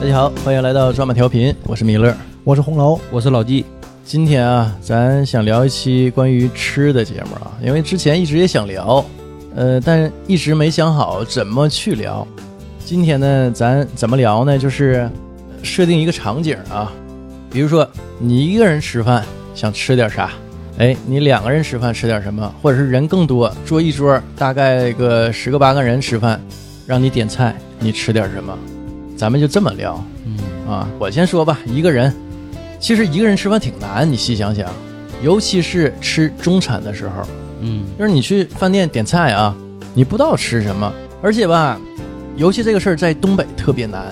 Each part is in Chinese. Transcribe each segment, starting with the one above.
大家好，欢迎来到抓马调频，我是米勒。我是红楼，我是老纪，今天啊，咱想聊一期关于吃的节目啊，因为之前一直也想聊，呃，但一直没想好怎么去聊。今天呢，咱怎么聊呢？就是设定一个场景啊，比如说你一个人吃饭想吃点啥，哎，你两个人吃饭吃点什么，或者是人更多，桌一桌大概个十个八个人吃饭，让你点菜，你吃点什么，咱们就这么聊。嗯，啊，我先说吧，一个人，其实一个人吃饭挺难，你细想想，尤其是吃中餐的时候，嗯，就是你去饭店点菜啊，你不知道吃什么，而且吧，尤其这个事儿在东北特别难，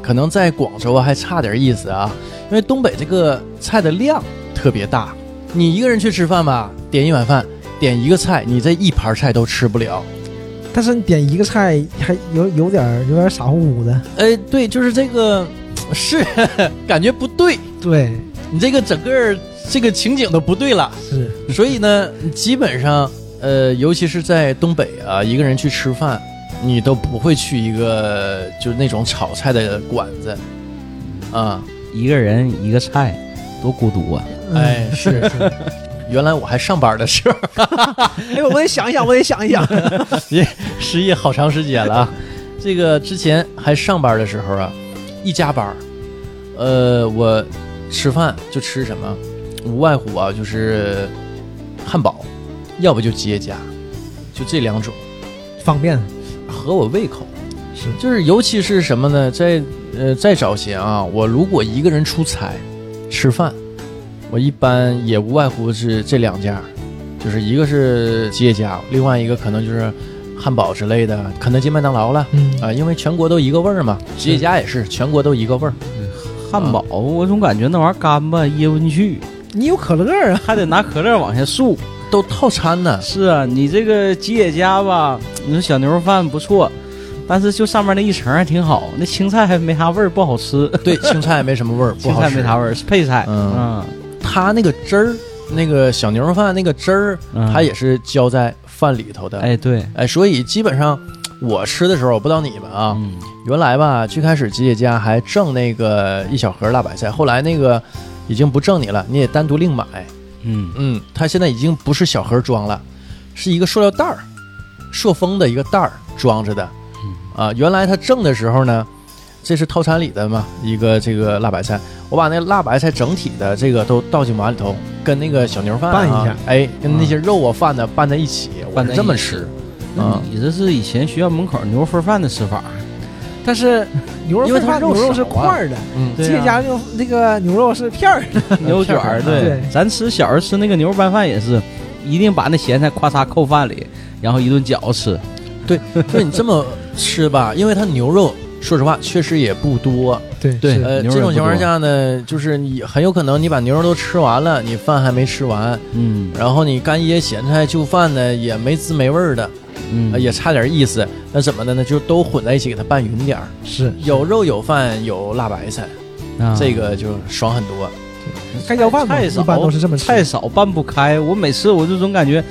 可能在广州啊还差点意思啊，因为东北这个菜的量特别大，你一个人去吃饭吧，点一碗饭，点一个菜，你这一盘菜都吃不了。但是你点一个菜还有有点儿有点儿傻乎乎的，哎，对，就是这个，是感觉不对，对，你这个整个儿这个情景都不对了。是，所以呢，基本上，呃，尤其是在东北啊，一个人去吃饭，你都不会去一个就是那种炒菜的馆子，啊，一个人一个菜，多孤独啊！嗯哎，是是是，原来我还上班的时候， 哎呦，我得想一想，我得想一想， 失业好长时间了啊。这个之前还上班的时候啊，一加班儿，呃，我吃饭就吃什么，无外乎啊就是汉堡，要不就吉野家，就这两种方便合我胃口。是，就是尤其是什么呢？在呃，再早些啊，我如果一个人出差吃饭，我一般也无外乎是这两家，就是一个是吉野家，另外一个可能就是汉堡之类的，肯德基、麦当劳了。嗯啊，因为全国都一个味儿嘛，吉野家也是全国都一个味儿。汉堡，我总感觉那玩意儿干巴噎不进去，你有可乐啊，还得拿可乐往下漱。都套餐呢，是啊，你这个吉野家吧，你说小牛肉饭不错，但是就上面那一层还挺好，那青菜还没啥味儿，不好吃。对，青菜没什么味儿，不 青好菜吃。没啥味儿，是配菜。嗯嗯它那个汁儿，那个小牛肉饭那个汁儿，嗯，它也是浇在饭里头的。哎对哎，所以基本上我吃的时候，我不知道你们啊，嗯原来吧，最开始吉野家还挣那个一小盒辣白菜，后来那个已经不挣你了，你也单独另买。嗯嗯，它现在已经不是小盒装了，是一个塑料袋儿，塑封的一个袋儿装着的。嗯啊，原来它挣的时候呢，这是套餐里的嘛，一个这个辣白菜，我把那辣白菜整体的这个都倒进碗里头，跟那个小牛饭、啊、拌一下，哎，跟那些肉啊饭呢拌在一起，我嗯拌是在这么一起吃。那你这是以前学校门口牛肉烩饭的吃法，但是牛因肉为饭它牛肉肉少是啊块儿的，嗯，对吉野啊家牛那个牛肉是片儿的，牛肉卷儿，片儿对咱吃小时候吃那个牛肉拌饭也是，一定把那咸菜咔嚓扣饭里，然后一顿饺子吃。就是你这么吃吧，因为它牛肉，说实话确实也不多。对哎对是呃，牛肉也不多这种情况下呢，就是你很有可能你把牛肉都吃完了，你饭还没吃完，嗯然后你干噎咸菜就饭呢也没滋没味儿的，呃嗯也差点意思。那怎么的呢？就都混在一起给它拌匀点儿，是，有肉有饭有辣白菜，这个就爽很多。盖浇饭嘛，太一少，般都是这么吃，太少拌不开。我每次我就总感觉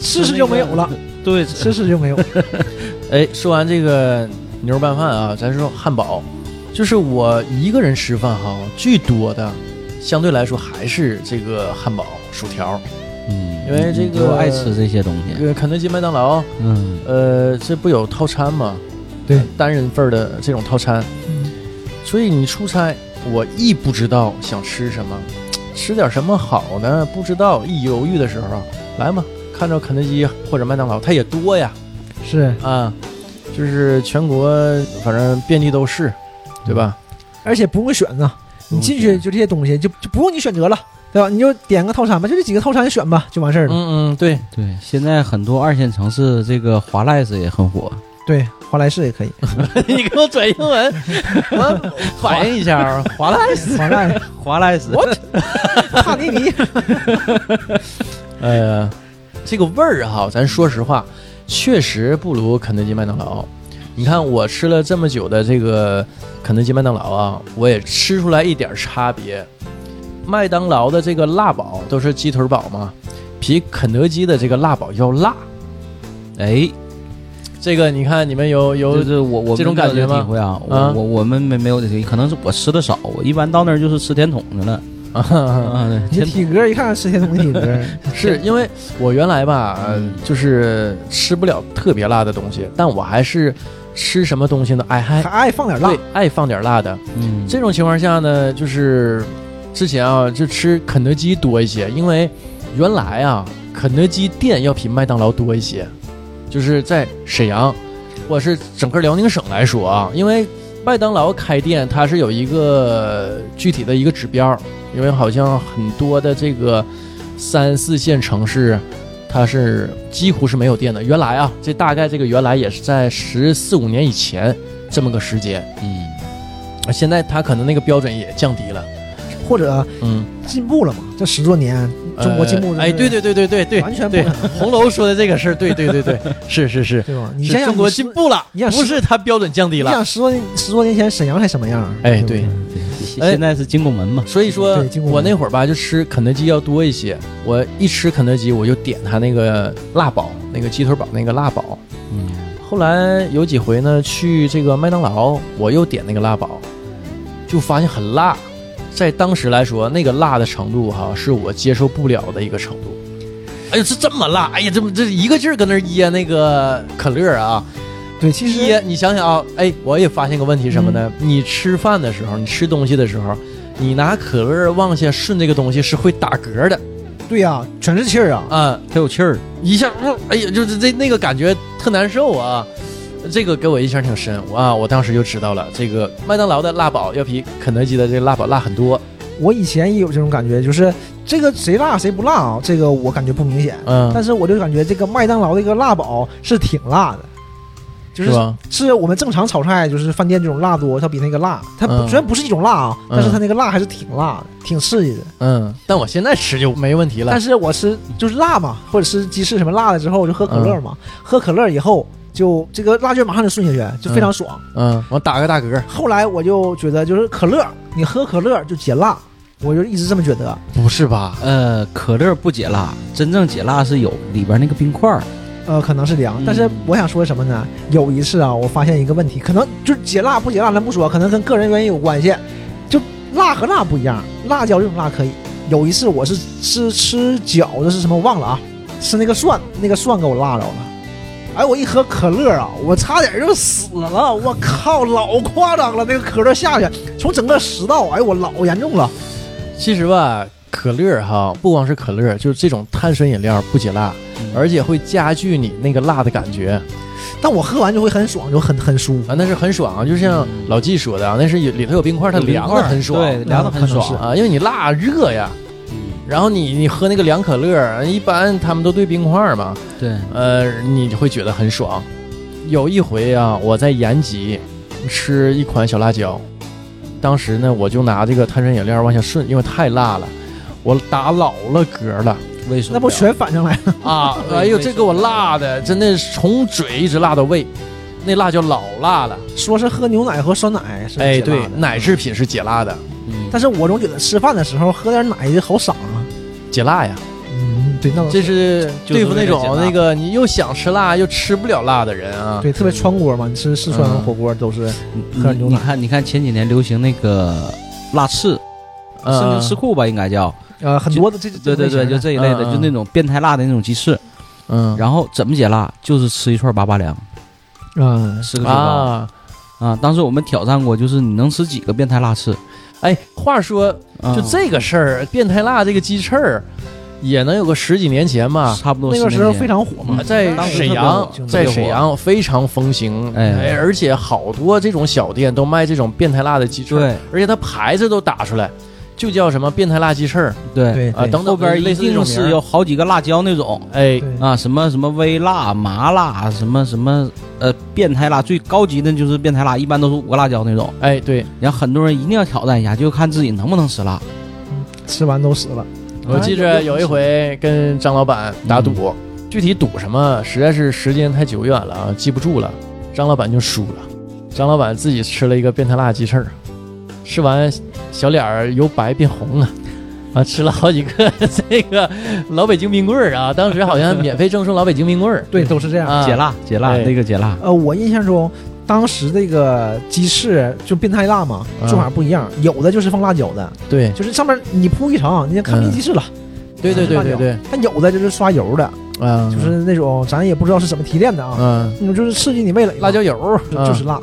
吃吃就没有了，对，吃吃就没有，哎，说完这个牛肉拌饭啊，咱说汉堡，就是我一个人吃饭哈，最多的相对来说还是这个汉堡、薯条。嗯，因为这个你就爱吃这些东西。呃，肯德基、麦当劳，嗯，呃，这不有套餐吗？对，单人份儿的这种套餐。嗯所以你出差，我一不知道想吃什么，吃点什么好呢？不知道，一犹豫的时候，来嘛，看着肯德基或者麦当劳，它也多呀，是，啊，就是全国反正遍地都是，对吧？而且不用选呐，你进去就这些东西，就就不用你选择了，对吧？你就点个套餐吧，就这几个套餐选吧，就完事儿了。嗯嗯，对， 对，现在很多二线城市这个华莱士也很火。对，华莱士也 可以，你给我转英文，我反应一下啊，华莱华莱华莱士，帕尼尼，呃，这个味儿哈，咱说实话，确实不如肯德基、麦当劳。你看我吃了这么久的这个肯德基、麦当劳啊，我也吃出来一点差别。麦当劳的这个辣堡都是鸡腿堡嘛，比肯德基的这个辣堡要辣。哎，这个你看你们有有就是我我这种们没有感觉个吗体会啊，我啊我我们没没有这个体会，可能是我吃的少，我一般到那儿就是吃甜筒去了。嗯啊，对 你甜筒体格一看是 天童体格， 是因为我原来吧，呃嗯就是吃不了特别辣的东西，但我还是吃什么东西呢？哎还还爱放点辣对，爱放点辣的。嗯，这种情况下呢，就是之前啊，就吃肯德基多一些，因为原来啊，肯德基店要比麦当劳多一些，就是在沈阳，或者是整个辽宁省来说啊，因为麦当劳开店它是有一个具体的一个指标，因为好像很多的这个三四线城市。它是几乎是没有店的。原来啊，这大概这个原来也是在十四五年以前这么个时间，嗯现在他可能那个标准也降低了，或者嗯，进步了嘛？这十多年中国进步，哎，对，对对对对对，完全不对可能，红楼说的这个事儿，对对对对，是是是，对吧？你是想想中国你十进步了，你想不是他标准降低你了，想十多年十多年前沈阳才什么样？哎不对现哎现在是金拱门嘛，所以说对进步了我那会儿吧，就吃肯德基要多一些，我一吃肯德基我就点他那个辣堡，那个鸡腿堡那个辣堡，嗯，后来有几回呢，去这个麦当劳，我又点那个辣堡，就发现很辣，在当时来说，那个辣的程度哈、是我接受不了的一个程度。哎呦，这这么辣！哎呀，这么这一个劲儿搁那儿噎那个可乐啊，对，其实噎！你想想啊，哎，我也发现个问题是什么呢？你吃饭的时候，你吃东西的时候，你拿可乐往下顺这个东西是会打嗝的对呀，全是气儿啊！啊、它有气儿，一下，嗯哎呀，就是这那个感觉特难受啊。这个给我印象挺深，我啊，我当时就知道了，这个麦当劳的辣堡要比肯德基的这个辣堡辣很多。我以前也有这种感觉，就是这个谁辣谁不辣啊，这个我感觉不明显，嗯，但是我就感觉这个麦当劳这个辣堡是挺辣的，就是是吧？是我们正常炒菜，就是饭店这种辣多，它比那个辣，它不嗯虽然不是一种辣啊，嗯但是它那个辣还是挺辣的，挺刺激的。嗯，但我现在吃就没问题了但。是我吃就是辣嘛，或者是鸡翅什么辣了之后，我就喝可乐嘛，喝可乐以后就这个辣劲儿马上就顺下去，就非常爽。嗯，我打个大嗝，后来我就觉得，就是可乐，你喝可乐就解辣，我就一直这么觉得。不是吧？呃，可乐不解辣，真正解辣是有里边那个冰块儿，呃，可能是凉，嗯但是我想说什么呢？有一次啊，我发现一个问题，可能就是解辣不解辣咱不说，可能跟个人原因有关系。就辣和辣不一样，辣椒这种辣可以。有一次我是是吃饺子是什么我忘了啊，吃那个蒜，那个蒜给我辣着了。哎，我一喝可乐啊，我差点就死了！我靠，老夸张了，那个可乐下去，从整个食道，哎，我老严重了。其实吧，可乐哈，不光是可乐，就是这种碳水饮料不解辣，而且会加剧你那个辣的感觉。但我喝完就会很爽，就很很舒服。啊，那是很爽啊，就像老纪说的啊，那是有里头有冰块，它有冰凉块的儿很爽。对，凉的嗯可很能爽嗯是，啊，因为你辣热呀。然后你你喝那个凉可乐，一般他们都兑冰块儿嘛，对，呃，你就会觉得很爽。有一回啊，我在延吉吃一款小辣椒，当时呢我就拿这个碳酸饮料往下顺，因为太辣了，我打老了嗝 了为什么那不全反上来了？啊！对哎呦，对这给我辣的，真的是从嘴一直辣到胃，那辣椒老辣了。说是喝牛奶和酸奶是解辣的哎，对，奶制品是解辣的，但但是我总觉得吃饭的时候喝点奶就好爽啊。解辣呀。嗯，对，那倒是这是就对是付那种为了解辣那个你又想吃辣又吃不了辣的人啊。对，特别川锅嘛，你吃四川火锅都嗯是喝点你牛你奶看，你看前几年流行那个辣翅，嗯，甚至吃库吧，应该叫，呃很多的这啊对对对，就这一类的，嗯嗯就那种变态辣的那种鸡翅。嗯，然后怎么解辣？就是吃一串八八凉，嗯吃个雪糕啊，啊！当时我们挑战过，就是你能吃几个变态辣翅？哎，话说啊就这个事儿，变态辣这个鸡翅儿，也能有个十几年前吧。差不多那10个年时候前非常火嘛嗯，在当时沈阳特别火，在特别火沈阳非常风行，哎哎，而且好多这种小店都卖这种变态辣的鸡翅，对而且它牌子都打出来，就叫什么变态辣鸡翅儿哎对，对啊，等等后边类一似这定种是名有儿好几个辣椒那种哎对啊，什么什么微辣、麻辣，什么什么呃变态辣，最高级的就是变态辣，一般都是五个辣椒那种。哎对，然后很多人一定要挑战一下，就看自己能不能吃辣。吃完都死了。，我记着有一回跟张老板打赌，具体赌什么，实在是时间太久远了啊，记不住了。张老板就输了，张老板自己吃了一个变态辣鸡翅儿，吃完小脸儿由白变红了，啊，吃了好几个这个老北京冰棍儿啊，当时好像免费赠送老北京冰棍儿对，都是这样。啊解辣解辣对那个解辣，呃，我印象中，当时这个鸡翅就变态辣嘛，啊做法不一样，有的就是放辣椒的，对就是上面你铺一层，你就看不见鸡翅了；对对对对对，但有的就是刷油的，啊，就是那种咱也不知道是怎么提炼的啊，嗯，那种就是刺激你味蕾嘛，辣椒油儿就就是辣。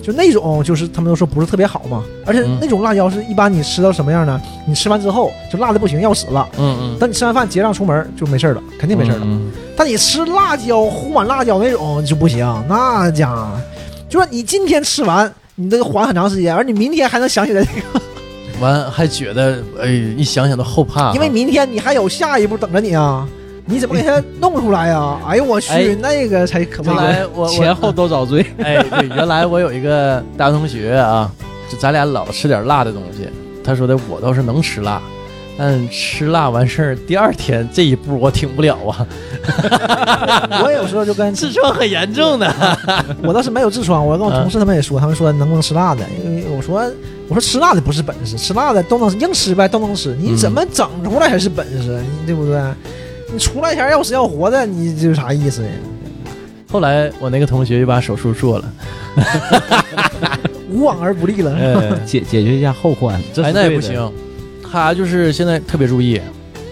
就那种，就是他们都说不是特别好嘛，而且嗯那种辣椒是一般你吃到什么样呢？你吃完之后就辣的不行，要死了。嗯嗯，但你吃完饭结账出门就没事儿了，肯定没事儿了。嗯但你吃辣椒糊满辣椒那种就不行，那家伙，就说你今天吃完，你这个缓很长时间，而你明天还能想起来这个，嗯完还觉得哎，一想想都后怕啊，因为明天你还有下一步等着你啊，你怎么给它弄出来呀、哎呦我去，哎那个才可原怕。 来我前我后都遭罪。，哎，对，原来我有一个大学同学啊，就咱俩老吃点辣的东西，他说的我倒是能吃辣。但吃辣完事儿，第二天这一步我挺不了啊，我有时候就跟痔疮很严重的。 我倒是没有痔疮，我跟我嗯同事他们也说，他们说能不能吃辣的？因为我说我说吃辣的不是本事，吃辣的都能硬吃呗，都能吃。你嗯怎么整出来才是本事，你对不对？你出来前要死要活的，你这有啥意思呀？后来我那个同学就把手术做了，无往而不利了。哎解解决一下后患，这是哎，那也对不的行，他就是现在特别注意，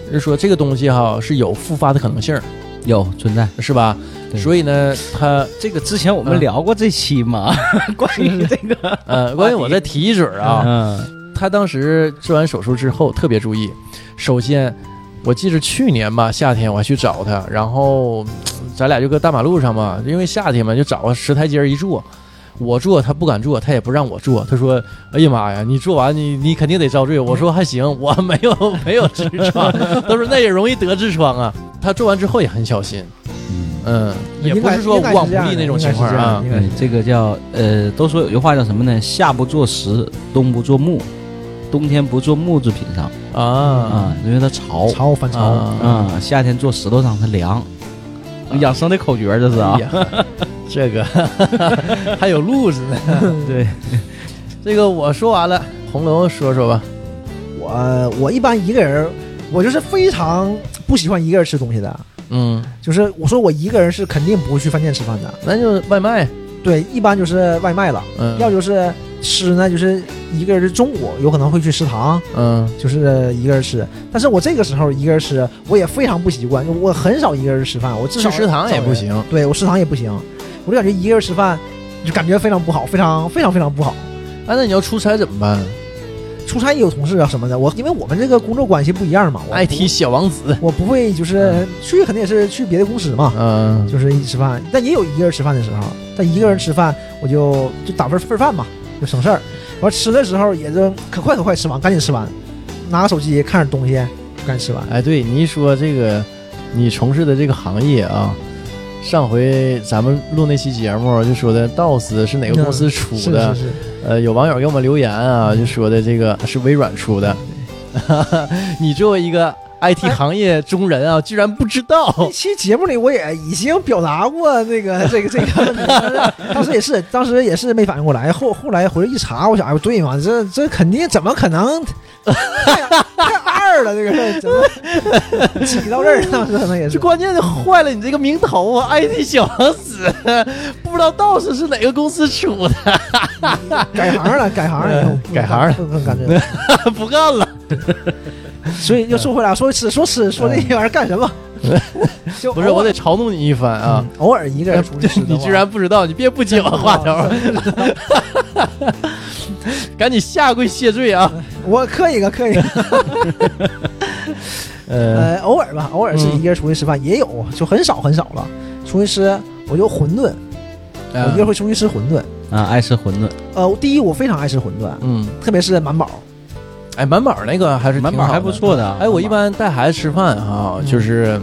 就是说这个东西哈是有复发的可能性儿，有存在。是吧？对所以呢，他这个之前我们嗯聊过这 期嘛，关于这个，呃，关键我再提一嘴儿啊，嗯，他当时做完手术之后特别注意，首先我记着去年吧，夏天我还去找他，然后嗯咱俩就搁大马路上嘛，因为夏天嘛，就找个石台阶儿一坐。我坐他不敢坐，他也不让我坐。他说：“哎呀妈呀，你坐完你你肯定得遭罪。”我说：“还行，我没有没有痔疮。”他说：“那也容易得痔疮啊。”他做完之后也很小心，嗯，也应不该是说无应该往是不这样利的那种应情该是况这样啊的。应该对是，嗯这个叫呃，都说有句话叫什么呢？夏不做食，冬不做木，冬天不做木制品上啊啊，因为它潮潮反潮，嗯啊！啊，夏天做石头上它凉，养生的口诀这是啊哎，呀这个还有路子呢。对，这个我说完了，红楼说说吧。我我一般一个人，我就是非常不喜欢一个人吃东西的。嗯，就是我说我一个人是肯定不会去饭店吃饭的，那就外卖。对，一般就是外卖了，嗯，要就是吃呢，就是一个人是中午有可能会去食堂，嗯就是一个人吃。但是我这个时候一个人吃，我也非常不习惯，我很少一个人吃饭，哎我至少去食堂也不行找人对我食堂也不行，我就感觉一个人吃饭就感觉非常不好，非常非常非常不好。哎，那你要出差怎么办出差也有同事啊什么的，我因为我们这个工作关系不一样嘛，我？IT 小王子。我不会就是去肯定也是去别的公司嘛，嗯就是一起吃饭，但也有一个人吃饭的时候，但一个人吃饭我就就打份份饭嘛，就省事儿。完吃的时候也就可快可快吃完，赶紧吃完，拿个手机看点东西，赶紧吃完。哎，对，你一说这个，你从事的这个行业啊。上回咱们录那期节目就说的 DOS 是哪个公司出嗯是的是，是，呃，有网友给我们留言啊，就说的这个是微软出的。嗯 你作为一个 IT 哎行业中人啊，居然不知道。那期节目里我也已经表达过那个这个这个问题，当时也是当时也是没反应过来，后后来回来一查，我想哎呦对嘛，这这肯定怎么可能太太二了这个事儿，怎么挤到这儿了？可能也这是。关键是坏了你这个名头啊！IT 小王子，不知道道士是哪个公司出的，改行了，改行了以后，改行了不能干这个。不干了。所以又说嗯回来，说吃说吃说这玩意儿干什么？就不是，我得嘲弄你一番啊啊！，哎嗯偶尔一个人出 去吃的话，你居然不知道，你别不接我 话头儿，赶紧下跪谢罪啊！ 我磕一个磕一个，嗯呃，呃，偶尔吧，偶尔是一个人出去吃饭也嗯有，就很少很少了。出去吃，我就馄饨，哎嗯啊我一个人会出去吃馄饨。啊，爱吃馄饨，呃，第一我非常爱吃馄饨，嗯，特别是满宝，哎，满宝那个还是满挺宝好还的不。错的。哎，我一般带孩子吃饭哈、嗯就是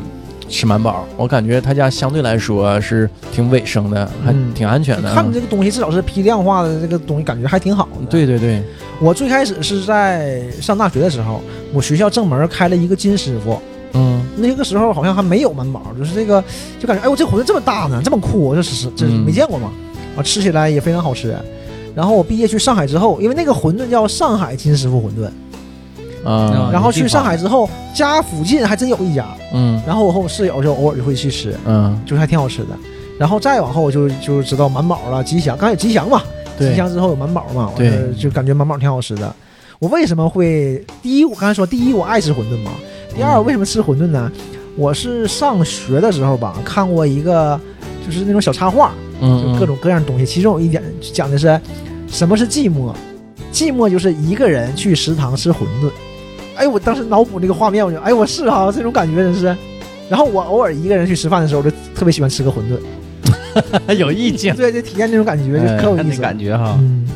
吃满宝，我感觉他家相对来说是挺卫生的，还嗯挺安全的啊。看着这个东西至少是批量化的这个东西，感觉还挺好的。对对对，我最开始是在上大学的时候，我学校正门开了一个金师傅，嗯那个时候好像还没有满宝，就是这个就感觉哎呦这馄饨这么大呢，这么酷，我这是这嗯没见过嘛，啊吃起来也非常好吃。然后我毕业去上海之后，因为那个馄饨叫上海金师傅馄饨，啊，然后去地方上海之后，家附近还真有一家，嗯然后我和我室友就偶尔就会去吃，嗯，就是还挺好吃的。然后再往后就就知道满宝了，吉祥，刚才有吉祥嘛，吉对，祥之后有满宝嘛，我对就就感觉满宝挺好吃的。我为什么会第一？我刚才说第一，我爱吃馄饨嘛。第二，嗯为什么吃馄饨呢？我是上学的时候吧，看过一个就是那种小插画，就嗯各种各样的东西。其中有一点讲的是什么是寂寞，寂寞就是一个人去食堂吃馄饨。哎，我当时脑补那个画面，我就哎，我是哈、这种感觉真是。然后我偶尔一个人去吃饭的时候，我就特别喜欢吃个馄饨，嗯 有意境，对，就体验那种感觉，就哎可有看意那思。感觉哈，嗯，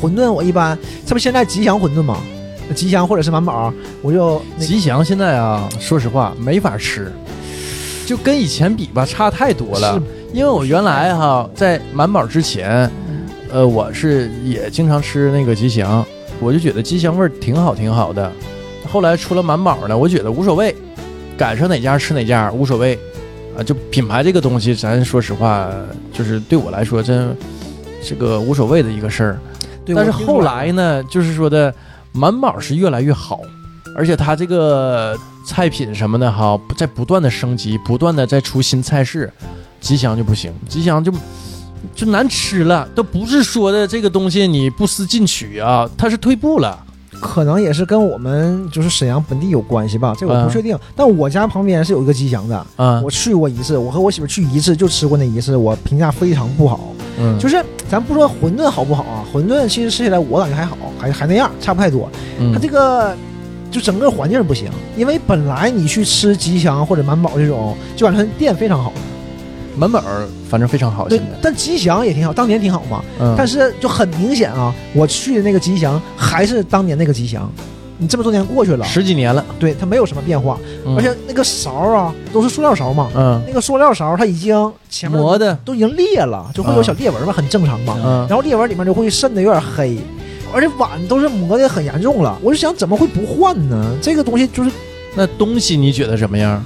馄饨我一般，这不现在吉祥馄饨嘛，吉祥或者是满宝，我就那吉祥现在啊，说实话没法吃，就跟以前比吧，差太多了是。因为我原来哈在满宝之前，嗯呃，我是也经常吃那个吉祥，我就觉得吉祥味儿挺好挺好的。后来出了满宝呢，我觉得无所谓，赶上哪家吃哪家无所谓，啊，就品牌这个东西，咱说实话，就是对我来说真是个无所谓的一个事儿。对但是我听说后来呢，就是说的满宝是越来越好，而且它这个菜品什么的哈，在不断的升级，不断的在出新菜式。吉祥就不行，吉祥就就难吃了，都不是说的这个东西你不思进取啊，它是退步了。可能也是跟我们就是沈阳本地有关系吧，这我嗯不确定。但我家旁边是有一个吉祥的，啊，我去过一次，我和我媳妇去一次就吃过那一次，我评价非常不好。嗯，就是咱不说馄饨好不好啊，馄饨其实吃起来我感觉还好，还还那样，差不太多。它嗯这个就整个环境不行，因为本来你去吃吉祥或者满宝这种，就感觉它店非常好，满宝儿反正非常好，现在，对但吉祥也挺好，当年挺好嘛。嗯，但是是就很明显啊，我去的那个吉祥还是当年那个吉祥，你这么多年过去了，十几年了，对它没有什么变化，嗯而且那个勺啊都是塑料勺嘛，嗯那个塑料勺它已经前面磨的，都已经裂了，就会有小裂纹嘛，很正常嘛。嗯然后裂纹里面就会渗的有点黑，而且碗都是磨的很严重了。我就想怎么会不换呢？这个东西就是那东西你觉得怎么样？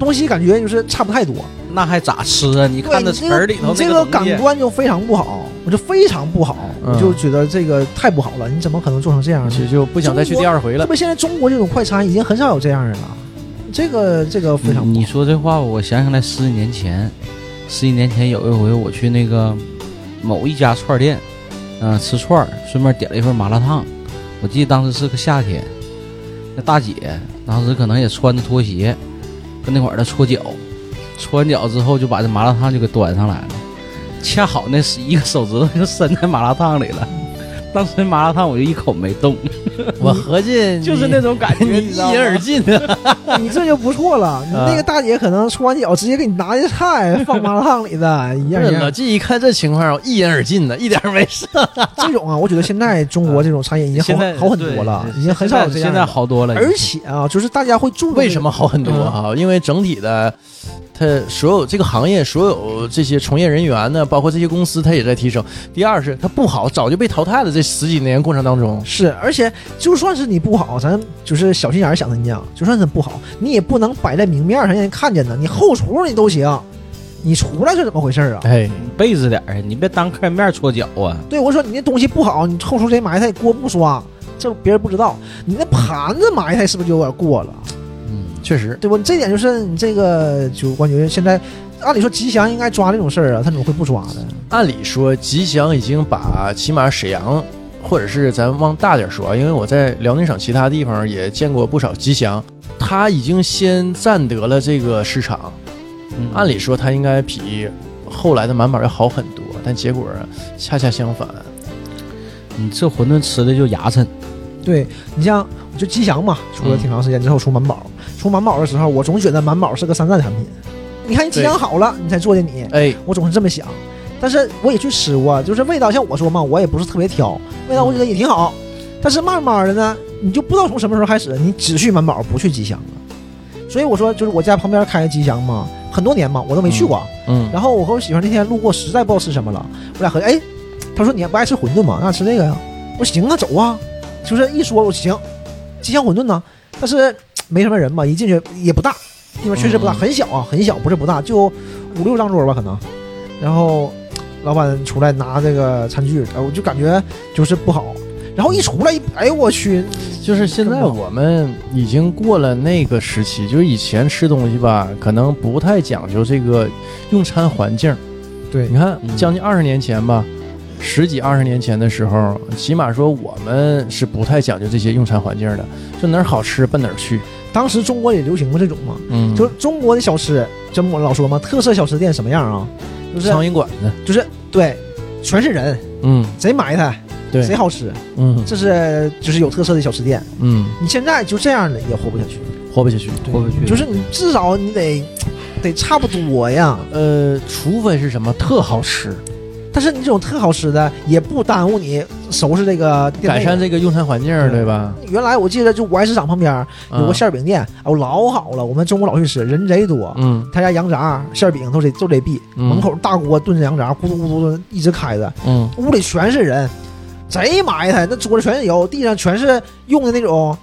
东西感觉就是差不太多，那还咋吃啊？你对看那你词儿里头你这那个个东感西官就非常不好，我就非常不好，嗯我就觉得这个太不好了。你怎么可能做成这样呢？就就不想再去第二回特了。别现在中国这种快餐已经很少有这样的了，这个这个非常你不你好。说这话，我想起来十几年前，十几年前有一回我去那个某一家串儿店，嗯、吃串儿，顺便点了一份麻辣烫。我记得当时是个夏天，那大姐当时可能也穿着拖鞋，跟那块儿在搓脚，搓完脚之后就把这麻辣烫就给端上来了，恰好那是一个手指头就伸在麻辣烫里了。 当时麻辣烫我就一口没动，我合计就是你那种感觉，你 你一知道吗饮而尽啊。 你这就不错了，你那个大姐可能搓完脚直接给你拿的菜放麻辣烫里的，一样一啊老样。纪一看这情况，我一饮而尽呢，一点儿没事。 这种啊，我觉得现在中国这种餐饮已经现在好好很多了，对已经很少有这样现的在了。好多了，而且啊，就是大家会注重为什么好很多哈、因为整体的，它所有这个行业，所有这些从业人员呢，包括这些公司，它也在提升。第二是它不好，早就被淘汰了。这十几年过程当中，是，而且就算是你不好，咱就是小心眼儿想的一样，就算是不好，你也不能摆在明面上让人看见的，你后厨你都行，你出来是怎么回事儿啊？哎，备着点儿，你别当客人面搓脚啊。对，我说你那东西不好，你后厨谁埋汰，锅不刷，这别人不知道。你那盘子埋汰是不是就有点过了，嗯，确实，对不？你这点就是你这个就感觉现在，按理说吉祥应该抓这种事儿啊，他怎么会不抓呢？按理说吉祥已经把起码沈阳，或者是咱往大点说啊，因为我在辽宁省其他地方也见过不少吉祥，它已经先占得了这个市场。按理说它应该比后来的满宝要好很多，但结果恰恰相反。你这馄饨吃的就牙碜，对你像就吉祥嘛，出了挺长时间之后出满宝，出满宝的时候，我总觉得满宝是个山寨产品。你看你吉祥好了，你才做的你，哎，我总是这么想。但是我也去吃过，就是味道像我说嘛，我也不是特别挑，味道我觉得也挺好。但是慢慢的呢，你就不知道从什么时候开始，你只去满宝不去吉祥了。所以我说，就是我家旁边开的吉祥嘛，很多年嘛，我都没去过。嗯，然后我和我媳妇那天路过，实在不知道吃什么了，我俩合计，哎，她说你不爱吃馄饨吗？那吃这个呀？我说行啊，走啊。就是一说我说行，吉祥馄饨呢，但是没什么人嘛，一进去也不大，地方确实不大，嗯很小啊，很小，不是不大，就五六张桌吧可能。哎然后老板出来拿这个餐具，呃我就感觉就是不好。然然后一出来一，哎呦我去，就是现在我们已经过了那个时期，就是以前吃东西吧，可能不太讲究这个用餐环境。对你看，嗯将近二十年前吧，十几二十年前的时候，起码说我们是不太讲究这些用餐环境的，就哪儿好吃奔哪儿去。当时中国也流行过这种嘛，嗯就是中国的小吃，这不我老说嘛，特色小吃店什么样啊？就是苍蝇馆子，就是对，全是人，嗯，谁埋汰对，谁好吃，嗯这是就是有特色的小吃店。嗯，你现在就这样的也活不下去，活不下去。活不下去就是你至少你得得差不多呀。呃，除非是什么特好吃，但是你这种特好吃的也不耽误你收拾这个店改内善的。这个用餐环境，对吧？嗯原来我记得就五爱市场旁边有个馅儿饼店，哦，老好了，我们中午老去吃，人贼多。嗯，他家羊杂、馅儿饼都得都得必，嗯门口大锅炖着羊杂，咕嘟咕嘟的一直开着，嗯屋里全是人，贼埋汰，那桌子全是油，地上全是用的那种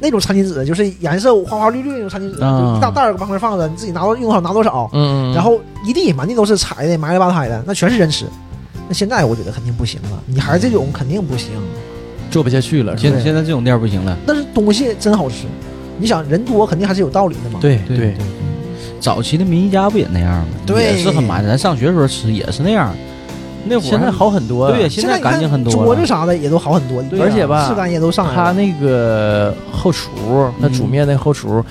那种餐巾纸，就是颜色花花绿绿那种餐巾纸，啊就一大袋儿往那放着，你自己拿到用多少拿多少，嗯，嗯然后一地满地都是踩的，埋了吧胎的，那全是人吃。那现在我觉得肯定不行了，你还是这种肯定不行。做不下去了，现是吧在现在这种店儿不行了。但是东西真好吃，你想人多肯定还是有道理的嘛。对对，早期的民一家不也那样吗？对也是很埋汰。咱上学的时候吃也是那样，那会儿啊现在好很多了。对，现在你看干净很多啊桌了子。啥的也都好很多，而且吧质感也都上来了。他那个后厨，他煮面那后厨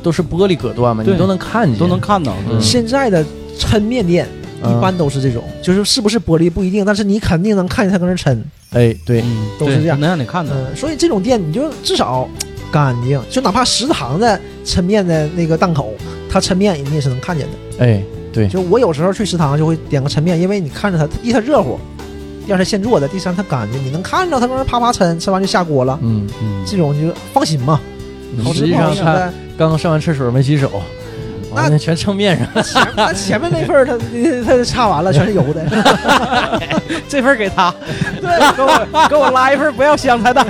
都是玻璃隔断嘛，对你都能看见，都能看到，嗯现在的抻面店嗯一般都是这种，就是是不是玻璃不一定，但是你肯定能看见他搁那抻。哎，对，嗯，都是对这样能让你看到。嗯，所以这种店你就至少干净，就哪怕食堂的抻面的那个档口，他抻面你也是能看见的。哎，对，就我有时候去食堂就会点个抻面，因为你看着它，一它热乎，第二它现做的，第三它干净，你能看着它搁那啪啪抻，抻完就下锅了。嗯，嗯，这种你就放心嘛，好实吃际不好上吃他的， 刚刚上完厕所没洗手，完了全蹭面上，前那前面那份儿它它它差完了，全是油的。 这份给他，对，给我给我拉一份不要香菜的。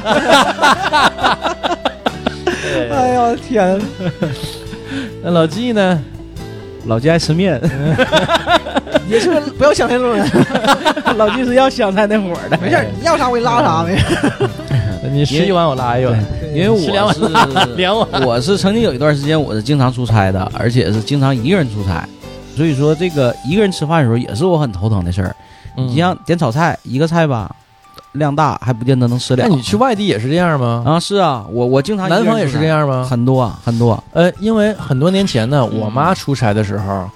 哎呦天，那老纪呢？老季爱吃面，也是不要想太多人。老季是要香菜那伙儿的。没事儿，你要啥我给你拉啥， 没事儿。你吃一碗我拉一碗，因为吃两我碗是两碗， 我是曾经有一段时间我是经常出差的，而且是经常一个人出差，所以说这个一个人吃饭的时候也是我很头疼的事儿。嗯你像点炒菜，一个菜吧，量大还不见得能吃了。那你去外地也是这样吗？啊？是啊，我我经常一个南人方也是出差这，样吗？很多啊很多啊。呃，因为很多年前呢，我妈出差的时候，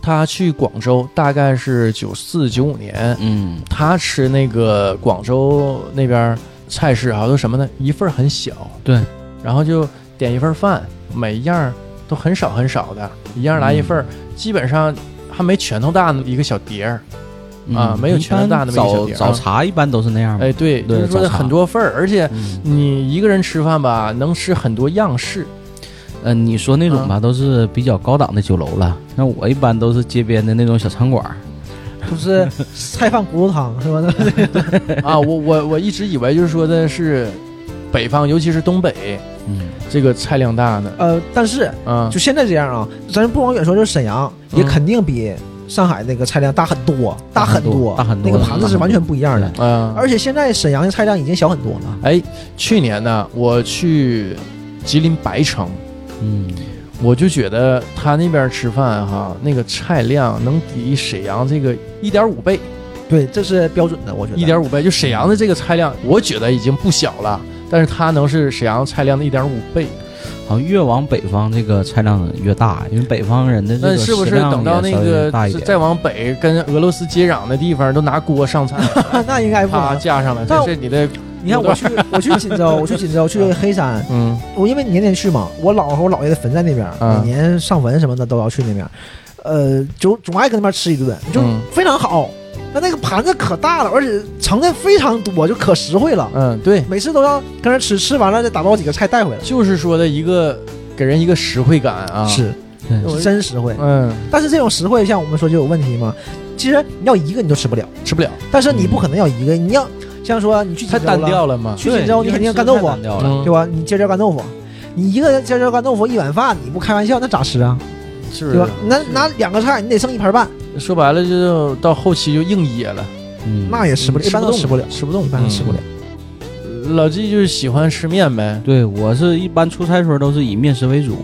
她去广州，大概是九四九五年，嗯，她吃那个广州那边儿菜式啊，都什么呢？一份儿很小，对，然后就点一份儿饭，每一样儿都很少很少的，一样儿来一份儿，基本上还没拳头大那么一个小碟儿。嗯啊没有拳头大那么一小早碟儿啊早茶一般都是那样嘛。哎，对，就嗯对是说早的茶很多份儿，而且嗯你一个人吃饭吧，能吃很多样式。呃，你说那种吧，都是比较高档的酒楼了。那我一般都是街边的那种小餐馆儿。不是菜饭骨头汤是吧？ 啊，我我我一直以为就是说的是北方，尤其是东北嗯，这个菜量大呢。呃，但是啊，就现在这样啊，咱不往远说，就是沈阳嗯也肯定比上海那个菜量大很多，大很很多大很多那个盘子是完全不一样的。啊，而且现在沈阳的菜量已经小很多了，嗯哎，去年呢，我去吉林白城，嗯，我就觉得他那边吃饭哈，那个菜量能抵沈阳这个一点五倍，对，这是标准的，我觉得。一点五倍，就沈阳的这个菜量，我觉得已经不小了，但是它能是沈阳菜量的一点五倍。好像越往北方这个菜量越大，因为北方人的这那个是不是食量等到也那稍微个大一再点再往北跟俄罗斯接壤的地方，都拿锅上菜，啊那应哎啊该不啪能。架上了，但这是你的，你看我去，我去锦州，我去锦州，去黑山，嗯我因为年年去嘛，我姥和我姥爷的坟在那边，嗯每年上坟什么的都要去那边，呃，就总爱跟那边吃一顿，就嗯非常好。那那个盘子可大了，而且盛的非常多，就可实惠了。嗯，对，每次都要跟人吃，吃完了再打包几个菜带回来，就是说的一个给人一个实惠感啊。，是对我真实惠。嗯，但是这种实惠，像我们说就有问题嘛。其实你要一个你都吃不了，吃不了，但是你不可能要一个，你要像说你去太锦州单了调了嘛。去锦州你肯定干豆腐啊太单调了，嗯，对吧？你尖椒干豆腐，你一个尖椒干豆腐一碗饭，你不开玩笑那咋吃啊？是不对吧是？？嗯那拿两个菜，你得剩一盘半，说白了，就到后期就硬噎了，嗯，那也吃不了，一般都吃不了，吃不动，一般都吃不了。老纪就是喜欢吃面呗，对我是一般出差的时候都是以面食为主，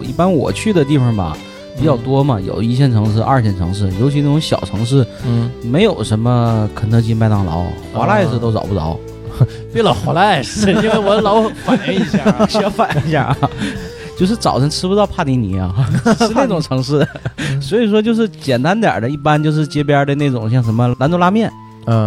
嗯一般我去的地方吧比较多嘛，有一线城市、二线城市，尤其那种小城市，嗯。没有什么肯德基、麦当劳、华莱士都找不着。。别老划赖，是因为我老反应一下啊先反应一下啊， 就是早晨吃不到帕蒂尼啊， 是那种城市，所以说就是简单点儿的，一般就是街边的那种，像什么兰州拉面，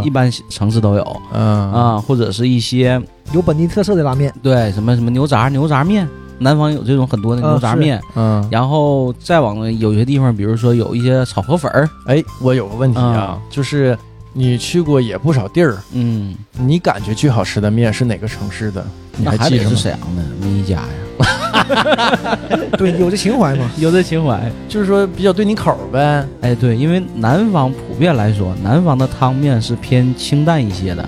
一嗯般城市都有嗯啊，或者是一些有本地特色的拉面，对什么什么牛杂、牛杂面，南方有这种很多的啊牛杂是面，嗯，然后再往有些地方，比如说有一些炒河粉儿，哎，我有个问题啊啊，就是你去过也不少地儿，嗯，你感觉最好吃的面是哪个城市的？你那还记得着是吗？沈阳的咪家呀，对，有这情怀嘛。有这情怀。就是说比较对你口儿呗。哎，对，因为南方普遍来说，南方的汤面是偏清淡一些的，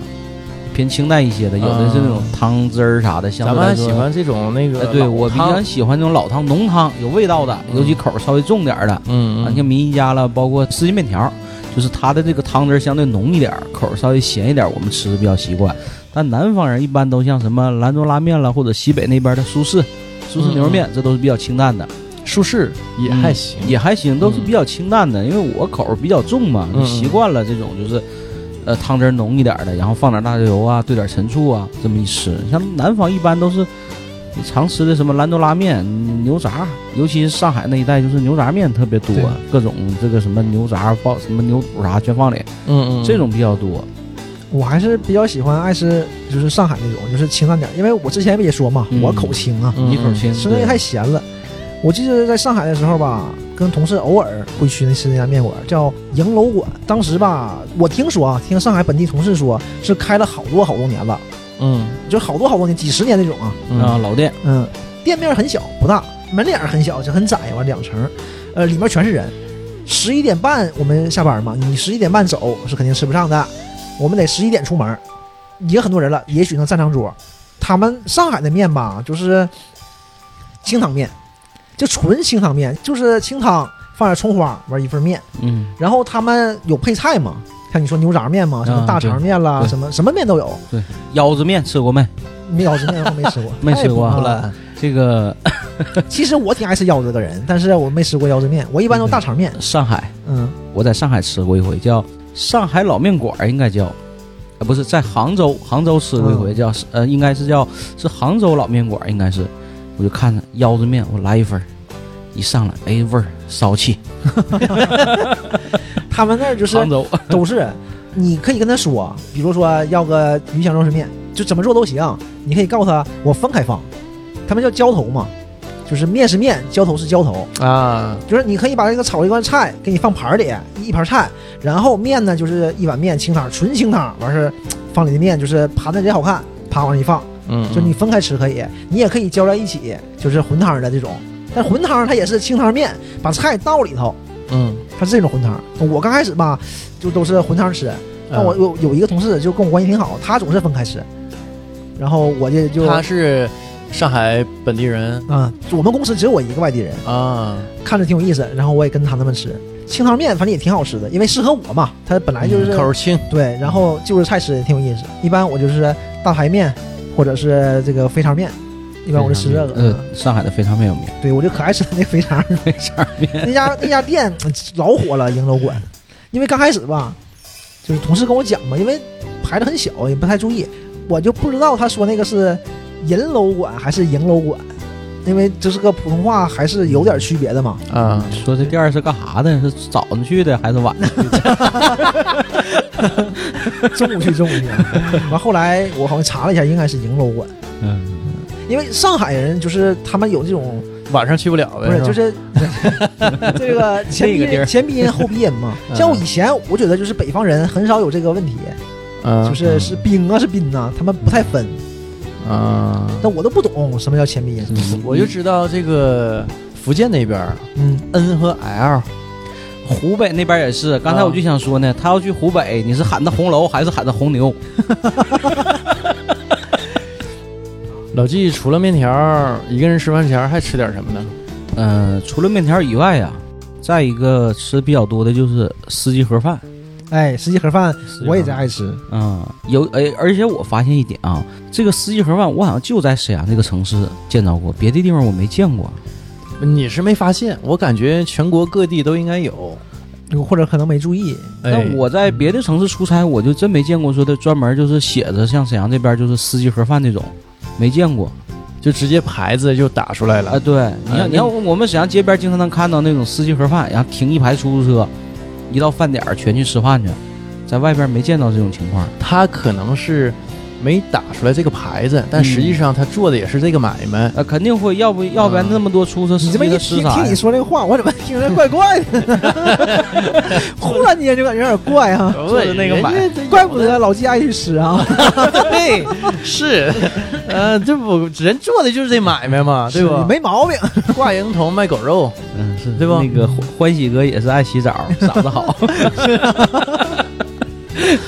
偏清淡一些的，有的是那种汤汁儿啥的，相咱对们来还说喜。欢这种那哎个，对我比较较，喜欢那种老汤、浓汤，有味道的，嗯尤其口儿稍微重点儿的。嗯，啊，嗯像民一家了，包括四季面条，就是它的这个汤汁儿相对浓一点儿，口儿稍微咸一点儿，我们吃的比较习惯。但南方人一般都像什么兰州拉面了，或者西北那边的苏式、苏式牛肉嗯面，这都是比较清淡的，舒适也还行，嗯也还行，都是比较清淡的。因为我口儿比较重嘛，嗯就习惯了这种就是。呃，汤汁儿浓一点儿的，然后放点大油啊，兑点陈醋啊，这么一吃。像南方一般都是你常吃的什么兰州拉面、牛杂，尤其是上海那一带，就是牛杂面特别多对，各种这个什么牛杂包、什么牛肚啥全放里，嗯嗯，这种比较多。我还是比较喜欢爱吃，就是上海那种，就是清淡点儿，因为我之前不也说嘛，嗯我口轻啊，嗯一口清，吃那个太咸了。我记得在上海的时候吧，跟同事偶尔会去那吃那家面馆，叫迎楼馆。当时吧，我听说啊，听上海本地同事说是开了好多好多年了，嗯就好多好多年，几十年那种啊。嗯啊，老店，嗯，店面很小不大，门脸儿很小，就很窄，完两层，呃，里面全是人。十一点半我们下班嘛，你十一点半走是肯定吃不上的，我们得十一点出门，也很多人了，也许能占上桌。他们上海的面吧，就是清汤面，就纯清汤面，就是清汤放点葱花，完一份面，嗯，然后他们有配菜嘛，像你说牛杂面嘛，什么啊大肠面啦，对什么什么面都有。腰子面吃过没？腰子面我没吃过 ，没吃过太不棒了。这个 其实我挺爱吃腰子的人，但是我没吃过腰子面，我一般都大肠面。上海，嗯，我在上海吃过一回，叫上海老面馆儿，应该叫，呃，不是在杭州，杭州吃过一嗯回，叫呃，应该是叫是杭州老面馆儿，应该是，我就看着腰子面，我来一份儿，一上来，哎，味儿骚气，他们那儿就是杭州，都是人，你可以跟他说，比如说要个鱼香肉丝面，就怎么做都行。你可以告诉他我分开放，他们叫浇头嘛，就是面是面，浇头是浇头，啊，就是你可以把这个炒一罐菜给你放盘儿里，一盘菜，然后面呢就是一碗面清汤，纯清汤，完事儿放里的面就是盘的贼好看，啪往上一放。嗯，就你分开吃可以，你也可以浇在一起，就是混汤的这种。但混汤它也是清汤面，把菜倒里头，嗯，它是这种混汤。我刚开始吧，就都是混汤吃。嗯但我有有一个同事就跟我关系挺好，他总是分开吃，然后我就就他是上海本地人啊、我们公司只有我一个外地人，啊，看着挺有意思，然后我也跟他们吃清汤面，反正也挺好吃的，因为适合我嘛，他本来就是、嗯口儿轻，对，然后就着菜吃也挺有意思。一般我就是大排面或者是这个肥肠面，一一般我就吃这个。嗯呃，上海的肥肠面有名，对，我就可爱吃那肥肠儿， 肥肠面，那家那家店老火了，迎楼馆。因为刚开始吧，就是同事跟我讲嘛，因为排的很小，也不太注意，我就不知道他说那个是银楼馆还是迎楼馆，因为这是个普通话还是有点区别的 嘛。啊，说这店儿是干啥的？是早上去的还是晚上去的？中午去，中午去。啊完后来我好像查了一下，应该是迎楼馆，嗯，因为上海人就是他们有这种晚上去不了不呗，是就是 是这个前鼻那个地儿音前鼻音后鼻音嘛。 像我以前我觉得就是北方人很少有这个问题。吧就是是冰啊是冰呐、他们不太分，啊啊，但我都不懂什么叫前鼻音。我就知道这个福建那边儿嗯， N 和 L，湖北那边也是，刚才啊我就想说呢，他要去湖北，你是喊他红楼还是喊他红牛？老纪除了面条儿，一个人吃饭前儿还吃点什么呢？呃啊嗯、除了面条以外呀、再一个吃比较多的就是司机盒饭，哎，十几盒饭十几我也盒在饭爱吃，嗯，有诶，而且我发现一点啊，这个四季盒饭我好像就在沈阳这个城市见到过，别的地方我没见过。你是没发现，我感觉全国各地都应该有。或者可能没注意。那哎，我在别的城市出差，我就真没见过说的专门就是写着像沈阳这边就是司机盒饭这种，没见过。就直接牌子就打出来啊、了。对，你哎看，你那看我们沈阳街边经常能看到那种司机盒饭，然后停一排出租车，一到饭点儿全去吃饭去，在外边没见到这种情况。他可能是没打出来这个牌子，但实际上他做的也是这个买卖。呃，肯定会，要不要不然嗯那么多出租车司你机这么一他听吃啥听呀你？说这个话，我怎么听着怪怪的？忽然间就感觉有点怪啊，做的哎那个买卖，怪不得老季爱去吃啊。对，是， 呃，这不人做的就是这买卖嘛，啊对吧？没毛病。挂羊头卖狗肉，嗯，是对吧那个欢欢喜哥也是爱洗澡，嗓子好。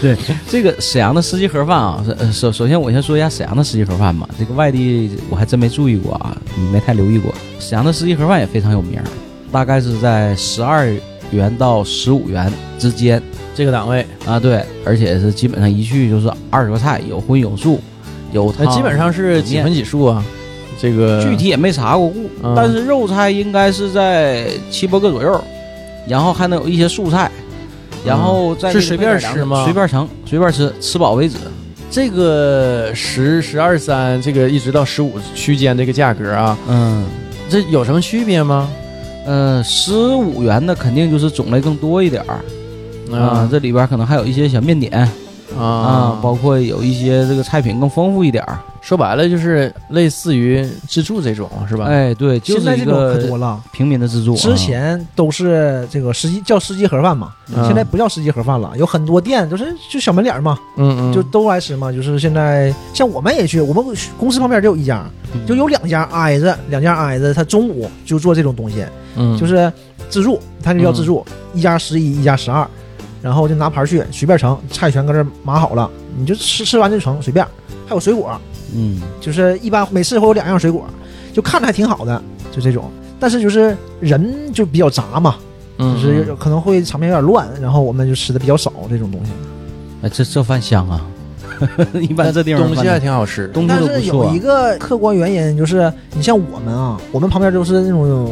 对这个沈阳的司机盒饭啊，是呃首首先我先说一下沈阳的司机盒饭吧。这个外地我还真没注意过啊，没太留意过。沈阳的司机盒饭也非常有名儿，大概是在十二元到十五元之间这个档位，啊。对，而且是基本上一去就是二十个菜，有荤有素，有那汤。哎基本上是几分几数啊？这个具体也没查过，嗯但是肉菜应该是在七八个左右，然后还能有一些素菜，然后再是随便吃吗随便盛，随便吃，吃饱为止。这个十十二三，这个一直到十五区间这个价格啊，嗯，这有什么区别吗？呃，十五元的肯定就是种类更多一点儿啊，这里边可能还有一些小面点嗯啊啊啊，，包括有一些这个菜品更丰富一点儿。说白了就是类似于自助这种是吧？，哎，对，就现在是一这种可个多了，平民的自助啊。之前都是这个司机叫司机盒饭嘛，嗯现在不叫司机盒饭了，有很多店就是就小门脸嘛，嗯嗯，就都来吃嘛。就是现在像我们也去，我们公司旁边就有一家，嗯就有两家挨着，两家挨着，他中午就做这种东西，嗯就是自助，他就叫自助，嗯一家十一，一家十二。然后就拿盘去随便盛，菜全搁这码好了，你就吃吃完就盛，随便。还有水果，嗯，就是一般每次会有两样水果，就看着还挺好的，就这种。但是就是人就比较杂嘛，就嗯是有可能会场面有点乱，然后我们就吃的比较少这种东西。哎，这这饭香啊， 一般这地方东饭西还挺好吃，东西但都不是有错一。个客观原因就是，你像我们啊，我们旁边都是那种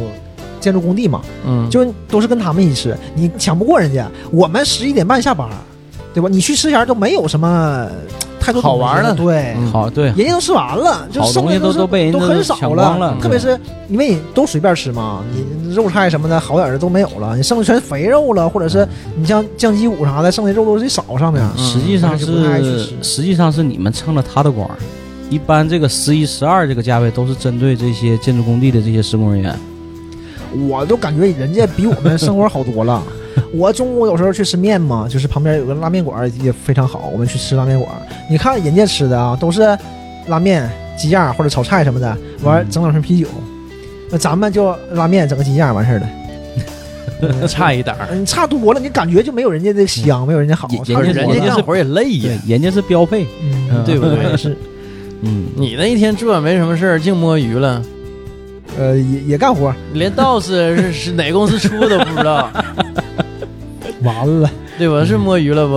建筑工地嘛，嗯就都是跟他们一起吃，你抢不过人家。我们十一点半下班，对吧？你去吃前都没有什么呃太多好玩的，的对，嗯好，对，人家都吃完了，就好剩东的西都是都被人都家很都少抢光了特别是因为你都随便吃嘛，你肉菜什么的好点儿的都没有了，你剩的全肥肉了，或者是你像酱鸡骨啥的，剩的肉都得少上面。嗯实际上嗯就不太去是吃实际上是你们蹭了他的光儿。一般这个十一、十二这个价位都是针对这些建筑工地的这些施工人员。我都感觉人家比我们生活好多了。我中午有时候去吃面嘛，就是旁边有个拉面馆儿也非常好，我们去吃拉面馆儿。你看人家吃的啊，都是拉面、鸡架或者炒菜什么的，完了整两瓶啤酒。那咱们就拉面整个鸡架完事儿了。差一档 儿，嗯，差多了，你感觉就没有人家的香，没有人家好，也差人多家人了家干是活也累对呀，，人家是标配。嗯，对不对？是，嗯，你那一天做没什么事儿，净摸鱼了，呃，也也干活，连 DOS 是是哪公司出的都不知道，完了，对吧？是摸鱼了不？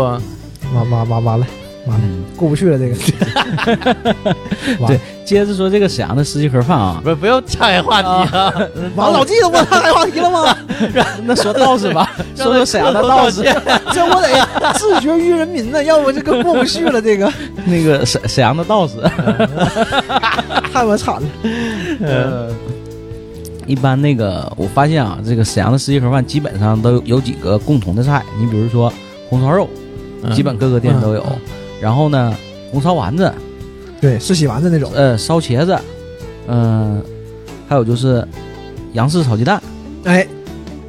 完完完完了，嗯过不去了，这个接着说这个沈阳的司机盒饭啊，不不要岔开话题啊！完了，老季都问他来话题了吗？ 那说道士吧，说嗯说沈阳的道士。这我得自觉于人民呢，要不这个过不去了，这 个 那个沈沈阳的道士，太我惨了。呃嗯一般那个我发现啊，这个沈阳的司机盒饭基本上都有有几个共同的菜，你比如说红烧肉，基本各个店都有嗯。然后呢，红烧丸子，对，是洗丸子那种，呃，烧茄子，嗯、还有就是洋式炒鸡蛋，哎，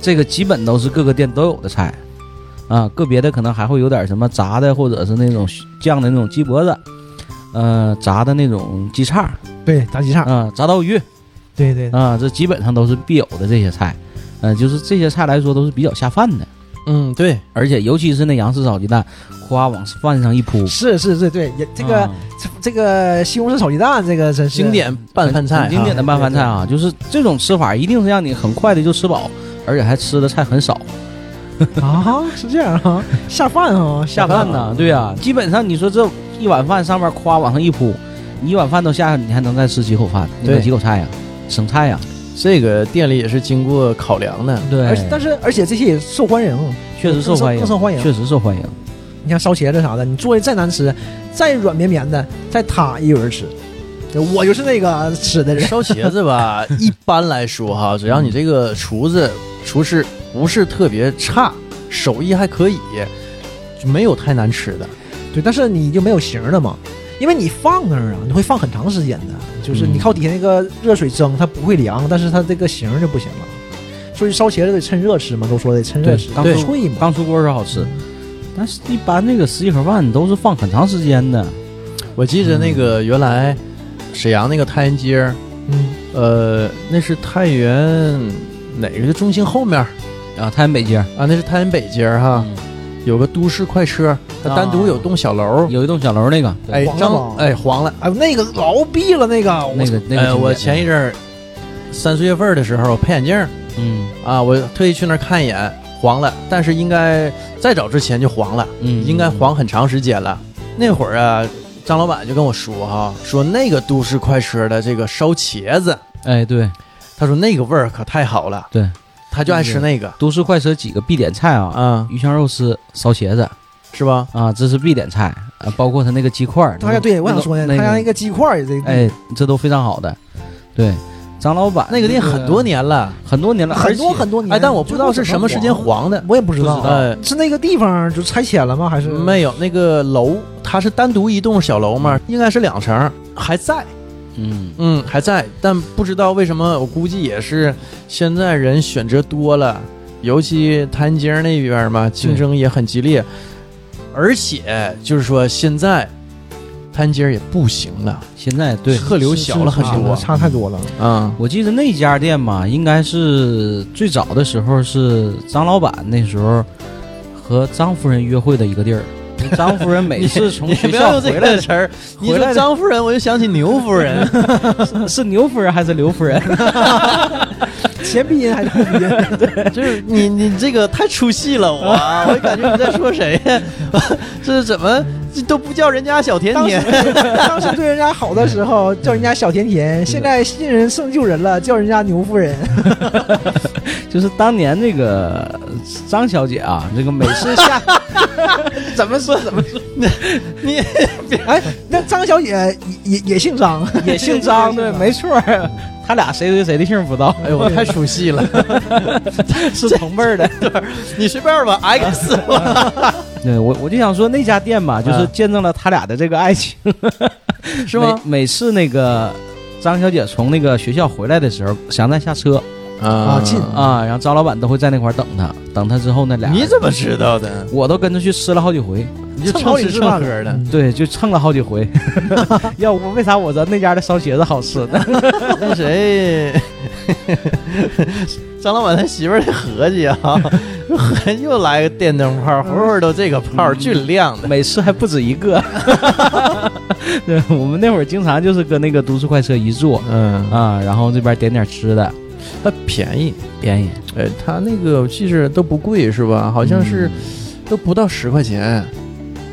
这个基本都是各个店都有的菜，啊，个别的可能还会有点什么炸的，或者是那种酱的那种鸡脖子，呃，炸的那种鸡叉，对，炸鸡啊、叉，炸刀鱼，对对，啊、这基本上都是必有的这些菜，嗯、就是这些菜来说都是比较下饭的，嗯，对，而且尤其是那洋式炒鸡蛋，夸往饭上一铺，是是是，对，也这个啊这这个西红柿炒鸡蛋，这个真是经典拌饭菜很啊，经典的拌饭菜啊，就是这种吃法一定是让你很快的就吃饱，而且还吃的菜很少。啊，是这样啊，下饭啊，下饭啊呐，对呀、基本上你说这一碗饭上面夸往上一铺，你一碗饭都下，你还能再吃几口饭？你对有几口菜呀？省菜呀？这个店里也是经过考量的，对而且但是而且这些也受欢迎，确实更受受欢迎，更受欢迎确实受欢迎。你像烧茄子啥的，你做的再难吃，再软绵绵的，再塌也有人吃。我就是那个吃的人，烧茄子 吧，一般来说哈，只要你这个厨子、厨师不是特别差，手艺还可以，就没有太难吃的。对，但是你就没有形儿了嘛，因为你放那儿啊，你会放很长时间的，就是你嗯靠底下那个热水蒸，它不会凉，但是它这个形儿就不行了。所以烧茄子得趁热吃嘛，都说得趁热对吃，刚对出脆嘛。刚出锅的时候好吃，但是一般那个十几盒饭都是放很长时间的。我记着那个原来沈阳那个太原街儿，嗯，呃，那是太原哪个中心后面儿啊，太原北街啊？那是太原北街儿啊哈，嗯有个都市快车，它单独有栋小楼。有一栋小楼那个，哎，黄了张吗哎黄了。哎呦，那个老毙了，那个我那个那个呃，景我点前一阵儿三四月份儿的时候配眼镜儿嗯啊，我特意去那儿看一眼，黄了，但是应该再早之前就黄了，嗯应该黄很长时间了。那会儿啊，张老板就跟我说哈、说那个都市快车的这个烧茄子，哎对，他说那个味儿可太好了，对，他就爱吃那个都市快车几个必点菜啊，啊，鱼香肉丝、烧茄子是吧？啊，这是必点菜啊，包括他那个鸡块儿，他家对我想说呢，那他个家那个鸡块儿也得，哎，这都非常好的。对，张老板那个店很多年了，很多年了，很多而且很多年，哎，但我不知道是什么时间黄的，我也不知道不知啊，道呃，是那个地方就拆迁了吗？还是没有那个楼，它是单独一栋小楼嘛，应该是两层，还在。嗯，嗯，还在，但不知道为什么，我估计也是现在人选择多了，尤其谭街那边嘛，竞争也很激烈，而且就是说现在谭街也不行了，现在对。客流小了很是是多是差太多了。啊、我记得那家店嘛，应该是最早的时候是张老板那时候和张夫人约会的一个地儿。张夫人每次从你学不要校用这回来个的词儿，你回来说的张夫人，我就想起牛夫人，是牛夫人还是刘夫人？ 前鼻音还是后鼻 音？就是你你这个太出戏了我，我感觉你在说谁 呀？这是怎么这都不叫人家小甜当时甜？ 当时对人家好的时候叫人家小甜甜，现在新人胜旧人了，叫人家牛夫人。就是当年那个张小姐啊，这个每次下怎么说怎么说？你你哎，那张小姐也也也姓张， 也姓 张，对，没错儿， 他俩谁对谁的姓不知道，哎呦，我太出戏了。 是同辈儿的。你随便吧，X 吧。 对我我就想说那家店吧，就是嗯见证了他俩的这个爱 情，是吗每？每次那个张小姐从那个学校回来的时候，想再下车啊近啊，然后张老板都会在那块儿等她，等她之后那俩人你怎么知道的？我都跟着去吃了好几回，你就蹭好蹭几吃次蹭饭喝了的。对，就蹭了好几 回。要不为啥我知道那家的烧茄子好吃呢？那谁， 张老板他媳妇儿得合计啊，合计又来个电灯泡，会会都这个泡，巨亮的。 每次还不止一个。 对，我们那会儿经常就是跟那个都市快车一坐嗯，啊，然后这边点点吃的，它便宜，便宜，呃，它那个我记着都不贵是吧？好像是都不到十块钱。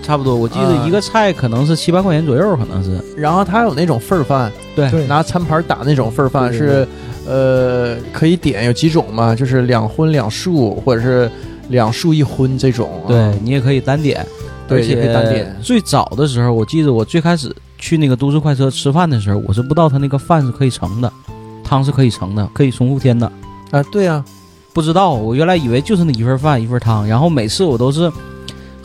差不多。我记啊得一个菜可能是七八块钱左右，可能是然后它有那种份儿饭，对对拿餐盘打那种份儿饭对是，呃，可以点有几种嘛？就是两荤两素，或者是两素一荤这种啊。对，你也可以单点，对而也且可以单点最早的时候，我记得我最开始去那个都市快车吃饭的时候，我是不知道他那个饭是可以盛的，汤是可以盛的，可以重复添的，啊，对啊，不知道。我原来以为就是那一份饭一份汤，然后每次我都是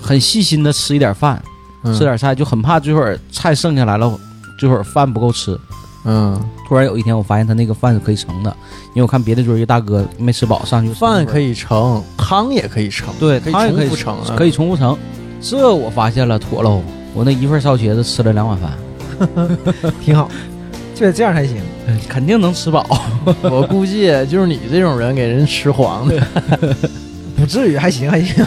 很细心的吃一点饭，嗯吃点菜，就很怕这会儿菜剩下来了，这会儿饭不够吃。嗯，突然有一天，我发现他那个饭是可以盛的，因为我看别的桌儿一个大哥没吃饱上去就盛了饭一份可以盛，汤也可以盛，对，可以汤也可重以复盛啊，可以重复盛。这我发现了，妥喽！我那一份烧茄子吃了两碗饭，挺好，就得这样才行。肯定能吃饱。我估计就是你这种人给人吃黄的。不至于，还行还行。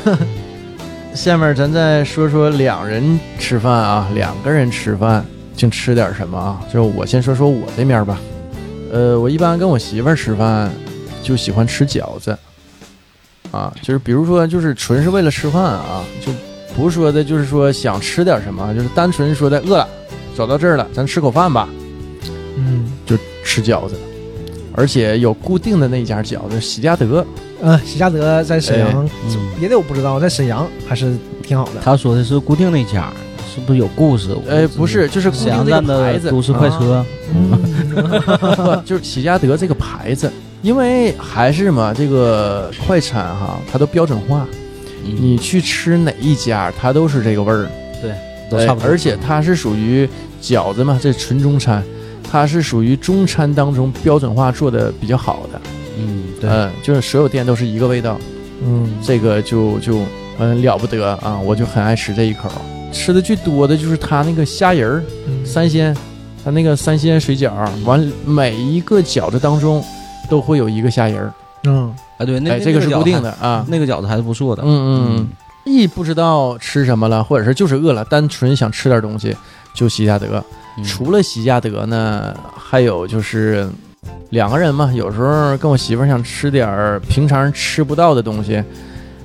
下面咱再说说两人吃饭啊，两个人吃饭净吃点什么啊？就是我先说说我这面吧。呃，我一般跟我媳妇儿吃饭就喜欢吃饺子，啊、啊，就是比如说，就是纯是为了吃饭啊，就不是说的，就是说想吃点什么，就是单纯说的饿了，走到这儿了，咱吃口饭吧，嗯就吃饺子，而且有固定的那一家饺子，喜家德，嗯，喜家德在沈阳，嗯，别的我不知道，在沈阳还是挺好的。他说的是固定那家，是不是有故事？我哎，知不是，就是固沈定阳那站个牌的子，啊都市快车，嗯，不 就是喜家德这个牌子，因为还是嘛，这个快餐哈，它都标准化，嗯，你去吃哪一家，它都是这个味儿。哎都差不多。而且它是属于饺子嘛，这纯中餐，它是属于中餐当中标准化做的比较好的。嗯，对，嗯，就是所有店都是一个味道，嗯，这个就就嗯了不得啊！我就很爱吃这一口，吃的最多的就是它那个虾仁儿三鲜，它那个三鲜水饺，完每一个饺子当中都会有一个虾仁儿，嗯，啊对，那哎，那这个是固饺子定还的啊。那个饺子还是不错的。嗯嗯，嗯，一不知道吃什么了，或者是就是饿了，单纯想吃点东西，就喜家德。嗯除了喜家德呢，还有就是两个人嘛，有时候跟我媳妇儿想吃点儿平常吃不到的东西，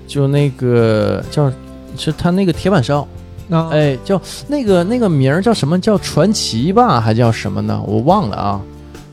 就那个叫是他那个铁板烧，哦那哎，叫那个那个名儿叫什么？叫传奇吧，还叫什么呢？我忘了啊，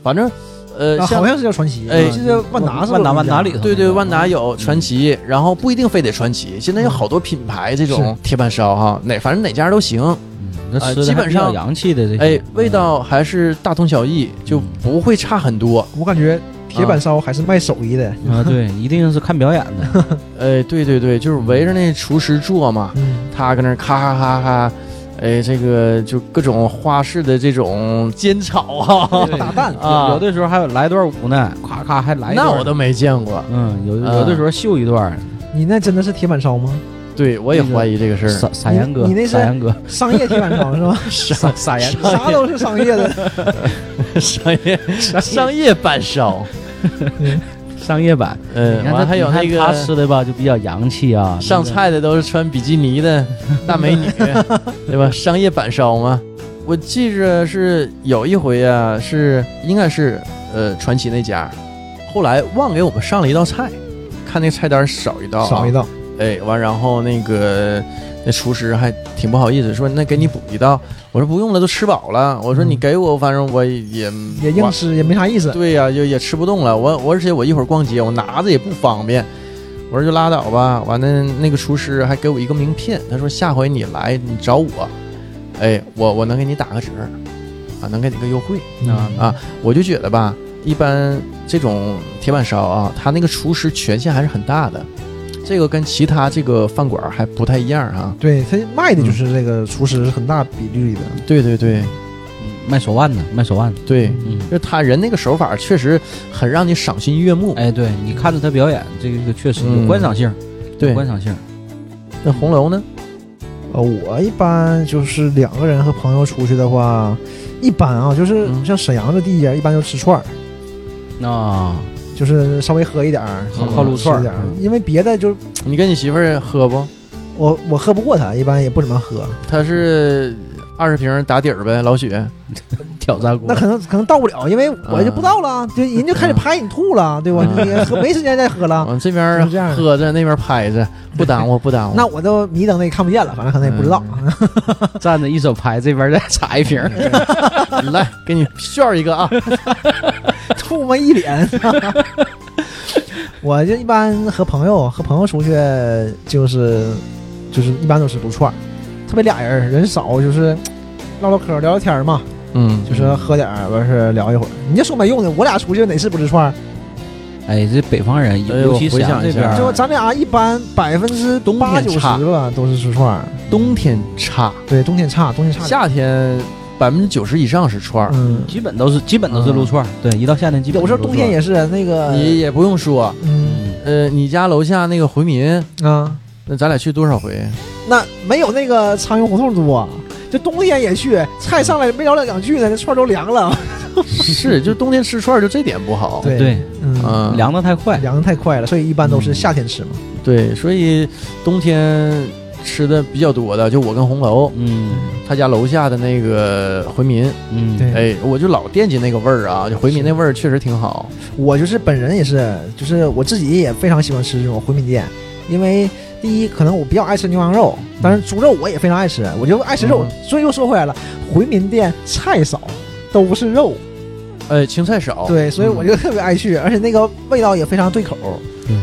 反正呃，啊像好像是叫传奇，哎我记得万达是万达万达里头对对，万达有嗯传奇，然后不一定非得传奇，现在有好多品牌这种铁板烧哈，哪反正哪家都行，嗯，那呃吃的基还本比较上洋气的这些，哎，味嗯道还是大同小异，就不会差很多。我感觉铁板烧还是卖手艺的，啊，对，一定是看表演的。哎，对对对，就是围着那厨师做嘛，嗯，他搁那儿咔咔咔咔，哎，这个就各种花式的这种煎炒啊，嗯打蛋 啊有的时候还有来段舞呢，咔咔还 来一段。那我都没见过。嗯，有啊有的时候秀一段，你那真的是铁板烧吗？对，我也那个怀疑这个事儿。撒撒盐哥，你那是撒盐哥，商业铁板烧是吧？ 啥啥哎呀？啥都是商业的，商业商业板烧，商业版。呃嗯， 你看完他还有你看那个他吃的吧，就比较洋气啊。上那个菜的都是穿比基尼 的大美女，对吧？商业板烧嘛。我记着是有一回啊，是应该是呃传奇那家，后来忘给我们上了一道菜，看那菜单少一道、少一道，道，哎，完然后那个那厨师还挺不好意思，说那给你补一道，我说不用了，都吃饱了，我说你嗯给我，反正我也也硬吃也没啥意思。对呀、就也吃不动了。我我而且我一会儿逛街，我拿着也不方便。我说就拉倒吧。完了，那个厨师还给我一个名片，他说下回你来你找我，哎，我我能给你打个折，啊，能给你个优惠。嗯啊啊我就觉得吧，一般这种铁板烧啊，他那个厨师权限还是很大的，这个跟其他这个饭馆还不太一样啊。对他卖的就是这个厨师是很大比率的，对对对嗯卖手腕的，卖手腕的。对，嗯，就他人那个手法确实很让你赏心悦目。哎，对你看着他表演，这个这个确实嗯有观赏性，有对，观赏性。那红楼呢？呃，我一般就是两个人和朋友出去的话，一般啊，就是嗯像沈阳这地界，一般就吃串儿，啊，就是稍微喝一点儿，靠靠撸串儿吃点儿嗯因为别的就是你跟你媳妇儿喝不？我我喝不过他，一般也不怎么喝。他是二十瓶打底儿呗，老许。啊挑战过那可能可能到不了，因为我就不到了，就人就开始拍你吐了，对吧？嗯你喝没时间再喝了，往这就边是这样的喝着，那边拍着，不耽 误，不耽误。那我都迷瞪那也看不见了，反正可能也不知道。 站着一手牌，这边再插一瓶。 来给你炫一个啊！吐沫一脸。我就一般和朋友和朋友出去，就是就是一般都是撸串儿，特别俩人儿人少就是唠唠嗑儿聊聊天儿嘛，嗯就是喝点儿完事儿聊一会儿。你就说没用的，我俩出去哪次不吃串儿？ 哎，这北方人，哎尤我其回沈阳想一这下边儿，就咱俩一般百分之冬八九天十差吧都是吃串儿。冬天差，对，冬天差，冬天差点儿。夏天百分之九十以上是串儿，嗯，基本都是基本都是撸串儿。对，一到夏天基本有时候冬天也也是那个，你也不用说。嗯嗯，呃，你家楼下那个回民，啊，那咱俩去多少 回？那没有那个苍蝇胡同多。就冬天也去，菜上来没聊两句呢，那串儿都凉了。是，就冬天吃串儿就这点不好。对对，嗯，嗯，凉的太快。凉得太快了，所以一般都是夏天吃嘛。对，所以冬天吃的比较多的，就我跟红楼，嗯他家楼下的那个回民，嗯，对哎，我就老惦记那个味儿啊，就回民那味儿确实挺好。我就是本人也是，就是我自己也非常喜欢吃这种回民店，因为第一可能我比较爱吃牛羊肉，但是猪肉我也非常爱吃，我就爱吃肉，所以又说回来了，回民店菜少，都不是肉，哎，青菜少，嗯对，所以我就特别爱去，而且那个味道也非常对口，对，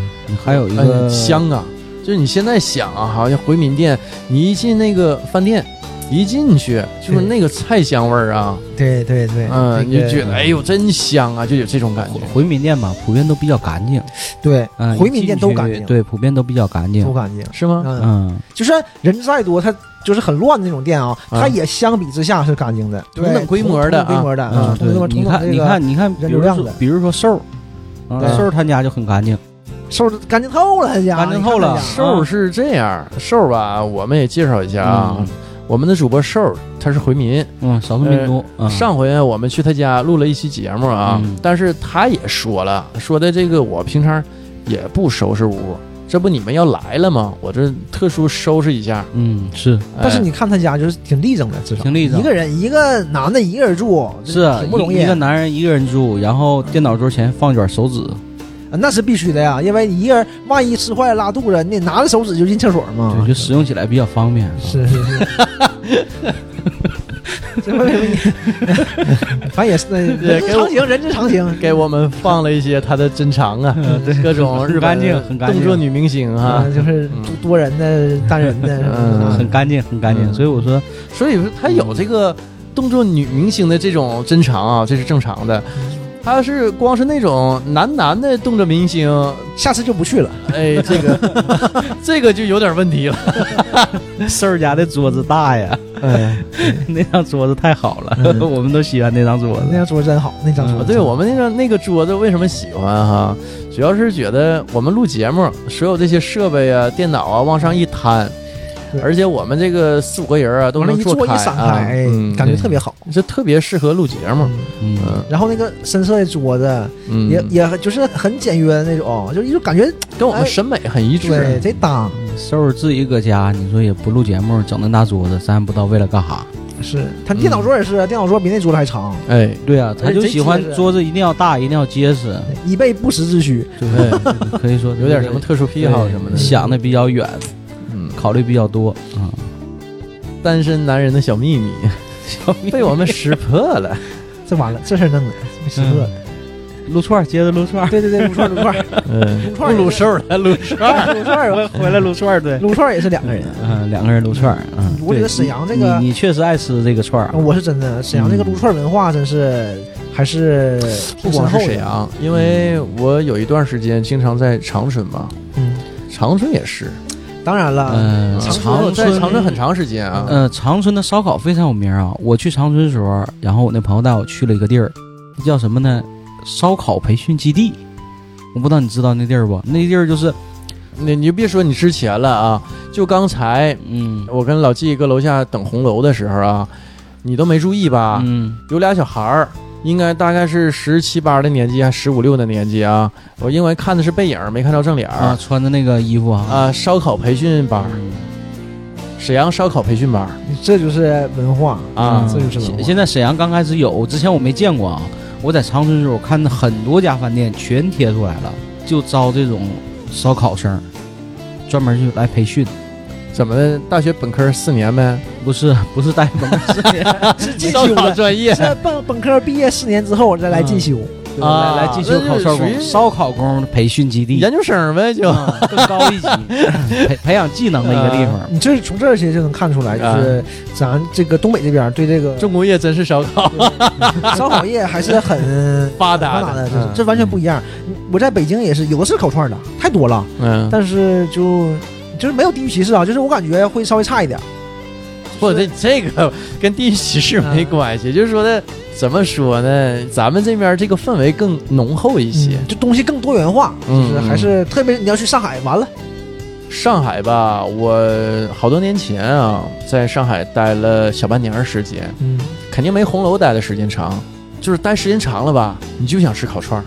还有一嗯个香啊！就是你现在想啊，好像回民店，你一进那个饭店，一进去就是那个菜香味儿啊，对对对，嗯，你这就个觉得哎呦真香啊，就有这种感觉回。回民店吧，普遍都比较干净，对嗯，回民店都干净一进去对，普遍都比较干净不，干净，是吗？嗯，嗯，就算人再多，它就是很乱的那种店啊，嗯它也相比之下是干净的，同等规模的同等规模的，啊啊，同嗯对等规模，，你同等看，你这个看，你看，比人如流量说的，比如说瘦，啊对，瘦他家就很干净，收拾干净透了，他家干净透了你看他家瘦是这样，瘦吧，我们也介绍一下啊。嗯我们的主播瘦，他是回民。嗯，少数民族，嗯呃上回我们去他家录了一期节目啊，嗯但是他也说了，说的这个我平常也不收拾屋，这不你们要来了吗？我这特殊收拾一下。嗯是但是哎你看他家就是挺立正的，至少挺立正一个人一个男的一个人住，是啊，挺不容易一一个男人一个人住，然后电脑桌前放卷手纸，呃那是必须的呀，因为你一个人万一吃坏了拉肚子，你得拿着手指就进厕所嘛。对，就使用起来比较方便。啊是是是。 这不是你 反正也是那人之常情，人之常情。嗯给我们放了一些他的珍藏啊，各种日很本干净的很干净动作女明星啊啊，，就是嗯多人的、单人嗯的，是啊很吧干净，很干净，嗯所以 我说，所以说他有这个动作女明星的这种珍藏啊，这是正常的。嗯他是光是那种男男的动作明星，下次就不去了。哎，这个 这个就有点问题了。瘦儿家的桌子大呀，哎， 那张桌子太好了， 我们都喜欢那张桌嗯那子。张桌真好，那张桌嗯啊对我们那个那个桌子为什么喜欢哈？主要是觉得我们录节目，所有这些设备啊、电脑啊往上一摊对，而且我们这个四五个人啊都往那能一坐开一散啊，开，哎嗯感觉特别好。这特别适合录节目。嗯嗯，嗯然后那个深色的桌子，嗯，也也就是很简约的那种，哦就就感觉跟我们审美很一致。对贼搭，瘦儿自己搁家，你说也不录节目，整那大桌子，咱也不知道为了干啥。是他电脑桌也是，电脑桌比那桌子还长，哎，对啊，他而且就贼喜欢结实桌子一定要大，一定要结实， 以备不时之需。对，可以说有点什么特殊癖好什么的。对想的比较远，嗯，考虑比较多啊。 单身男人的小秘 密被我们识破了。这完了，这事儿弄的，没时刻。撸串儿，接着撸串儿，对对对，撸串儿撸 串儿嗯，撸串儿不撸瘦了，撸瘦。撸串儿吧，回来撸串儿，对， 撸串儿也是两个人。嗯，两个人撸串儿，嗯，我觉对得沈阳这你个，你确实爱吃这个串儿，我是真的，沈嗯阳这个撸串儿文化真是还是不挺深光厚是啊的沈，阳，因为我有一段时间经常在长春嘛，嗯，长春也是，当然了，嗯，长长我春在长春很长时间啊。呃，长春的烧烤非常有名啊。我去长春的时候，然后我那朋友带我去了一个地儿，叫什么呢？烧烤培训基地。我不知道你知道那地儿不？那地儿就是，嗯你你就别说你之前了啊，就刚才嗯我跟老纪搁楼下等红楼的时候啊，你都没注意啊吧？嗯，有俩小孩儿，应该大概是十七八的年纪，还十五六的年纪啊。我因为看的是背影，没看着正脸啊，儿穿的那个衣服啊，啊。烧烤培训班儿，嗯沈阳烧烤培训班儿这就是文化，啊嗯。这就是文化现现在沈阳刚开始有，之前我没见过啊。我在长春的时候，我看很多家饭店全贴出来了，就招这种烧烤生，专门就来培训。怎么的？大学本科四年呗，不是 不是带本科是 进烧修烤的。专业是本本科毕业四年之后再来进修，对啊来来进修那烤就烧属于工、烧烤工培训基地，研究生呗，就啊更高一级，培培养技能的一个地啊方。你这从这些就能看出来，就是咱这个东北这边对 这个嗯重工业真是烧烤烧烤业还是很 发发达达的，的，嗯嗯这是这完全不一样。我在北京也是有的是烤串的，太多了，嗯，但是就就是没有地域歧视啊，就是我感觉会稍微差一点。不，这这个 跟地域歧视没关系，就是说的怎么说呢？咱们这边这个氛围更浓厚一些。嗯就东西更多元化，就是嗯还是特别你要去上海，完了，上海吧，我好多年前啊，在上海待了小半年儿时间，嗯，肯定没红楼待的时间长。就是待时间长了吧，你就想吃烤串儿，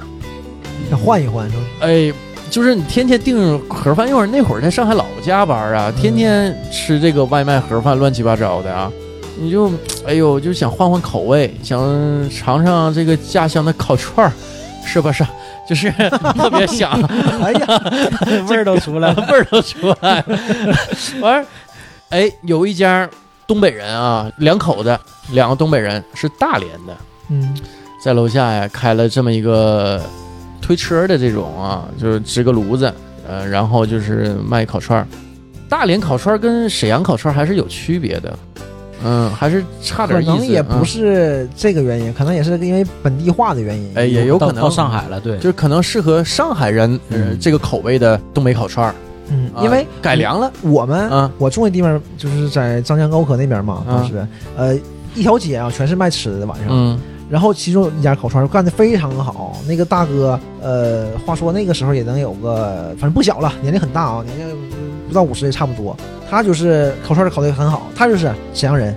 想换一换，是吧哎，就是你天天订盒饭，因为那会儿在上海老加班啊，天天吃这个外卖盒饭，乱七八糟的啊，你就哎呦就想换换口味，想尝尝这个家乡的烤串儿，是不是？ 就是特别想， 哎呀， 味儿都出来了，味儿 都出来了。完儿，哎，有一家东北人啊，两口子，两个东北人是大连的， 嗯，在楼下呀开了这么一个推车的这种啊，就是支个炉子，呃，然后就是卖烤串儿。大连烤串儿跟沈阳烤串儿还是有区别的，嗯，还是差点可意思。能也不嗯是这个原因，可能也是因为本地化的原因。哎也有可能到到上海了，对，就是可能适合上海人、呃嗯这个口味的东北烤串儿，嗯，啊因为嗯改良了，我们啊，我住那地方就是在张江高科那边嘛，当时呃一条街啊全是卖吃的，晚上。嗯然后其中有一家烤串儿干的非常好，那个大哥，呃，话说那个时候也能有个，反正不小了，年龄很大啊，年龄不到五十也差不多。他就是烤串儿烤的很好，他就是沈阳人。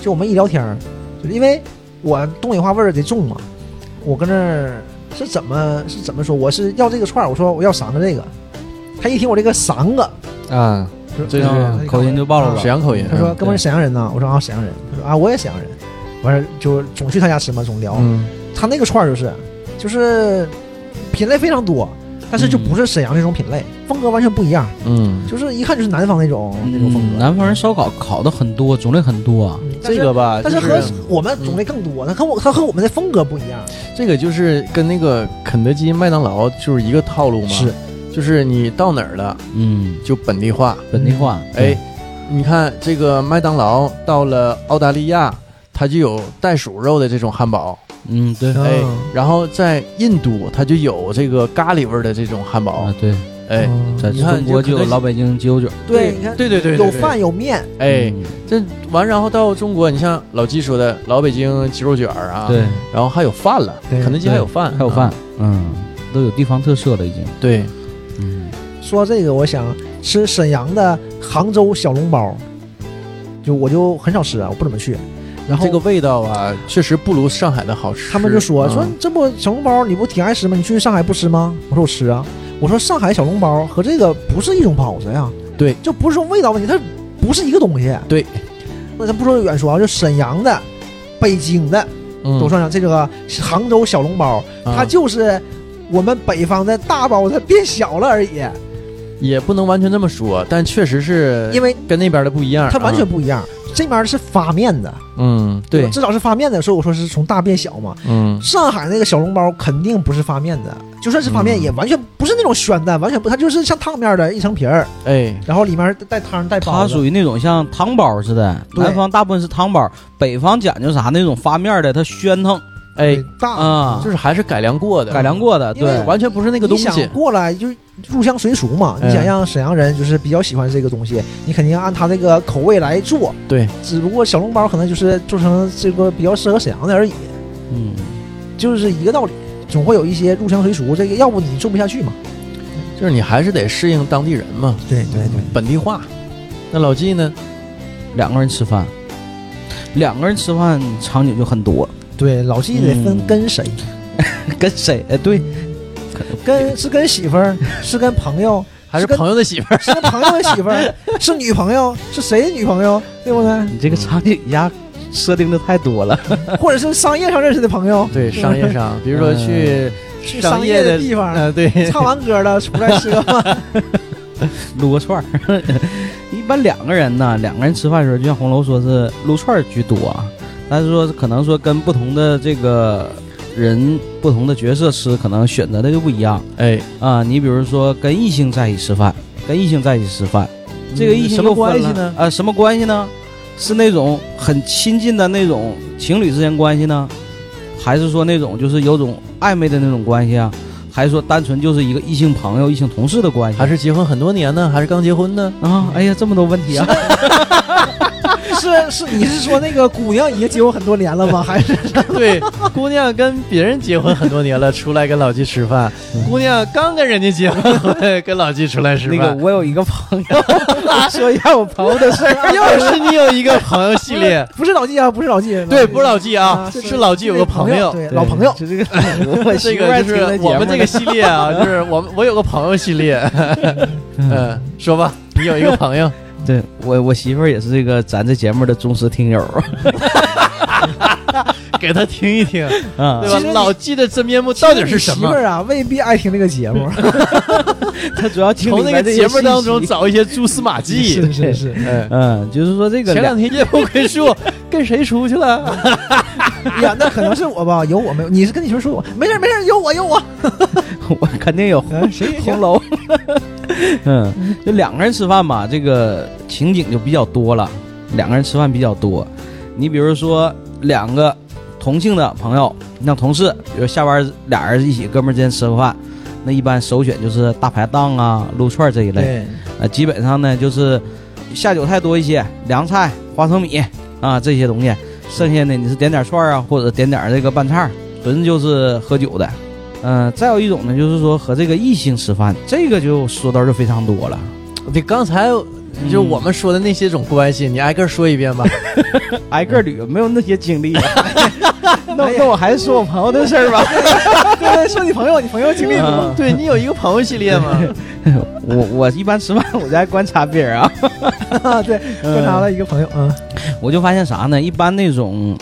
就我们一聊天儿，就是因为我东北话味儿得重嘛，我跟那儿是怎么是怎么说，我是要这个串儿，我说我要三个这个，他一听我这个三个，啊，就是这个哎口音就暴露了沈阳口音，嗯他说嗯哥们儿沈阳人呐，我说啊沈阳人，他说啊我也沈阳人，完事儿就总去他家吃嘛，总聊。嗯他那个串儿就是，就是品类非常多，但是就不是沈阳这种品类，风格完全不一样，嗯，就是一看就是南方那种那种风嗯格。南方人烧烤烤的很多，种类很多啊，嗯但这是个吧，但是就和我们种类更多，它和我它和我们的风格不一样。这个就是跟那个肯德基、麦当劳就是一个套路嘛，是，就是你到哪儿了嗯，就本地化，本地化，哎，你看这个麦当劳到了澳大利亚，它就有袋鼠肉的这种汉堡，嗯，对，嗯哎，然后在印度它就有这个咖喱味儿的这种汉堡啊，，对，哎，嗯在你看中国就就有可能老北京九九九，对，你看对对对，对有饭，有面，对哎，嗯这完然后到中国，你像老纪说的老北京鸡肉卷儿啊，对，，然后还有饭了，对肯德基还有饭，还有饭啊，，嗯，都有地方特色了已经，对，嗯，说这个我想吃沈阳的杭州小笼包，就我就很少吃啊，我不怎么去。然后这个味道啊，确实不如上海的好吃。他们就说嗯说这不小笼包你不挺爱吃吗？你去上海不吃吗？我说我吃啊。我说上海小笼包和这个不是一种包子呀。对，就不是说味道问题，它不是一个东西。对，那咱不说远说啊，就沈阳的、北京的，嗯都算上这个杭州小笼包，啊它就是我们北方的大包子变小了而已，也不能完全这么说，但确实是因为跟那边的不一样。它完全啊不一样。这边是发面的，嗯，对，至少是发面的，所以我说是从大变小嘛。嗯上海那个小笼包肯定不是发面的，就算是发面嗯也完全不是那种宣的，完全不，它就是像烫面的一层皮儿，哎，然后里面带汤带包它子。属于那种像汤包似的，对南方大部分是汤包，北方讲究啥那种发面的，它宣腾哎，大，啊就，是还是改良过的，改良过的，因为对，完全不是那个你东想西。过来就入乡随俗嘛，嗯你想让沈阳人就是比较喜欢这个东西，你肯定要按他那个口味来做。对，只不过小笼包可能就是做成这个比较适合沈阳的而已，嗯，就是一个道理。总会有一些入乡随俗，这个要不你做不下去嘛。就是你还是得适应当地人嘛，对对对，本地化。那老纪呢？两个人吃饭，两个人吃饭场景就很多，对老纪得分嗯跟谁， 跟谁？哎，对，跟是跟媳妇儿，是跟朋友，还是是跟朋友的媳妇儿？是朋友的媳妇儿，是女朋友，是谁的女朋友，对不对？你这个场景一下设定的太多了，或者是商业上认识的朋友， 对，商业 上，比如说去去商商业业的的地方，呃，对，唱完歌了出来吃 个饭。撸个串儿。 一般两个人呢，两个人吃饭的时候，就像红楼说是撸串儿居多啊，但是说可能说跟不同的这个人、不同的角色吃，可能选择的就不一样哎，啊。你比如说跟异性在一起吃饭，跟异性在一起吃饭，这个异嗯什性又么分关系了呢？啊，什么关系呢？是那种很亲近的那种情侣之间关系呢，还是说那种就是有种暧昧的那种关系啊？还是说单纯就是一个异性朋友、异性同事的关系？还是结婚很多年呢？还是刚结婚呢？啊？哎呀，这么多问题啊！是是，你是说那个姑娘已经结婚很多年了吗？还是 对，姑娘跟别人结婚很多年 了，出来跟老纪吃饭。姑娘刚跟人家结 婚，跟老纪出来吃 那个 饭。我有一个朋友，说一下我朋友的 事儿。又是你有一个朋友系列，不是老纪啊，不是老纪，对，不是老纪啊，啊是是老纪有个朋友。对老朋友，就这个 我这媳妇个儿就听了是节我们目这呢个系列啊，就是我们我有个朋友系列，嗯，说吧，你有一个朋友，对我我媳妇儿也是这个咱这节目的忠实听友儿给他听一听，啊 对其实吧？你老纪的真面目到底是什其实你媳么妇？儿啊，未必爱听这个节目，她主要听从里那面个这些节目信当中息找一些蛛丝马迹。 是 是是，嗯，嗯，就是说这个前两两天夜不归宿跟谁出去了？呀，那可能是我吧，有我没有？你是跟你媳妇说我没事没事，有我有我， 我肯定有哎嗯谁也 行红楼。 嗯，就两个人吃饭吧，这个情景就比较多了。两个人吃饭比较多，你比如说两个同性的朋友，你像同事，比如下班俩人一起哥们儿之间吃个饭，那一般首选就是大排档啊、撸串儿这一类。对，呃，基本上呢就是下酒菜多一些，凉菜、花生米啊这些东西，剩下的你是点点串儿啊，或者点点儿这个拌菜儿，纯就是喝酒的。嗯、再有一种呢，就是说和这个异性吃饭，这个就说道就非常多了。你刚才嗯就我们说的那些种关系，你挨个说一遍吧。挨个捋，没有那些经历。那那我还是说我朋友的事儿吧。对说你朋友，你朋友经历啊对你有一个朋友系列吗？ 我我一般吃饭，我就爱观察别人啊。 啊，对，观察了一个朋友，嗯，我就发现啥呢？一般那种，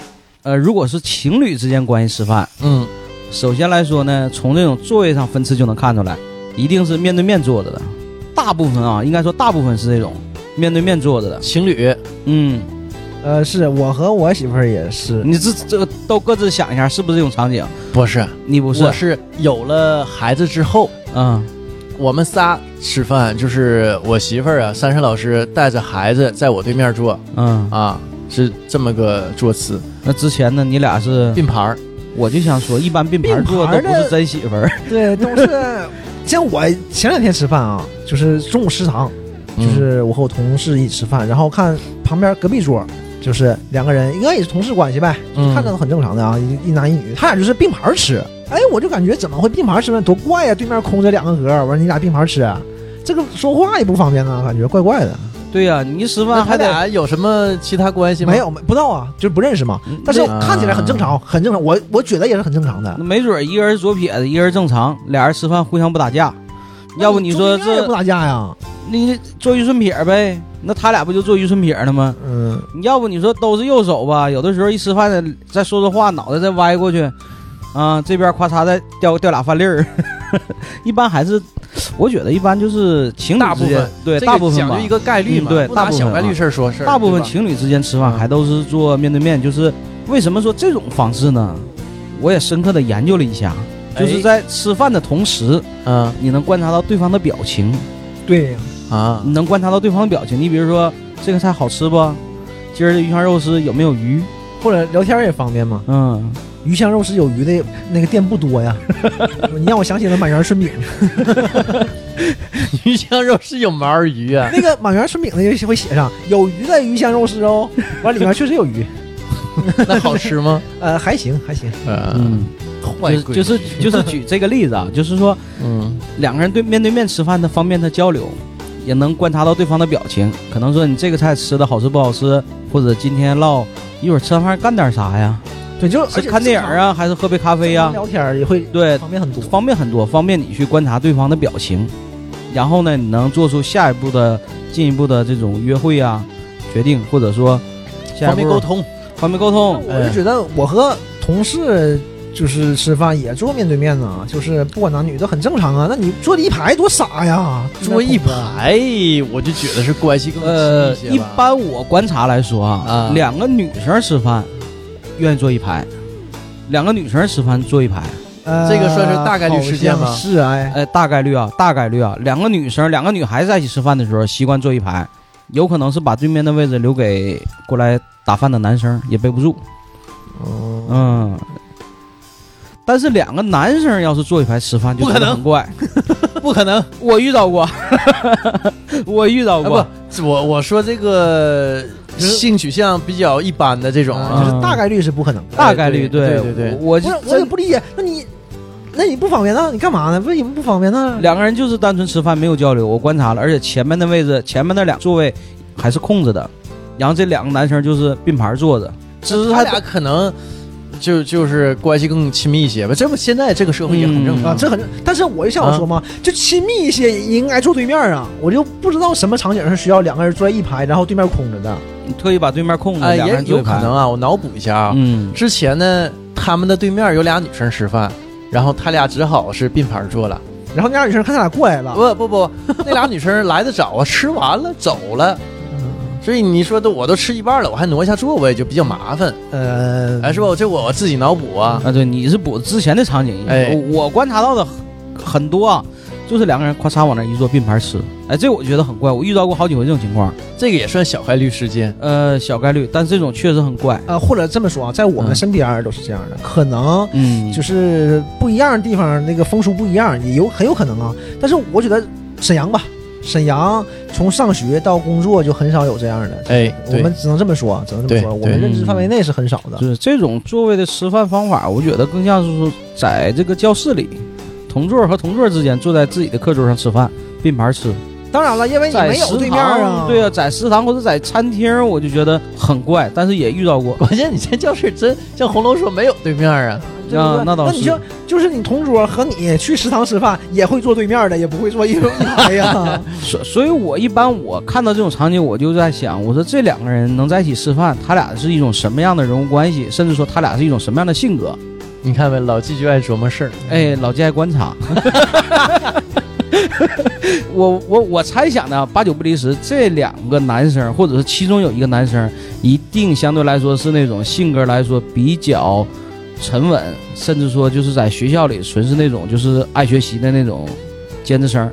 呃，如果是情侣之间关系吃饭，嗯，首先来说呢，从这种座位上分次就能看出来，一定是面对面坐着的。大部分啊，应该说大部分是这种面对面坐着的。情侣，嗯，呃，是我和我媳妇儿也是，你这这个都各自想一下，是不是这种场景？不是，你不是我？是有了孩子之后，嗯我们仨吃饭，就是我媳妇儿啊，珊珊老师带着孩子在我对面坐嗯，啊，是这么个坐姿，那之前呢，你俩是？并排儿。我就想说，一般并排并坐排都的不是真媳妇儿。 对，都是 像我前两天吃饭啊，就是中午食堂，就嗯是我和我同事一起吃饭，然后看旁边隔壁桌，就是两个人应该也是同事关系呗，嗯看着很正常的啊，一一男一女，他俩就是并排儿吃。哎，我就感觉怎么会并排儿吃呢？多怪呀、对面空着两个格儿，完你俩并排儿吃，啊这个说话也不方便啊，感觉怪怪的。对呀、你一吃那饭他还得俩有什么其他关系吗？没，有，没不知道啊，就是不认识嘛。但是那看起来很正常，很正常，我我觉得也是很正常的那。没准儿一个人左撇子，一个人正常，俩人吃饭互相不打架，要不你说中间也这不打架呀？你做愚蠢撇儿呗？那他俩不就做愚蠢撇儿了吗？嗯，你要不你说都是右手吧，有的时候一吃饭再说说话，脑袋再歪过去，啊，这边咔嚓再掉掉俩饭粒儿。 一般还是，我觉得一般就是情大侣部之间分，对这个大部分讲吧究一，个概率嘛，嗯对不拿大部分小概率啊事儿说事儿，大部分对吧情侣之间吃饭嗯还都是坐面对面。就是为什么说这种方式呢？我也深刻的研究了一下，就是哎在吃饭的同时，嗯你能观察到对方的表情，对呀，啊 你能观察到对方的表情。你比如说，这个菜好吃不？今儿的鱼香肉丝有没有鱼？或者聊天儿也方便嘛。嗯，鱼香肉丝有鱼的那个店不多呀，你让我想起了满园春饼，鱼香肉是有毛儿鱼啊，那个满园春饼的就会写上有鱼的鱼香肉丝哦，完里面确实有鱼，那好吃吗？呃，还行还行，嗯嗯，，就是就是就是举这个例子啊，就是说嗯两个人对面对面吃饭，他方便他交流，也能观察到对方的表情。可能说你这个菜吃的好吃不好吃，或者今天唠一会儿吃完饭干点啥呀？对，就是是看电影啊，还是喝杯咖啡呀、聊天儿也会对，方便很多。方便很多，方便你去观察对方的表情，然后呢，你能做出下一步的、进一步的这种约会啊决定，或者说下方一便步沟，通，方便沟通。我就觉得我和同事就是吃饭也坐面对面呢，就是不管男女都很正常啊。那你坐一排多傻呀，桌一，排，我就觉得是关系更呃，亲一些吧般我观察来说啊啊，两个女生吃饭愿意坐一排，两个女生吃饭坐一排，呃、这个算是大概率事件吗好像是哎，哎，大概率啊，大概率啊，两个女生、两个女孩子在一起吃饭的时候习惯坐一排，有可能是把对面的位置留给过来打饭的男生，也背不住。哦嗯，嗯，但是两个男生要是坐一排吃饭，就不可真的能很 怪。不可能。 我遇到过，我遇到啊过，不，我我说这个性取向比较一般的这种啊，啊，就是大概率是不可能的。大概率对对对对对对我不是我，我也不理解，那你那你不方便，那你干嘛呢？为什么不方便呢？两个人就是单纯吃饭没有交流，我观察了，而且前面的位置前面那俩座位还是空着的，然后这两个男生就是并排坐着，姿势他还俩可能就就是关系更亲密一些吧。这不现在这个社会也很正嗯常啊，这很，但是我就像我说嘛，就亲密一些也应该坐对面啊。我就不知道什么场景是需要两个人坐在一排，然后对面空着的。你特意把对面空着，哎，两个也人坐有一可排能，啊，我脑补一下啊。嗯，之前呢，他们的对面有俩女生吃饭，然后他俩只好是并排坐了。然后那俩女生看他俩过来了，不不不，那俩女生来的早啊，吃完了走了，嗯所以你说的我都吃一半了，我还挪一下座位就比较麻烦，呃，哎，是吧？这我自己脑补啊。啊，对，你是补之前的场景，哎我我观察到的很很多啊，就是两个人咔嚓往那一坐并排吃，哎，这我觉得很怪，我遇到过好几回这种情况，这个也算小概率事件，呃，小概率，但这种确实很怪，呃，或者这么说啊，在我们嗯身边儿都是这样的，可能嗯，就是不一样的地方那个风俗不一样，也有很有可能啊。但是我觉得沈阳吧，沈阳从上学到工作就很少有这样的，哎，我对们只能这么说，只能这么对说，我对们认知范围内是很少的。啊就是这种座位的吃饭方法，我觉得更像是说在这个教室里，同座和同座之间坐在自己的课桌上吃饭，并排吃，当然了，因为你在没有食对面儿啊堂，，对啊，在食堂或者在餐厅，我就觉得很怪，但是也遇到过。 关键你这教室真像红楼说没有对面啊，对不对啊那倒是你就就是你同桌和你去食堂吃饭，也会坐对面的，也不会坐一一排 呀。啊所所以，我一般我看到这种场景，我就在想，我说这两个人能在一起吃饭，他俩是一种什么样的人物关系，甚至说他俩是一种什么样的性格？你看没？老季就爱琢磨事儿，哎，老季爱观察。 我我我猜想呢，八九不离十，这两个男生，或者是其中有一个男生，一定相对来说是那种性格来说比较沉稳，甚至说就是在学校里纯是那种就是爱学习的那种尖子生，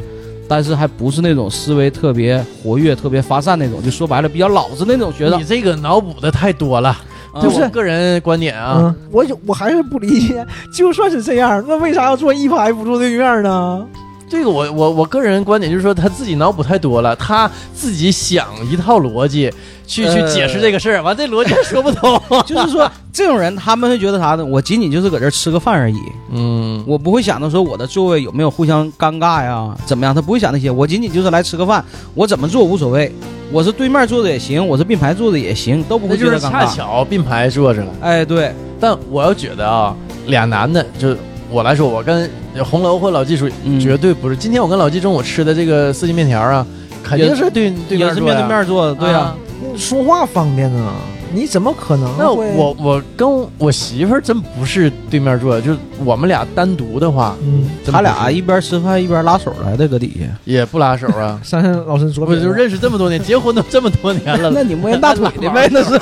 但是还不是那种思维特别活跃、特别发散那种，就说白了比较老实那种学生你。嗯这个脑补的太多了，啊这不是我个人观点啊。嗯，我有我还是不理解，就算是这样，那为啥要坐一排不坐对面呢？这个我我我个人观点就是说，他自己脑补太多了，他自己想一套逻辑去去呃解释这个事儿，完这逻辑还说不通。就是说，这种人他们会觉得啥呢？我仅仅就是搁这儿吃个饭而已， 嗯，我不会想到说我的座位有没有互相尴尬呀，怎么样？他不会想那些，我仅仅就是来吃个饭，我怎么坐无所谓，我是对面坐着也行，我是并排坐着也行，都不那会觉就是得尴恰尬。巧并排坐着了。哎，对，但我要觉得啊，俩男的，就我来说，我跟红楼或老季属嗯绝对不是。今天我跟老季中午吃的这个四季面条啊，肯定是对对也面是坐面呀对面坐的，对呀、啊。说话方便呢，你怎么可能会？那我我跟我媳妇儿真不是对面坐，就是我们俩单独的话，嗯，真他不俩啊是一边吃饭一边拉手来的，搁底 下。也不拉手啊。 珊珊老师左不边是，就认识这么多年，结婚都这么多年了，那你摸人大腿的呗，那是。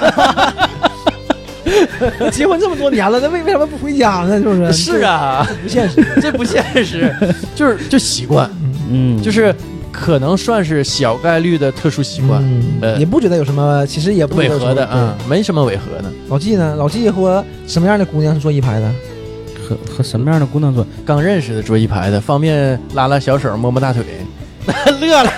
认结婚这么多年了，那为为什么不回家呢？是不是？是，啊，不现实。 这不现实，就是就习惯，嗯，就是可能算是小概率的特殊习惯，呃嗯，也不觉得有什么，其实也不违觉得有什么和的，嗯对，没什么违和的。老纪呢？老纪和什么样的姑娘是坐一排的？和和什么样的姑娘坐？刚认识的桌一排的，方便拉拉小手，摸摸大 腿，乐了，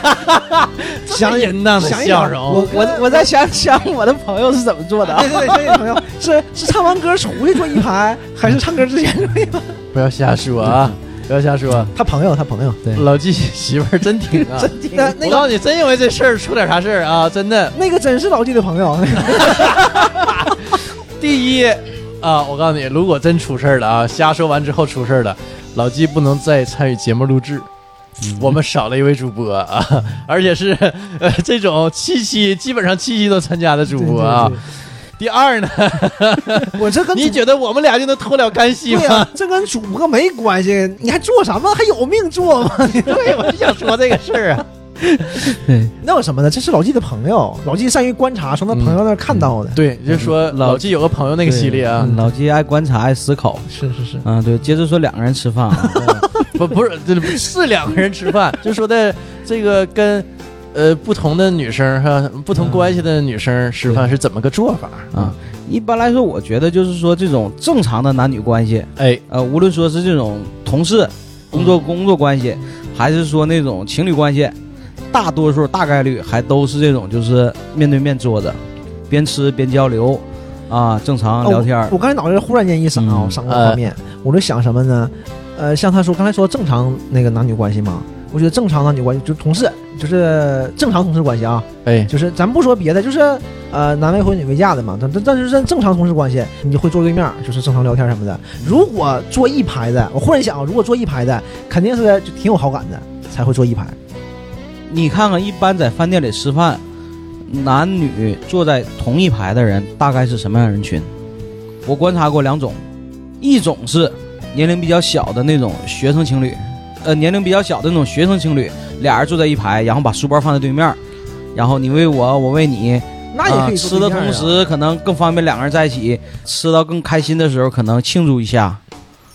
想一淫荡的想一笑容我。我我在想想我的朋友是怎么做的啊对对对，相信朋友是是唱完歌出去坐一 排，还是唱歌之前坐一排？不要瞎说啊，嗯不要瞎说。他朋友，他朋友，对老纪媳妇儿真挺 啊，嗯那我那告个嗯诉你，真因为这事儿出点啥事儿啊，真的。那个真是老纪的朋友，第一啊，我告诉你，如果真出事儿了啊，瞎说完之后出事儿了，老纪不能再参与节目录制。嗯我们少了一位主播啊， 而且是呃这种七期基本上七期都参加的主播啊 对。第二呢，对对我这跟你主觉得我们俩就能脱了干系对吗呀？，这跟主播没关系，你还做什么？还有命做吗？ 对，我就想说这个事儿啊。那有什么呢？这是老纪的朋友，老纪善于观察，从他朋友那儿看到的。 对，就说嗯老老纪有个朋友那个系列啊，嗯老季爱观察，爱思考。是是是，啊，对，接着说两个人吃饭 啊，不不是 这是两个人吃饭， 就说的这个跟呃不同的女生哈，不同关系的女生吃饭是怎么个做法？啊，一般来说，我觉得就是说这种正常的男女关系，哎，呃，无论说是这种同事、工作工作关系，还是说那种情侣关系，大多数大概率还都是这种，就是面对面坐着，边吃边交流，啊，正常哦聊天儿。呃我刚才脑袋忽然间一闪啊，嗯我闪过画面，我就想什么呢？呃，像他说刚才说正常那个男女关系嘛，我觉得正常男女关系就是同事，就是正常同事关系啊，哎，就是咱不说别的，就是呃男未婚女未嫁的嘛，但但但是正正常同事关系，你就会坐对面，就是正常聊天什么的。如果坐一排的，我忽然想啊，如果坐一排的，肯定是就挺有好感的，才会坐一排。你看看，一般在饭店里吃饭，男女坐在同一排的人大概是什么样的人群？我观察过两种，一种是年龄比较小的那种学生情侣，呃，年龄比较小的那种学生情侣，俩人坐在一排，然后把书包放在对面，然后你喂我，我喂你，那也可以啊坐吃对的面啊、同时可能更方便两个人在一起，吃到更开心的时候可能庆祝一下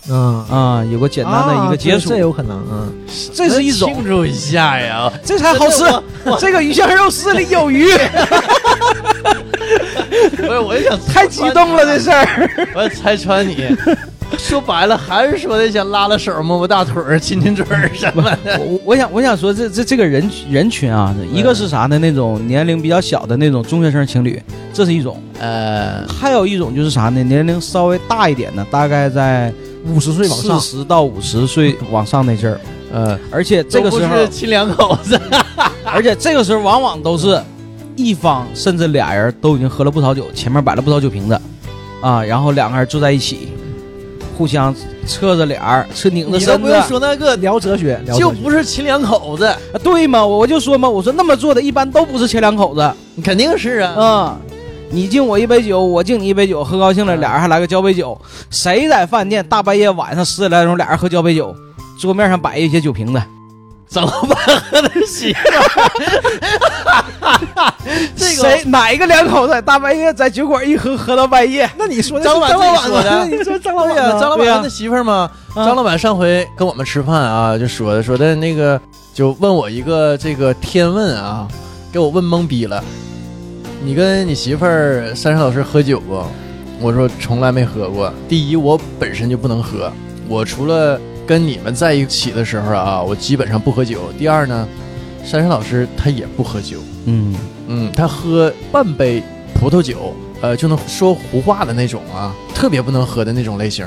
嗯，啊、有个简单的一个接啊触，这这有可能，嗯。 这是一种庆祝一下呀，这才哎好吃真的。这个鱼香肉丝里有鱼，不是，我就想太激动了这事儿。我要拆穿你。说白了，还是说的想拉拉手、摸摸大腿儿、亲亲嘴儿什么的。 我我想我想说这这这个人人群啊，一个是啥呢？那种年龄比较小的那种中学生情侣，这是一种；呃，还有一种就是啥呢？年龄稍微大一点的，大概在五十岁往四上，十到五十岁往上那阵儿，呃，而且这个时都不候，是亲两口子，而且这个时候往往都是一方甚至俩人都已经喝了不少酒，前面摆了不少酒瓶子，啊，然后两个人坐在一起，互相侧着脸儿，侧拧着你都身不子用，说那个，聊哲学，聊就哲学不是亲两口子，啊对吗？我我就说嘛，我说那么做的一般都不是前两口子。你肯定是啊。 嗯，你敬我一杯酒，我敬你一杯酒，喝高兴了，嗯俩人还来个交杯酒。谁在饭店大半夜晚上十点来钟，俩人喝交杯酒，桌面上摆一些酒瓶子，整老板喝的媳妇儿，这谁个哪一个两口子大半夜在酒馆一喝，喝到半夜？那你说的张是老板自张老板己说的啊吗？ 你说张老对板呀、呢张老对板呀他的媳妇儿嘛。嗯张老板上回跟我们吃饭啊，就说的说的那个，就问我一个这个天问啊，给我问懵逼了。你跟你媳妇儿三十老师喝酒过？我说从来没喝过。第一，我本身就不能喝，我除了跟你们在一起的时候啊，我基本上不喝酒。第二呢，珊珊老师她也不喝酒。嗯，嗯，他喝半杯葡萄酒，呃，就能说胡话的那种啊，特别不能喝的那种类型。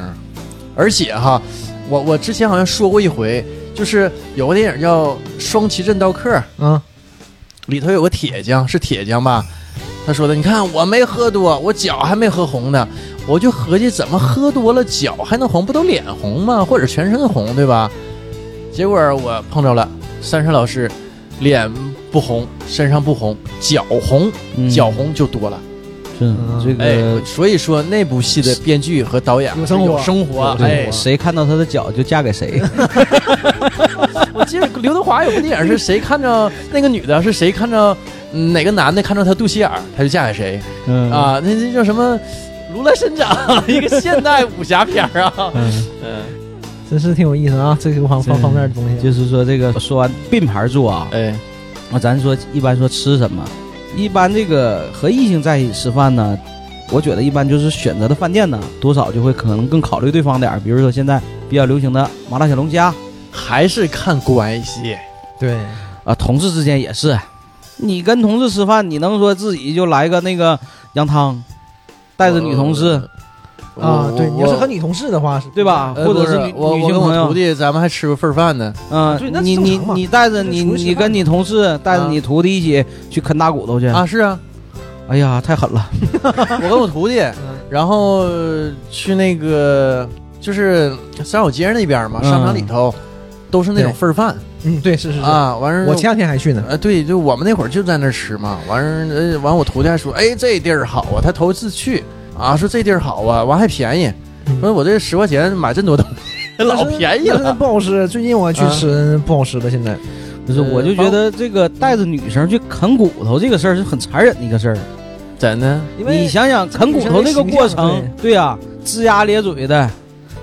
而且哈，我我之前好像说过一回，就是有个电影叫《双旗镇刀客》，啊，里头有个铁匠，是铁匠吧？他说的，你看我没喝多，我脚还没喝红呢，我就合计怎么喝多了脚还能红，不都脸红吗？或者全身红，对吧？结果我碰着了珊珊老师，脸不红，身上不红，脚红，脚红就多了。是这嗯哎个，。所以说那部戏的编剧和导演啊有生活有生活，有生活哎对，，谁看到他的脚就嫁给谁。哎我记得刘德华有部电影是谁看 着那个女的，是谁看着、嗯哪个男的看着她肚脐眼儿，他就嫁给谁。嗯，啊，那那叫什么？如来神掌， 一个现代武侠片儿啊。嗯，真是挺有意思啊，这个方方对方面的东西。啊就是说这个说完并排坐啊，哎，那咱说一般说吃什么？一般这个和异性在一起吃饭呢，我觉得一般就是选择的饭店呢，多少就会可能更考虑对方点儿。比如说现在比较流行的麻辣小龙虾还是看关系。对，啊，同事之间也是，你跟同事吃饭，你能说自己就来个那个羊汤，带着女同事，我啊，对你要是和我女同事的话是，对吧？呃或者不是女我女我性跟朋我友徒，弟，咱们还吃过份儿饭呢。嗯、呃对那是你正你常嘛你带着你就是出去吃你饭跟你同事带着啊你徒弟一起去啃大骨头去，啊，是啊，哎呀，太狠了， 我跟我徒弟，嗯然后呃去那个就是三好街那边儿嘛，商场里头都是那种嗯对份儿饭嗯，对，是是是，啊。完事儿我前两天还去呢。呃，对，就我们那会儿就在那儿吃嘛。完事儿，呃，完我徒弟还说，哎，这地儿好啊，他头一次去啊，说这地儿好啊，完还便宜，嗯说我这十块钱买这么多东 西，老但是便宜但 是了。啊不好吃，最近我去吃不好吃了，现在不是，呃我就觉得这个带着女生去啃骨头这个事儿是很残忍的一个事儿。啊真的，因你为想想啃骨头那个过程，对呀、龇牙咧嘴的，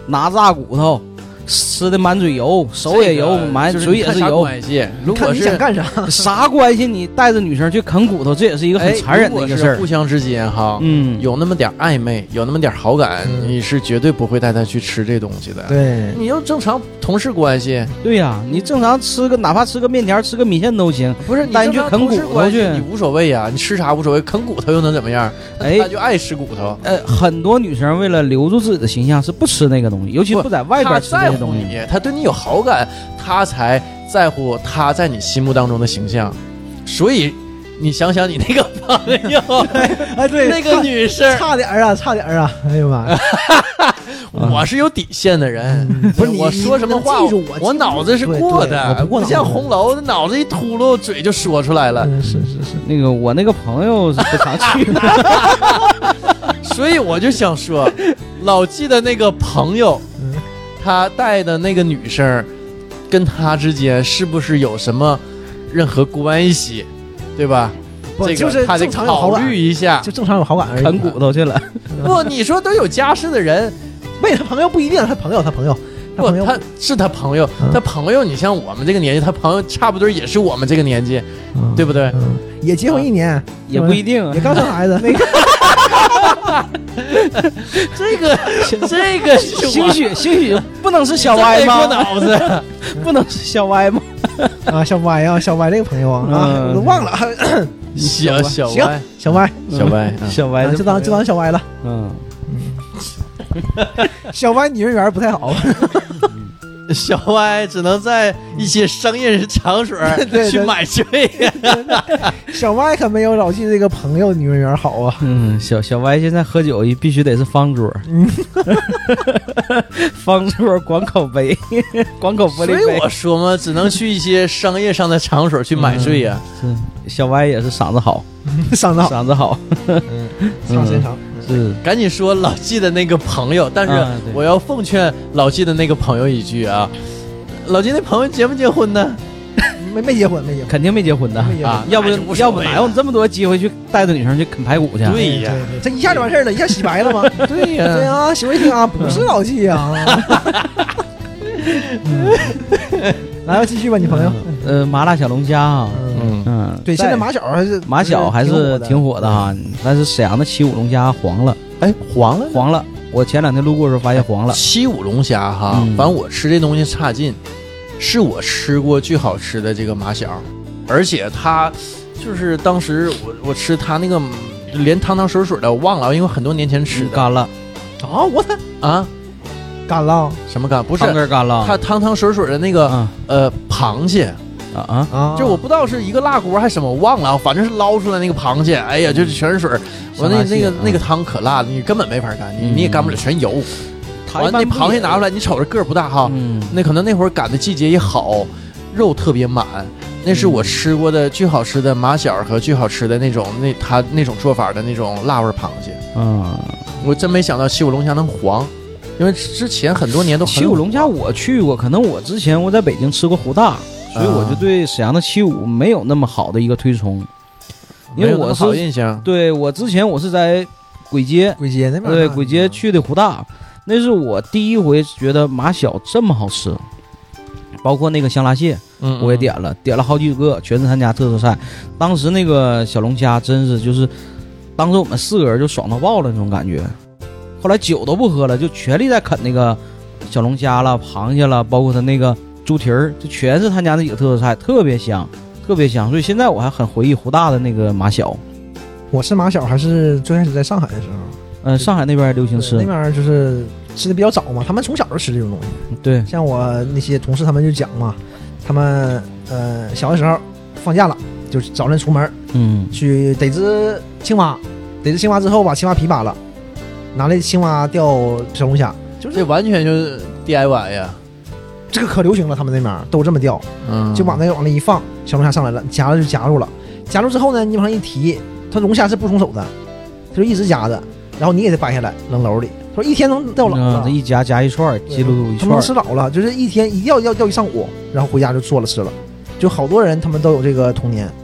拿炸骨头，吃的满嘴油，手也油，满就是嘴你也看是啥油， 关系如看果你是哎想干啥？啥关系？你带着女生去啃骨头，这也是一个哎很残忍如果的一个是事儿互。相之间哈， 嗯，有那么点儿暧昧，有那么点儿好感，嗯你是绝对不会带她去吃这东西的。对，你要正常同事关系，对呀、你正常吃个哪怕吃个面条，吃个米线都行。不是带你去啃骨头去你无所谓呀、你吃啥无所谓，啃骨头又能怎么样？哎他就爱吃骨头，呃，很多女生为了留住自己的形象是不吃那个东西，尤其不不在外他边吃在这些乎东西。你，他对你有好感，他才在乎他在你心目当中的形象。所以，你想想你那个朋友，哎，对，那个女生，差点儿啊，差点儿啊！哎 呀妈呀，我是有底线的人。啊嗯不是你我说什么话，你能记住我记不住脑子是过对对我的，不过脑子像红楼，脑子一秃噜，嘴就说出来了。嗯是是是，那个我那个朋友是不常去的，嗯所以我就想 说，老纪的那个朋友嗯，他带的那个女生，跟他之间是不是有什么任何关系，对吧？不这就个是他得正常有好考感，虑一下。就正常有好感而啃已。骨头去 了。不，你说都有家室的 人，为他朋友不一定，他朋友，他朋友，他不朋，友他是他朋友嗯，他朋友，你像我们这个年纪，他朋友差不多也是我们这个年纪，对不对？嗯也结婚一年，也不一定啊也刚生孩子，那个这个这 个是兴许兴许不能是小歪歪过吗？脑子， 不能是小歪吗？啊，小歪啊，小歪这个朋友啊，啊，嗯我都忘了， 小小行歪，小歪，小歪，啊小歪啊的就当朋就友当小歪了。嗯， 小歪女人缘不太好，啊 小歪只能在一些商业场所对去买醉。小歪可没有老纪这个朋友女人缘好 啊。嗯，小小歪现在喝酒也必须得是方桌，方桌广口杯， 广口玻所璃以杯我。说嘛，只能去一些商业上的场所去买醉呀。是小歪也是嗓子好，嗓子好，嗓子好嗯嗓子真长。是赶紧说老纪的那个朋友，但是啊对我要奉劝老纪的那个朋友一句啊，老纪那朋友结没结婚呢？没没结婚，没结婚，肯定没结婚的，没结婚啊。要不那就无所谓要不了哪有这么多机会去带着女生去啃排骨去？啊对呀，哎对，这一下就完事儿了，一下洗白了吗？ 对呀对啊，洗一听啊，不是老纪啊。 嗯 来吧，继续吧，你朋友。呃，麻辣小龙虾啊，嗯，嗯，嗯，对，在现在马小还是马小还是挺火的哈，但是沈阳的七五龙虾黄了，哎，黄了呢。黄了。我前两天路过的时候发现黄了，七五龙虾哈，嗯反正我吃这东西差劲，是我吃过最好吃的这个马小，而且它就是当时我我吃它那个嗯连汤汤水水的我忘了，因为很多年前吃的干了，啊，我操，啊，干了什么干不是汤汁儿干了，它汤汤水水的那个、啊呃螃蟹，啊啊！啊！就我不知道是一个辣锅还是什么，我忘了，啊，反正是捞出来那个螃蟹，哎呀，就是全是水儿，我那香辣嗯蟹那个嗯那个汤可辣了，你根本没法干，你你也干不了，全油。它完一那般不螃蟹也拿出来，你瞅着个儿不大哈，嗯，那可能那会儿赶的季节也好，肉特别满。那嗯是我吃过的最好吃的马小和最好吃的那种那他那种做法的那种辣味螃蟹，嗯，我真没想到七五龙虾能黄，因为之前很多年都很七五龙虾我去过，可能我之前我在北京吃过胡大，所以我就对沈阳的七五没有那么好的一个推崇。因为没有那么我是好印象，对我之前我是在簋街，鬼街那边，对簋街，去的胡大，那是我第一回觉得马小这么好吃，包括那个香辣蟹。嗯，我也点了，点了好几个，全是他家特色菜。当时那个小龙虾真是就是，当时我们四个人就爽到爆了那种感觉。后来酒都不喝了，就全力在啃那个小龙虾了、螃蟹了，包括他那个猪蹄儿，就全是他家那几个特色菜，特别香，特别香。所以现在我还很回忆胡大的那个马小，我是马小还是最开始在上海的时候，嗯、上海那边流行对吃那，边就是吃的比较早嘛，他们从小就吃这种东西。对，像我那些同事他们就讲嘛，他们呃小的时候放假了，就是早晨出门嗯去逮只青蛙，逮只青蛙之后把青蛙皮扒了，拿那青蛙钓小龙虾，就是这完全就是 DIY 呀，这个可流行了，他们那边儿都这么钓，嗯，就往那往那一放，小龙虾上来了，夹着就夹住了，夹住之后呢，你往上一提，它龙虾是不松手的，它就一直夹着，然后你给它掰下来扔篓里，他说一天能钓老嗯，了啊这。一夹夹一串儿，记录一他串们儿吃，老了，就是一天一钓要钓一上午，然后回家就做了吃了，就好多人他们都有这个童年。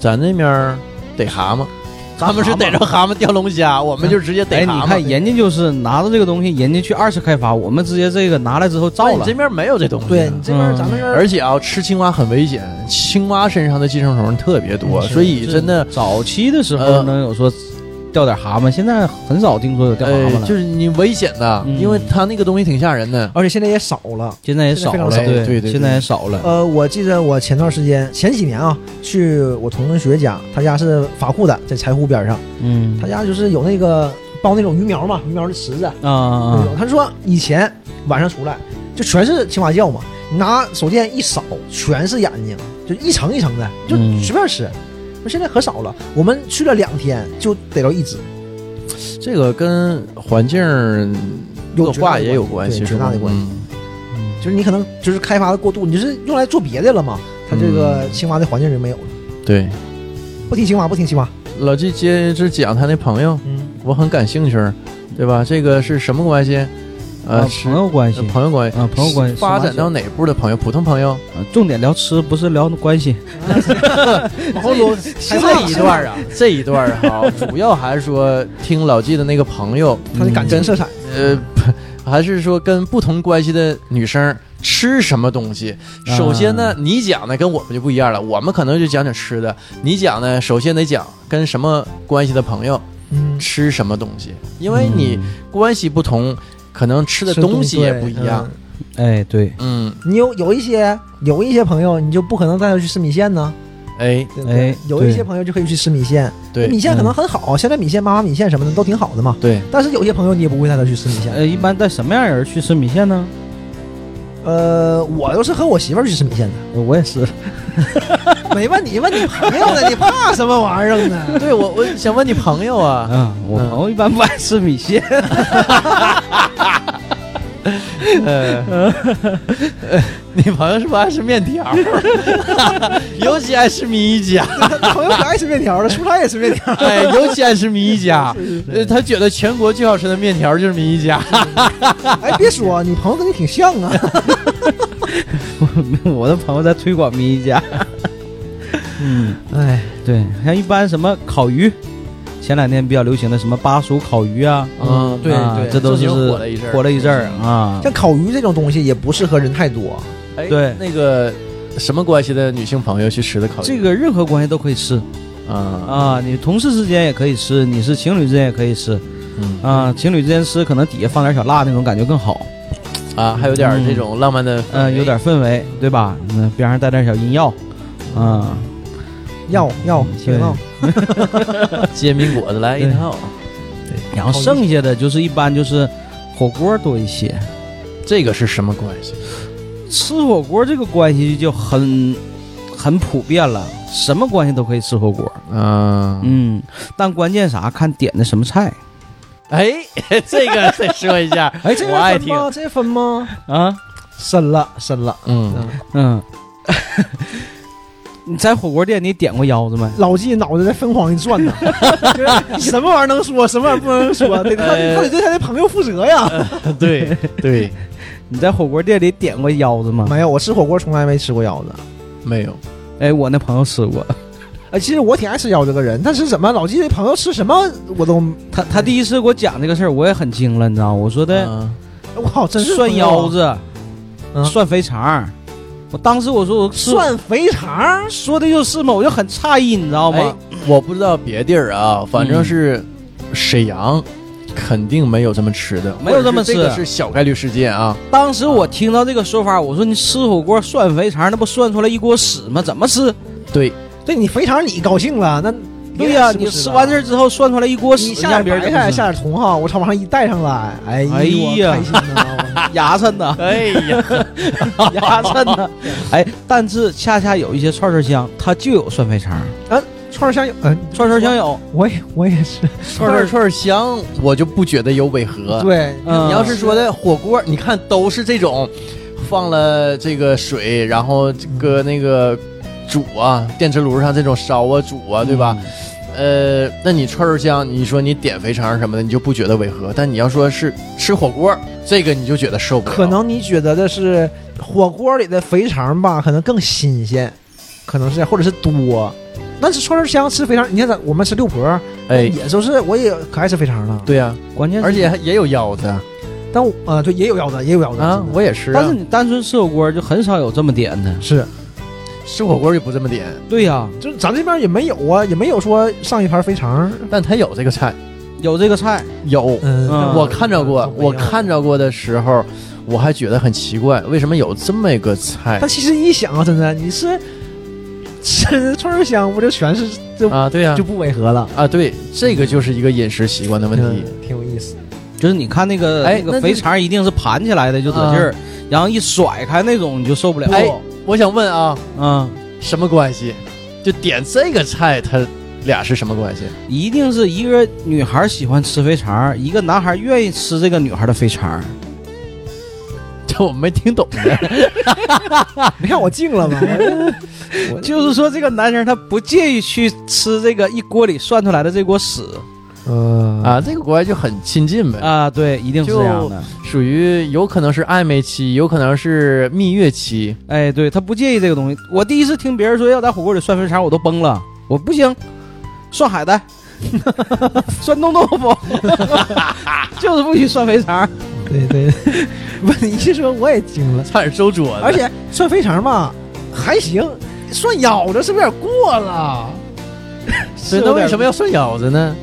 咱那边儿逮蛤蟆，他们是逮着蛤蟆钓龙虾，我们就直接哎，逮你蛤蟆。看人家就是拿着这个东西，人家去二次开发，我们直接这个拿来之后造哎但你了这。边没有这东西。啊对你这边儿嗯咱们这边儿而且啊，吃青蛙很危险，青蛙身上的寄生虫特别多，嗯是所以真的，早期的时候呃能有说钓点蛤蟆，现在很少听说有钓蛤呃蟆，了，就是你危险的，嗯因为它那个东西挺吓人的。而且现在也少了。现在也现在少非了常，少对对对现在也少了。呃，我记得我前段时间前几年啊，去我同学家，他家是法库的，在柴湖边上，嗯他家就是有那个包那种鱼苗嘛，鱼苗的池子。啊嗯啊那种。他说以前晚上出来就全是青蛙叫嘛，你拿手电一扫，全是眼睛，就一层一层的，就嗯随便吃。那现在可少了，我们去了两天就逮着一只，这个跟环境有恶绝大化的也有关系，对是绝大吧的？关系。嗯就是你可能就是开发的过度，你就是用来做别的了嘛，它这个嗯青蛙的环境就没有了。对，不提青蛙，不提青蛙。老纪接着讲他那朋友，嗯，我很感兴趣，对吧？这个是什么关系？呃，啊是朋友关系呃朋友关系啊，朋友关系发展到哪步的朋友？普通朋友？啊重点聊吃，不是聊关系。往后撸，这一段啊， 这一段儿哈，主要还是说听老纪的那个朋友，它的感情色彩。呃，不还是说跟不同关系的女生吃什么东西。啊首先呢，你讲的跟我们就不一样了，我们可能就讲点吃的，你讲呢，首先得讲跟什么关系的朋友嗯，吃什么东西，因为你关系不同，可能吃的吃东西也对不一样嗯。哎，对，嗯，你有有一些有一些朋友，你就不可能带他去吃米线呢，哎，对不对？哎有一些对朋友就可以去吃米线，米对线可能很好，现在米线、妈妈米线什么的都挺好的嘛。对，但是有些朋友你也不会带他去吃米线。呃，一般带什么样人去吃米线呢？呃，我都是和我媳妇儿去吃米线的，呃我也是， 没问你问你朋友呢，你怕什么玩意儿呢？ 对我我想问你朋友啊， 嗯，我朋友一般不爱吃米线， 呃，你朋友是不是爱吃面条？ 尤其爱吃米家，朋友可爱吃面条了，蔬菜也吃面条。 哎，尤其爱吃米家。呃，他觉得全国最好吃的面条就是米家。 哎，别说，你朋友跟你挺像啊。我的朋友在推广米一家。嗯，哎，对，像一般什么烤鱼，前两天比较流行的什么巴蜀烤鱼啊，嗯 对啊对这都是正经火了一阵儿火了一阵儿啊。像烤鱼这种东西也不适合人太多，哎对那个什么关系的女性朋友去吃的烤鱼，这个任何关系都可以吃啊，啊，你同事之间也可以吃，你是情侣之间也可以吃嗯啊，情侣之间吃可能底下放点小辣那种感觉更好，啊，还有点儿这种浪漫的，嗯、有点氛围，对吧？嗯，边上带点小饮料，啊，要要对行啊。煎饼果子来一套。啊然后剩下的就是一般就是火锅多一些。这个是什么关系？吃火锅这个关系就很很普遍了，什么关系都可以吃火锅。啊，嗯，但关键啥看点的什么菜哎， 这个得说一下，哎，这我爱听。吗？这分吗？啊？深了，深了。嗯，嗯， 你在火锅店你点过腰子没？老纪脑袋在疯狂一转 呢，就是什么玩意儿能说，什么玩意儿不能说，得他得他得对他的朋友负责呀。嗯 对对，你在火锅店里点过腰子吗？没有，我吃火锅从来没吃过腰子。没有。哎，我那朋友吃过，哎，其实我挺爱吃腰这个人，但是怎么老纪这朋友吃什么我都，他他第一次给我讲这个事儿，我也很惊了，你知道吗？我说的啊我靠，真是啊涮腰，子嗯、涮肥肠儿，我当时我说我吃涮肥肠，说的就是嘛，我就很诧异，你知道哎吗？，我不知道别地儿啊，反正是沈阳，肯定没有这么吃的，没有这么吃或者是这个是小概率事件啊。当时我听到这个说法，我说你吃火锅涮肥肠，那不涮出来一锅屎吗？怎么吃？对，对你肥肠你高兴了，那对呀、你吃完事儿之后涮出来一锅屎，你下让别点人白怎么菜，吃下点茼蒿，我朝往上一带上来，哎呦，哎呀开心呐！牙碜 呐，哎呀，牙碜呐。哎，但是恰恰有一些串串香，它就有涮肥肠，串儿香有，嗯、串串香有，我也我也 是，串串串香，我就不觉得有违和。对，啊嗯你要是说的火锅，你看都是这种，放了这个水，然后这个那个煮啊，电磁炉上这种烧啊、煮嗯啊，对吧？？呃，那你串串香，你说你点肥肠什么的，你就不觉得违和，但你要说是吃火锅，这个你就觉得受不了。可能你觉得的是火锅里的肥肠吧，可能更新鲜，可能是或者是多。但是串串香吃肥肠，你看咱我们吃六婆，哎，也就是我也可爱吃肥肠了。对呀、关键是而且也有腰子啊，但我呃，对，也有腰子，也有腰子真的我也吃啊，但是你单纯吃火锅就很少有这么点的。是，吃火锅就不这么点，对呀、就是咱这边也没有啊，也没有说上一盘肥肠。但它有这个菜，有这个菜，有。嗯，嗯我看着过，我看着，着过的时候，我还觉得很奇怪，为什么有这么一个菜但其实一想啊，真的，你是 吃串串香，不就全是这啊？对呀、就不违和了？啊，对，这个就是一个饮食习惯的问题。嗯，挺有意思。就是你看那个、哎那那就个肥肠一定是盘起来的就得劲儿，然后一甩开那种你就受不了。哎我想问啊，嗯，什么关系？就点这个菜，它俩是什么关系？ 一定是一个女孩喜欢吃肥肠，一个男孩愿意吃这个女孩的肥肠。这我没听懂 呢。啊你看我静 了吗？ 就是说，这个男生他不介意去吃这个一锅里涮出来的这锅屎嗯啊，这个国外就很亲近呗，啊，对，一定是这样的。属于有可能是暧昧期，有可能是蜜月期。哎，对他不介意这个东西。我第一次听别人说要在火锅里涮肥肠，我都崩了，我不行，涮海带， 涮冻豆腐， 就是不许涮肥肠。对对， 不，你一说我也惊了。差点周桌而且涮肥肠吧还行，涮腰子是不是有点过了？所以那为什么要涮腰子呢？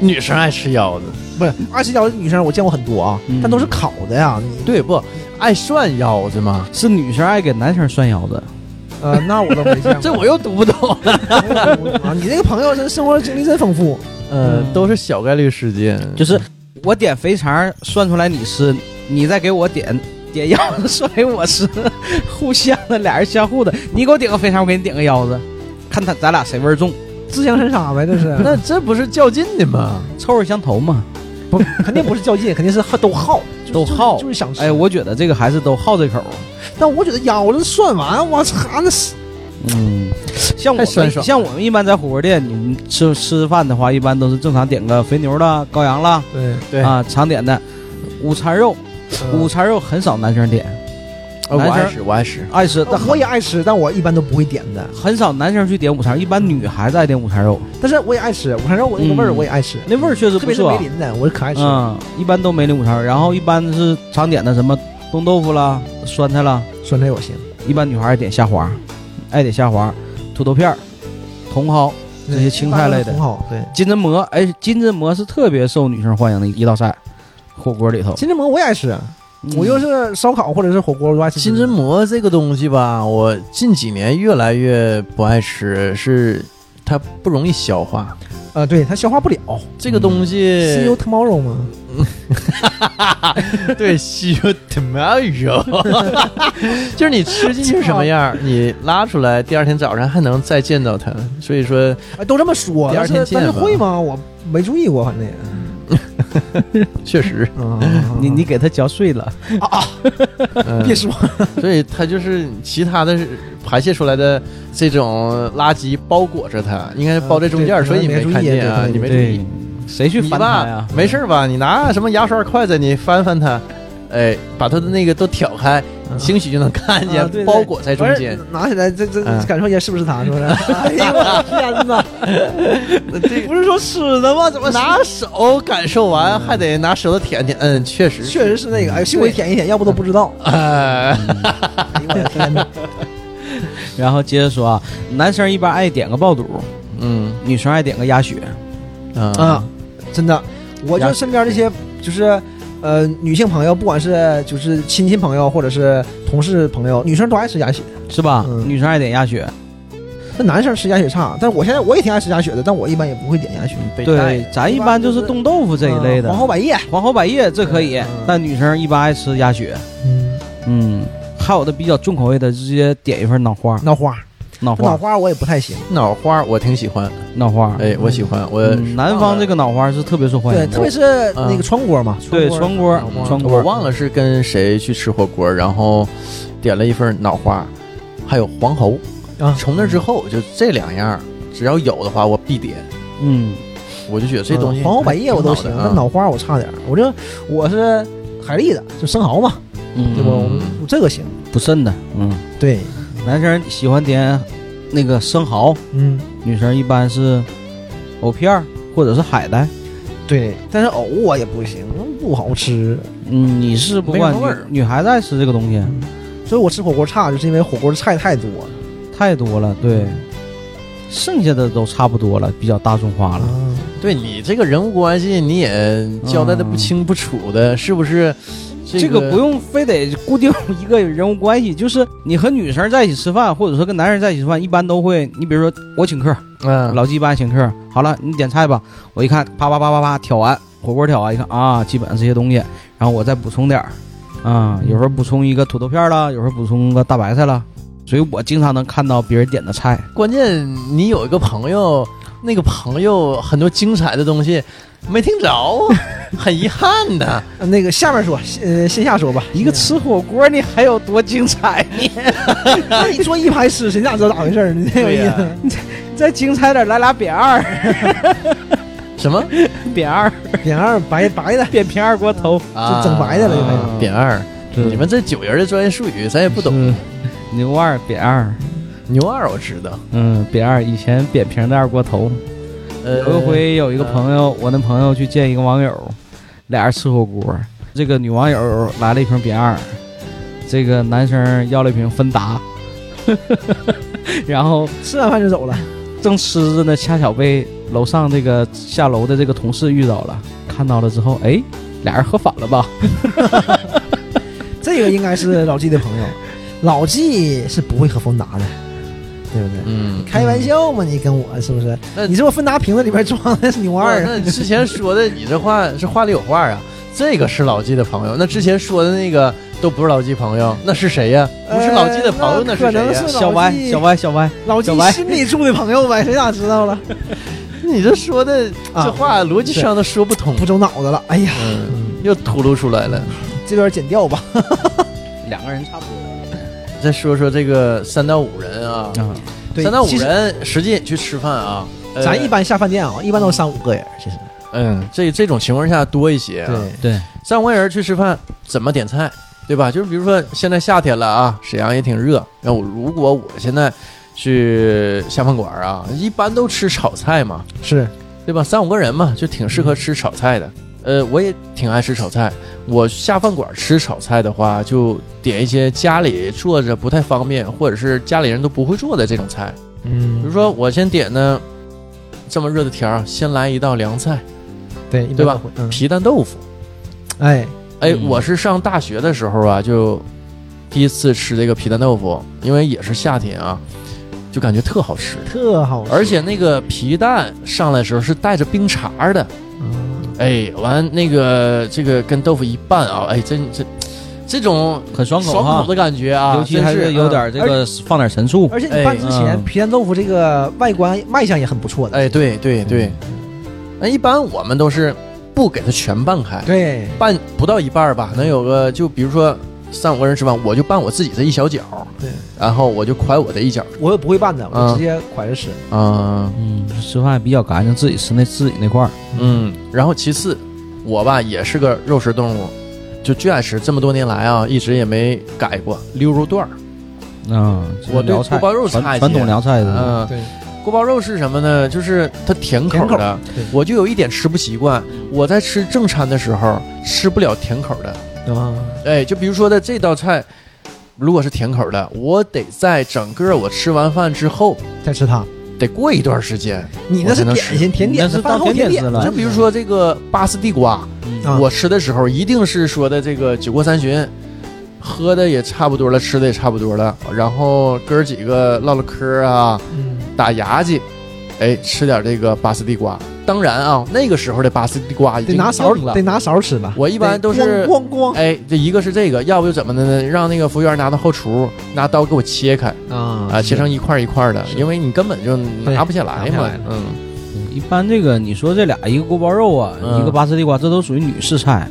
女生爱吃腰子，不是爱吃腰子女生我见过很多啊，嗯但都是烤的呀。你对不？爱涮腰子吗？是女生爱给男生涮腰子，呃，那我都没见过。这我又读不懂。 啊，你这个朋友这生活经历真丰富。呃嗯，都是小概率事件。就是我点肥肠涮出来你吃，你再给我点点腰子涮给我吃， 互相的，俩人相互的，你给我点个肥肠，我给你点个腰子，看他咱俩谁味儿重，自相残杀呗，这 是那这不是较劲的吗？臭味相投嘛。不肯定不是较劲，肯定是好都好，就是都好就是就是想吃。哎，我觉得这个还是都好这口。但我觉得腰子涮完，我操，那是嗯，像我太酸们爽了像我们一般在火锅店，你们吃吃饭的话，一般都是正常点个肥牛啦、羔羊啦对对嗯啊，常点的午餐肉，午我餐肉很少男生点，呃我男爱生吃，我爱吃。爱吃，但我也爱吃，但我一般都不会点的。很少男生去点午餐，一般女孩子爱点午餐肉，但是我也爱吃午餐肉，我那个味儿嗯我也爱吃，那味儿确实特不别是梅错。啊林的，我可爱吃。嗯，一般都梅林午餐肉，然后一般是常点的什么冻豆腐啦、酸菜啦，酸菜我行，一般女孩爱点虾滑，爱点虾滑、土豆片儿、茼蒿这些青菜类的很。好。对，金针蘑，哎，金针蘑是特别受女生欢迎的一道菜，火锅里头。金针蘑我也爱吃，嗯我又又是烧烤或者是火锅，我爱吃金针。蘑这个东西吧，我近几年越来越不爱吃，是它不容易消化。嗯呃，对，它消化不了。这个东西游西， tomorrow 嘛，对，西柚 tomorrow，就是你吃进去什么样，你拉出来，第二天早上还能再见到它。所以说，哎都这么说，第二但天是但是见吧会吗？我没注意过，反正也。确实，啊你你给它嚼碎了，嗯别说 所以它就是其他的排泄出来的这种垃圾包裹着它，应该包在中间儿，嗯对所以你没看见啊，可能你没注意没注对意。，谁去你翻它呀吧？，没事儿吧？你拿什么牙刷、筷子，你翻翻它，哎，把它的那个都挑开，兴许就能看啊对见对包裹在中间。完事儿嗯拿起来，这这嗯感受一下是不是他， 是不是？哎呦我天哪！这不是说吃的吗？怎么拿手感受完，还得拿舌头舔舔？嗯，确实，确实是那个，哎，幸亏舔一舔，要不都不知道。哎， 哎呦我的天哪！然后接着说啊，男生一般爱点个爆肚，嗯女生爱点个鸭血。啊 啊，真的，我就身边这些就是。呃，女性朋友，不管是就是亲戚朋友，或者是同事朋友，女生都爱吃鸭血。是吧？嗯女生爱点鸭血，那男生吃鸭血差，但我现在我也挺爱吃鸭血的，但我一般也不会点鸭血。被带对，咱一般就是冻豆腐这一类的，啊皇后百叶，皇后百叶这可以嗯，但女生一般爱吃鸭血。嗯，嗯，还有的比较重口味的，直接点一份脑花，脑花，脑脑花，花我也不太行。脑花，我挺喜欢，脑花。哎，我喜欢，我嗯南方这个脑花是特别受欢迎对，的，特别是那个嗯川锅嘛，对川川锅脑花，川锅，我忘了是跟谁去吃火锅，然后点了一份脑花，还有黄喉。啊从那之后，就这两样，只要有的话我必点。嗯，我就觉得这东西嗯黄喉百叶我都行挺，好的啊但脑花我差点儿。我就我是海蛎子，就生蚝嘛，嗯对不？我这个行。不剩的，嗯，对，男生喜欢点那个生蚝，嗯，女生一般是藕片儿或者是海带，对，但是藕啊也不行，不好吃。嗯，你是不没惯什么味儿女女孩子爱吃这个东西所以我吃火锅差，就是因为火锅的菜太多了。太多了，对，剩下的都差不多了，比较大众化了。啊，对你这个人物关系你也交代的不清不楚的，是不是？这个不用非得固定一个人物关系，就是你和女生在一起吃饭，或者说跟男人在一起吃饭，一般都会，你比如说我请客，用啊，老纪一般请客，好了，你点菜吧。我一看，啪啪啪啪啪，挑完火锅挑完，一看啊，基本上这些东西，然后我再补充点儿，啊，有时候补充一个土豆片儿啦，有时候补充个大白菜啦，所以我经常能看到别人点的菜。关键你有一个朋友，那个朋友很多精彩的东西没听着啊，很遗憾 的。嗯那个下面说，呃，线下说吧。一个吃火锅，你还有多精彩？ 你那你坐一排吃，谁哪知道咋回事儿呢？太有意思 对了。再精彩点，来俩扁二， 什么扁二，点二白白的，扁平二锅头。啊？整白的了就啊扁二，嗯你们这九人的专业术语咱也不懂。是牛二扁二，牛二我知道，嗯，扁二以前扁平的二锅头。呃，有一回有一个朋友，我那朋友去见一个网友，俩人吃火锅，这个女网友来了一瓶扁二，这个男生要了一瓶芬达， 然后吃完饭就走了。正吃着呢，恰巧被楼上这个下楼的这个同事遇到了，看到了之后，哎，俩人喝反了吧？这个应该是老纪的朋友， 老纪是不会喝芬达的，对不对？嗯，开玩笑嘛，你跟我是不是？那你这不芬达瓶子里边装的是牛二哇啊？那之前说的你这 话是话里有话啊。这个是老纪的朋友，那之前说的那个都不是老纪朋友，那是谁呀？不是老纪的朋友，呃是谁可能呀是？小老歪，纪小歪，小歪，老纪小白心里住的 朋友呗，谁咋知道了？你这说的啊这话逻辑上都说不通不，走脑子了。哎呀，嗯，又吐露出来了。这边剪掉吧。两个人差不多再说说这个三到五人啊，啊，对，三到五其实人实际去吃饭啊，呃咱一般下饭店啊，一般都三五个人，其实嗯，这这种情况下多一些、啊。对，对，三五个人去吃饭怎么点菜，对吧？就是比如说现在夏天了啊，沈阳也挺热，那我如果我现在去下饭馆啊，一般都吃炒菜嘛，是对吧？三五个人嘛，就挺适合吃炒菜的。呃，我也挺爱吃炒菜。我下饭馆吃炒菜的话，就点一些家里做着不太方便，或者是家里人都不会做的这种菜。比嗯如，说，我先点呢，这么热的天儿啊，先来一道凉菜，对，一般对吧都会？嗯，皮蛋豆腐。哎，哎，嗯我是上大学的时候啊，就第一次吃这个皮蛋豆腐，因为也是夏天啊，就感觉特好吃。特好吃，而且那个皮蛋上来的时候是带着冰碴儿的，嗯哎，完那个这个跟豆腐一拌啊，哎，真这这种很爽口爽哈口，的感觉啊，尤其真还是是有点这个放点陈醋，而且你拌之哎前嗯，皮蛋豆腐这个外观卖相也很不错的。哎，对对嗯对，那一般我们都是不给它全拌开，对，拌不到一半儿吧，能有个就比如说三五个人吃饭，我就拌我自己的一小角，对，然后我就㧟我的一角，我也不会拌的，嗯我直接蒯着吃。嗯嗯，吃饭比较干净，自己吃那自己那块儿，嗯，然后其次，我吧也是个肉食动物，就巨爱吃，这么多年来啊，一直也没改过溜肉段儿。啊，我对聊菜锅包肉传差一些传统聊菜的，嗯，对，锅包肉是什么呢？就是它甜口甜口的对，我就有一点吃不习惯。我在吃正餐的时候吃不了甜口的，啊，哎，就比如说的这道菜，如果是甜口的，我得在整个我吃完饭之后，再吃它。得过一段时间。你那是点心甜点，那是饭当后甜甜点吃了就比如说这个巴斯地瓜，啊我吃的时候一定是说的这个酒过三巡，喝的也差不多了，吃的也差不多了，然后哥儿几个唠唠嗑啊，嗯打牙祭，哎，吃点这个巴斯地瓜。当然啊，那个时候的巴斯地瓜已得经拿勺硬了得。拿勺吃吧。我一般都得是，咣咣哎，这一个是这个，要不就怎么的呢？让那个服务员拿到后厨，拿刀给我切开咣啊啊，切成一块儿一块儿的，因为你根本就拿不下来对拿不下嘛来。嗯，一般这个你说这俩，一个锅包肉啊，嗯一个巴斯地瓜，这都属于女士菜。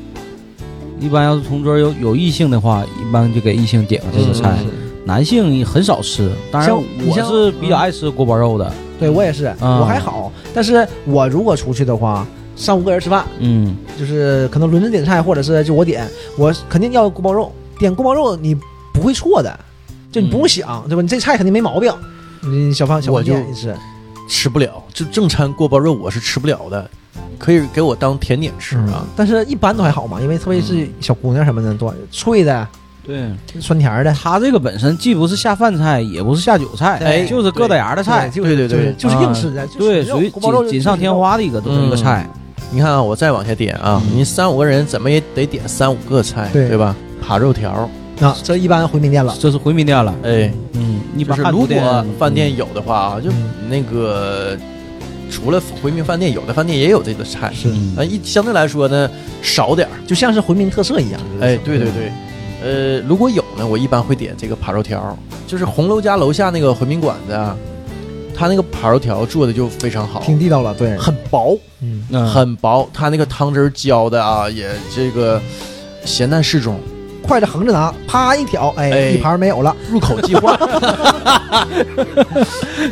一般要是同桌有有异性的话，一般就给异性点个这个菜。嗯男性很少吃，当然像你我像是比较爱吃锅包肉的。对我也是，嗯我还好，但是我如果出去的话，三五个人吃饭，嗯，就是可能轮着点菜，或者是就我点，我肯定要锅包肉。点锅包肉你不会错的，就你不用想，对吧？你这菜肯定没毛病。你小饭小我饭就店一吃，吃不了，就正餐锅包肉我是吃不了的，可以给我当甜点吃啊。但是一般都还好嘛，因为特别是小姑娘什么的，多脆的、对，酸甜的，它这个本身既不是下饭菜，也不是下酒菜，对哎就是各大牙的菜，对对就是对，就是硬吃的，就啊是对，肉属于锅包肉锦锦上添。花的一个东西一个嗯菜。你看啊，我再往下点啊，嗯你三五个人怎么也得点三五个菜，对对吧？扒肉条，就是肉啊，这一般回民店了。这是回民店了，哎，嗯，你就把是汉如堡店嗯果饭店有的话啊，就嗯那个除了回民饭店，有的饭店也有这个菜，是嗯啊，一相对来说呢少点儿。就像是回民特色一样。哎，对对对，呃，如果有呢，我一般会点这个扒肉条，就是红楼家楼下那个回民馆子啊，他那个扒肉条做的就非常好，挺地道了，对，很薄，嗯，嗯很薄，他那个汤汁儿浇的啊，也这个咸淡适中，嗯筷子横着拿，啪一挑，哎，哎一盘没有了，入口即化。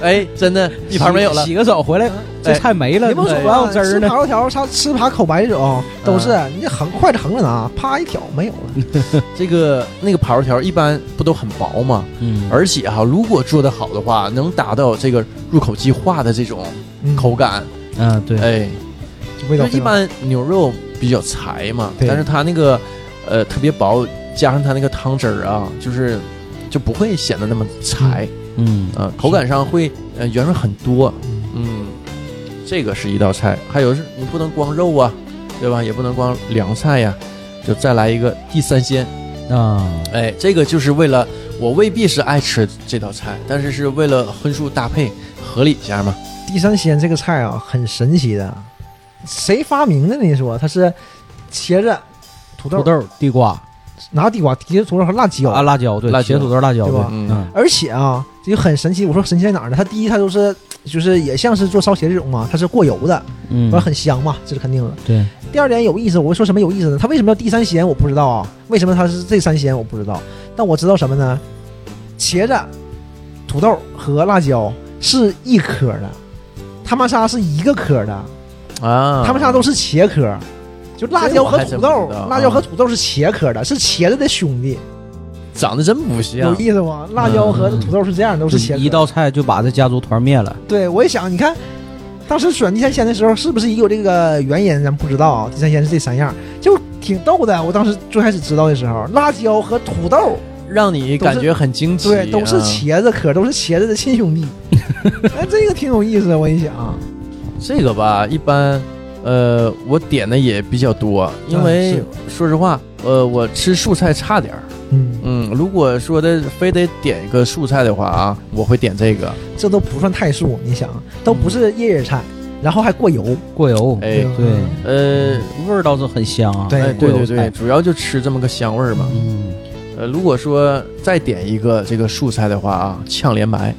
哎，真的，一盘没有了洗。个手回嗯来，这菜没了，别哎甭说还啊有汁吃儿呢嗯扒。肉条，啥吃扒口白酒都是，你这横筷子横着拿，啪一挑没有了，这个那个扒肉条一般不都很薄吗？嗯而且哈、如果做得好的话，能达到这个入口即化的这种嗯口感。嗯，对，哎，味道就一般牛肉比较柴嘛，对但是它那个呃特别薄，加上它那个汤汁儿啊，就是就不会显得那么柴嗯啊、口感上会呃圆润很多。嗯，这个是一道菜，还有是你不能光肉啊，对吧？也不能光凉菜呀、就再来一个地三鲜。啊，哎，这个就是为了我未必是爱吃这道菜，但是是为了荤素搭配合理一下嘛。地三鲜这个菜啊，很神奇的，谁发明的呢？你说它是茄子、土豆，土豆、地瓜拿地瓜、茄子、土豆和辣椒啊，辣椒，对，辣椒茄土豆、辣椒，对吧嗯嗯而且啊，这就很神奇。我说神奇在哪儿呢？它第一，它就是就是也像是做烧茄这种嘛，它是过油的，嗯完、，很香嘛，这是肯定的。对，第二点有意思，我说什么有意思呢？它为什么叫地三鲜？我不知道啊，为什么它是这三鲜我不知道，但我知道什么呢？茄子、土豆和辣椒是一颗的，他们仨是一个颗的，啊，他们仨都是茄科，就辣椒这我和土还真豆不知道，嗯辣椒和土豆是茄科的，是茄子的兄弟，长得真不像有。意思吗？辣椒和嗯土豆是这样，都是茄科。一道菜就把这家族团灭了。对，我也想，你看，当时选地三鲜的时候，是不是也有这个原因？咱不知道啊。地三鲜是这三样，就挺逗的。我当时最开始知道的时候，辣椒和土豆，让你感觉很惊奇，对，都是啊茄子科，都是茄子的亲兄弟。哎，这个挺有意思，我一想，这个吧，一般，呃，我点的也比较多，因为、嗯说实话，呃，我吃素菜差点儿。嗯，嗯，如果说的非得点一个素菜的话啊，我会点这个。这都不算太素，你想，都不是叶叶菜，然后还过油，过油，哎，吧对呃，味儿倒是很香啊。对哎，对对对，哎主要就吃这么个香味儿嘛。嗯，呃，如果说再点一个这个素菜的话啊，炝莲白，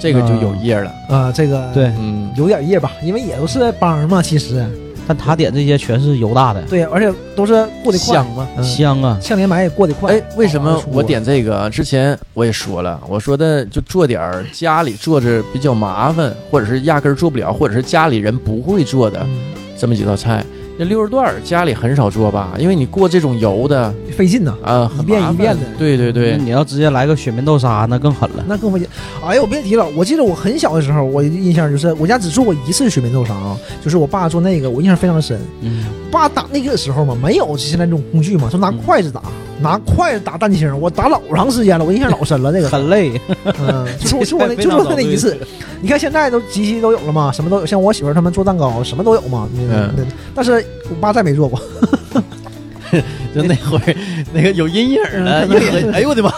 这个就有叶儿了。啊、这个对，嗯，有点叶吧，因为也都是帮嘛，其实但他点这些全是油大的，对，而且都是过得快，香吗？嗯香啊。呛连埋也过得快。哎，为什好么好地出我点这个啊？之前我也说了，我说的就做点儿家里做着比较麻烦，或者是压根儿做不了，或者是家里人不会做的嗯这么几道菜。那溜肉段儿家里很少做吧，因为你过这种油的费劲呐？啊，很一遍麻烦一遍的对对对那，你要直接来个雪面豆沙，那更狠了。那更费劲。哎呀，我别提了，我记得我很小的时候，我印象就是我家只做过一次雪面豆沙啊，就是我爸做那个，我印象非常深。嗯，爸打那个时候嘛，没有现在这种工具嘛，就拿筷子打，拿筷子打蛋清，我打老长时间了，我印象老深了那个。很累。嗯， 就是我就我那就我那一次，你看现在都机器都有了嘛，什么都有，像我媳妇儿他们做蛋糕什么都有嘛。嗯那，但是我爸再没做过， 就那会儿那个有阴影儿了，嗯一合，哎呦我的妈！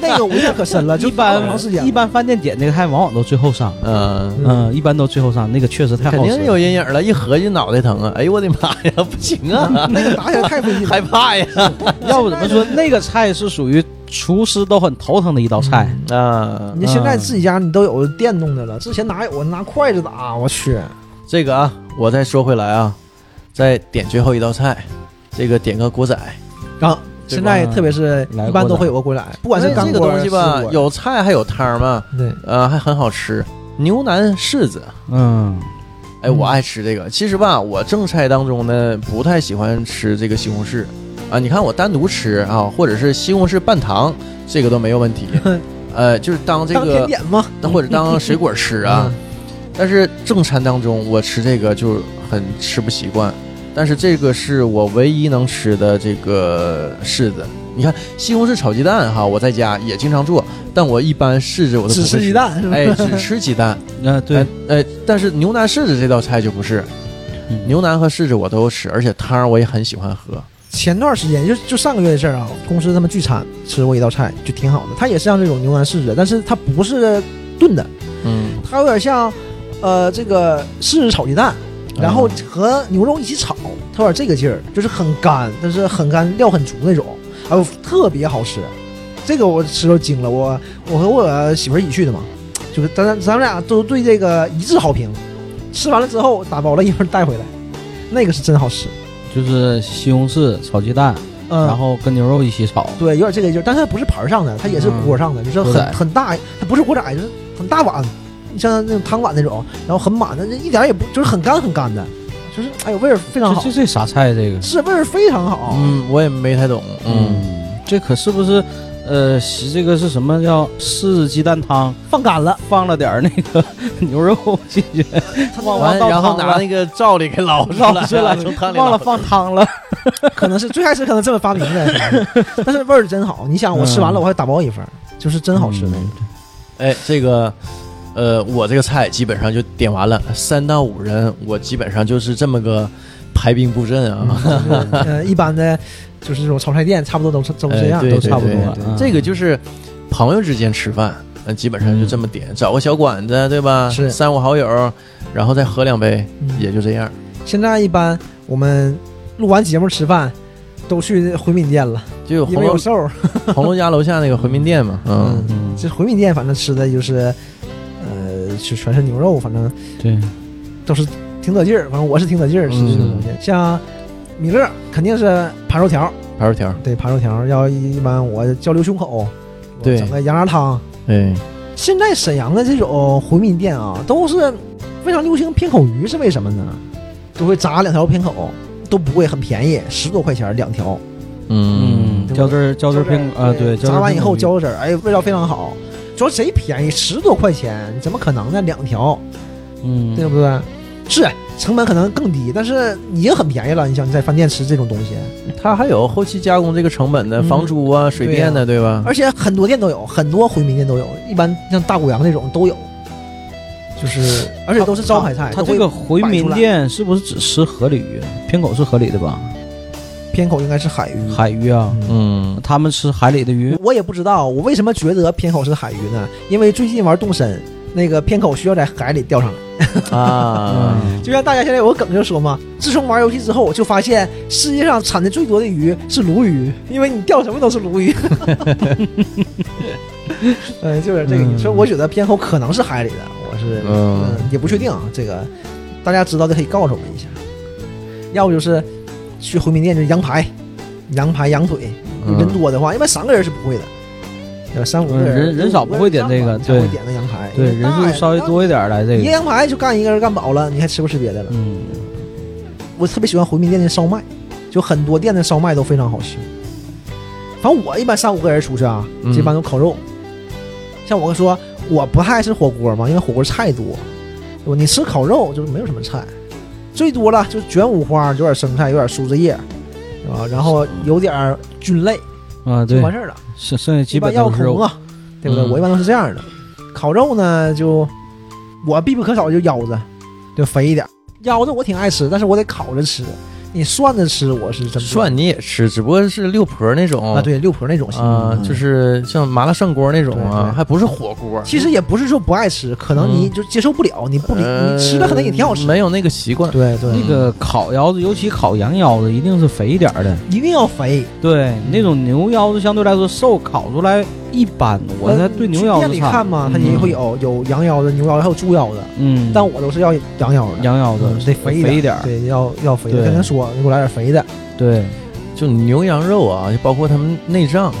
那个我印象可深了，就一打老般长时间了一。般饭店点这个菜，往往都最后上。嗯，嗯，一般都最后上，那个确实太肯好吃定了。是有阴影儿了，一合计脑袋疼啊！哎呦我的妈呀，不行啊，那个打起来太费劲了害。怕呀！要不怎么说那个菜是属于厨师都很头疼的一道菜？啊，你现在嗯自己家你都有电动的了，之前哪有我拿筷子打？啊我去，这个啊，我再说回来啊，再点最后一道菜，这个点个锅仔。然后现在特别是来一般锅都仔会有个锅仔，不管是哎干这个锅东西吧石，锅有菜还有汤嘛，对，呃，还很好吃。牛腩柿子，嗯，哎，我爱吃这个。其实吧，我正菜当中呢，不太喜欢吃这个西红柿啊。你看我单独吃啊，或者是西红柿拌糖， 这个都没有问题。呃，就是当这当甜个点嘛，嗯或者当水果吃啊。但是正餐当中我吃这个就很吃不习惯，但是这个是我唯一能吃的这个柿子。你看西红柿炒鸡蛋哈，我在家也经常做，但我一般柿子我都不只会吃鸡，蛋是吧？哎，只吃鸡 蛋。嗯呃啊，对哎，哎，但是牛腩柿子这道菜就不是，嗯牛腩和柿子我都吃，而且汤我也很喜欢喝。前段时间就就上个月的事儿啊，公司他们聚餐吃过一道菜，就挺好的。它也是像这种牛腩柿子，但是它不是炖的，嗯，它有点像，呃，这个柿子炒鸡蛋，然后和牛肉一起炒，它有点这个劲儿，就是很干，但是很干，料很足那种，哎呦，特别好吃。这个我吃都惊了，我我和我媳妇儿一起去的嘛，就是咱咱咱们俩都对这个一致好评。吃完了之后打包了一份带回来，那个是真好吃。就是西红柿炒鸡蛋，嗯，然后跟牛肉一起炒，对，有点这个劲儿，但它不是盘儿上的，它也是嗯锅上的，就是锅很仔很大，它不是锅仔，就是很大碗，像那种汤碗那种，然后很满的，一点儿也不就是很干很干的，就是哎呦味儿非常这好这，这啥菜这个？是味儿非常好。嗯，我也没太懂。嗯，这可是不是？呃，是这个是什么叫柿子鸡蛋汤？放干了，放了点儿那个 牛肉进去，忘完忘倒然后汤拿了，那个罩里给捞出捞来，出来从汤里忘了捞放汤了。可能是最开始可能这么发明的， 但是味儿真好。你想，我吃完嗯了我还打包一份儿，就是真好吃那个。哎，这个，呃，我这个菜基本上就点完了，三到五人，我基本上就是这么个排兵布阵啊。就是呃，一般的就是这种炒菜店差不多都是都这样哎，对都对差不多对了。嗯这个就是朋友之间吃饭，呃，基本上就这么点，找个小馆子，对吧？是三五好友，然后再喝两杯，嗯也就这样。现在一般我们录完节目吃饭，都去回民店了，就有因红为楼有瘦儿。红楼家楼下那个回民店嘛，嗯，嗯，这回民店反正吃的就是，呃，就全是牛肉，反正对，都是挺得劲儿。反正我是挺得劲儿吃嗯这种东西。像米勒肯定是盘肉条，排肉条，对，盘肉条要一一般我叫溜胸口，我对整个羊杂汤。哎，现在沈阳的这种回民店啊，都是非常流行偏口鱼，是为什么呢？都会炸两条偏口，都不贵，很便宜，十多块钱两条。嗯嗯，对浇汁儿浇汁儿就是苹果啊，对，浇汁炸儿完以苹后果浇汁儿，哎，味道非常好。主要谁便宜十多块钱，怎么可能呢？两条，嗯，对不对？是成本可能更低，但是已经很便宜了。你想你在饭店吃这种东西，它还有后期加工这个成本的，嗯房租啊、水电的，对嗯吧？而且很多店都有，很多回民店都有，一般像大骨羊那种都有，就是而且都是招牌菜。他都会啊这个回民店是不是只吃河鲤鱼？偏口是河里的吧？偏口应该是海鱼，海鱼啊，嗯，他们吃海里的鱼。我也不知道我为什么觉得偏口是海鱼呢？因为最近玩动身，那个偏口需要在海里钓上来。啊，就像大家现在有个梗就说嘛，自从玩游戏之后，我就发现世界上产的最多的鱼是鲈鱼，因为你钓什么都是鲈 鱼。嗯，就是这个意思。所以我觉得偏口可能是海里的，我是嗯嗯也不确定啊。这个大家知道的可以告诉我们一下。要不就是去回民店就是羊排、羊排、羊腿，嗯人多的话，一般三个人是不会的。对吧？三五个人，嗯人人少不会点这个五人才会对点个羊排，对，因为人大呀数稍微。多一点儿来这你一个个。羊排就干一个人干饱了，你还吃不吃别的了？嗯，我特别喜欢回民店的烧麦，就很多店的烧麦都非常好吃。反正我一般三五个人出去啊，嗯这帮都烤肉。像我说，我不太爱吃火锅嘛，因为火锅菜多。对吧你吃烤肉就是没有什么菜，最多了就卷五花，有点生菜，有点苏子叶，对吧？然后有点儿菌类啊，就对，完事儿了。剩剩下一基般本要都是空肉。啊，对不对？嗯我一般都是这样的。烤肉呢，就我必不可少就腰子，就肥一点。腰子我挺爱吃，但是我得烤着吃。你涮着吃，我是真不涮你也吃，只不过是六婆那种啊，对，六婆那种型。啊，嗯就是像麻辣涮锅那种对啊对，还不是火锅。其实也不是说不爱吃，可能你嗯就接受不了，你不理呃你吃的可能也挺好吃。没有那个习惯。对对，那个烤腰子，尤其烤羊腰子，一定是肥一点儿的。一定要肥。对，那种牛腰子相对来说瘦，烤出来一般。我呃才对牛腰去子店里差。看嘛，它也会有有羊腰子、牛腰子，还有猪腰子，嗯，但我都是要羊腰子，羊腰子嗯得肥肥点一点儿，儿。对，要要肥的。对跟他说，你给我来点肥的。对，就牛羊肉啊，就包括他们内脏，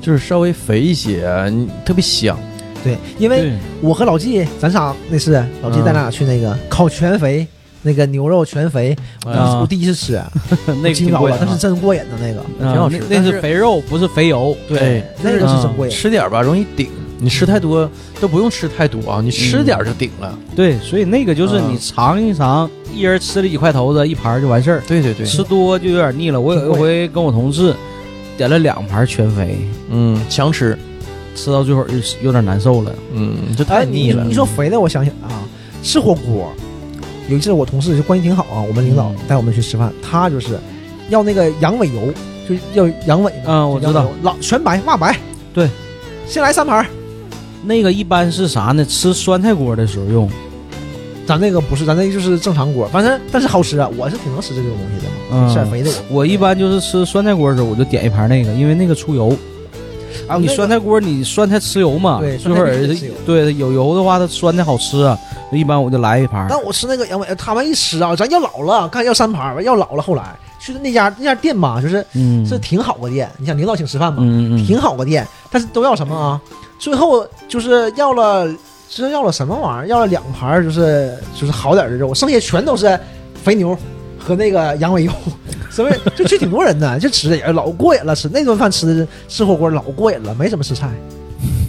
就是稍微肥一些，啊你特别香。对，因为对我和老纪，咱仨那次，老嗯纪咱俩去那个烤全肥，那个牛肉全肥，嗯我第一次啊我第一次吃， 那个惊挺着过瘾了，啊。但是真过瘾嗯的那个，挺好吃啊那那但是是肥肉，不是肥油。对，嗯那个是真过瘾。吃点儿吧，容易顶。你吃太嗯多都不用吃太多啊，你吃点儿就顶了。对，所以那个就是嗯你尝一尝，一人吃了几块头子，一盘儿就完事儿。对对对，吃多就有点腻了。我有一回跟我同事点了两盘全肥，嗯，强吃，吃到最后就有点难受了。嗯，这太哎，你腻了你。说肥的，我想想啊，吃火锅。有一次我同事就关系挺好啊，我们领导嗯带我们去吃饭，他就是要那个羊尾油，就是要羊尾嘛。嗯我就羊尾知道油，老全白挂白。对，先来三盘儿，那个一般是啥呢？吃酸菜锅的时候用。咱那个不是，咱那就是正常锅，反正但是好吃啊，我是挺能吃这种东西的嘛，吃点嗯，肥的我。我一般就是吃酸菜锅的时候，我就点一盘那个，因为那个出油。啊，那你个酸菜锅，你酸菜吃油嘛？对最后酸菜儿必须吃油对有油的话，它酸菜好吃啊。一般我就来一盘。但我吃那个羊尾，他们一吃啊，咱要老了，刚才要三盘儿，要老了。后来去的那家那家店嘛，就是嗯，是挺好个店，你想领导请吃饭嘛，嗯嗯嗯，挺好个店，但是都要什么啊？最后就是要了，是要了什么玩意儿？要了两盘儿，就是就是好点儿的肉，剩下全都是肥牛和那个羊尾油，什么就去挺多人的，就吃的也是老过瘾了，吃那顿饭吃吃火锅老过瘾了，没怎么吃菜，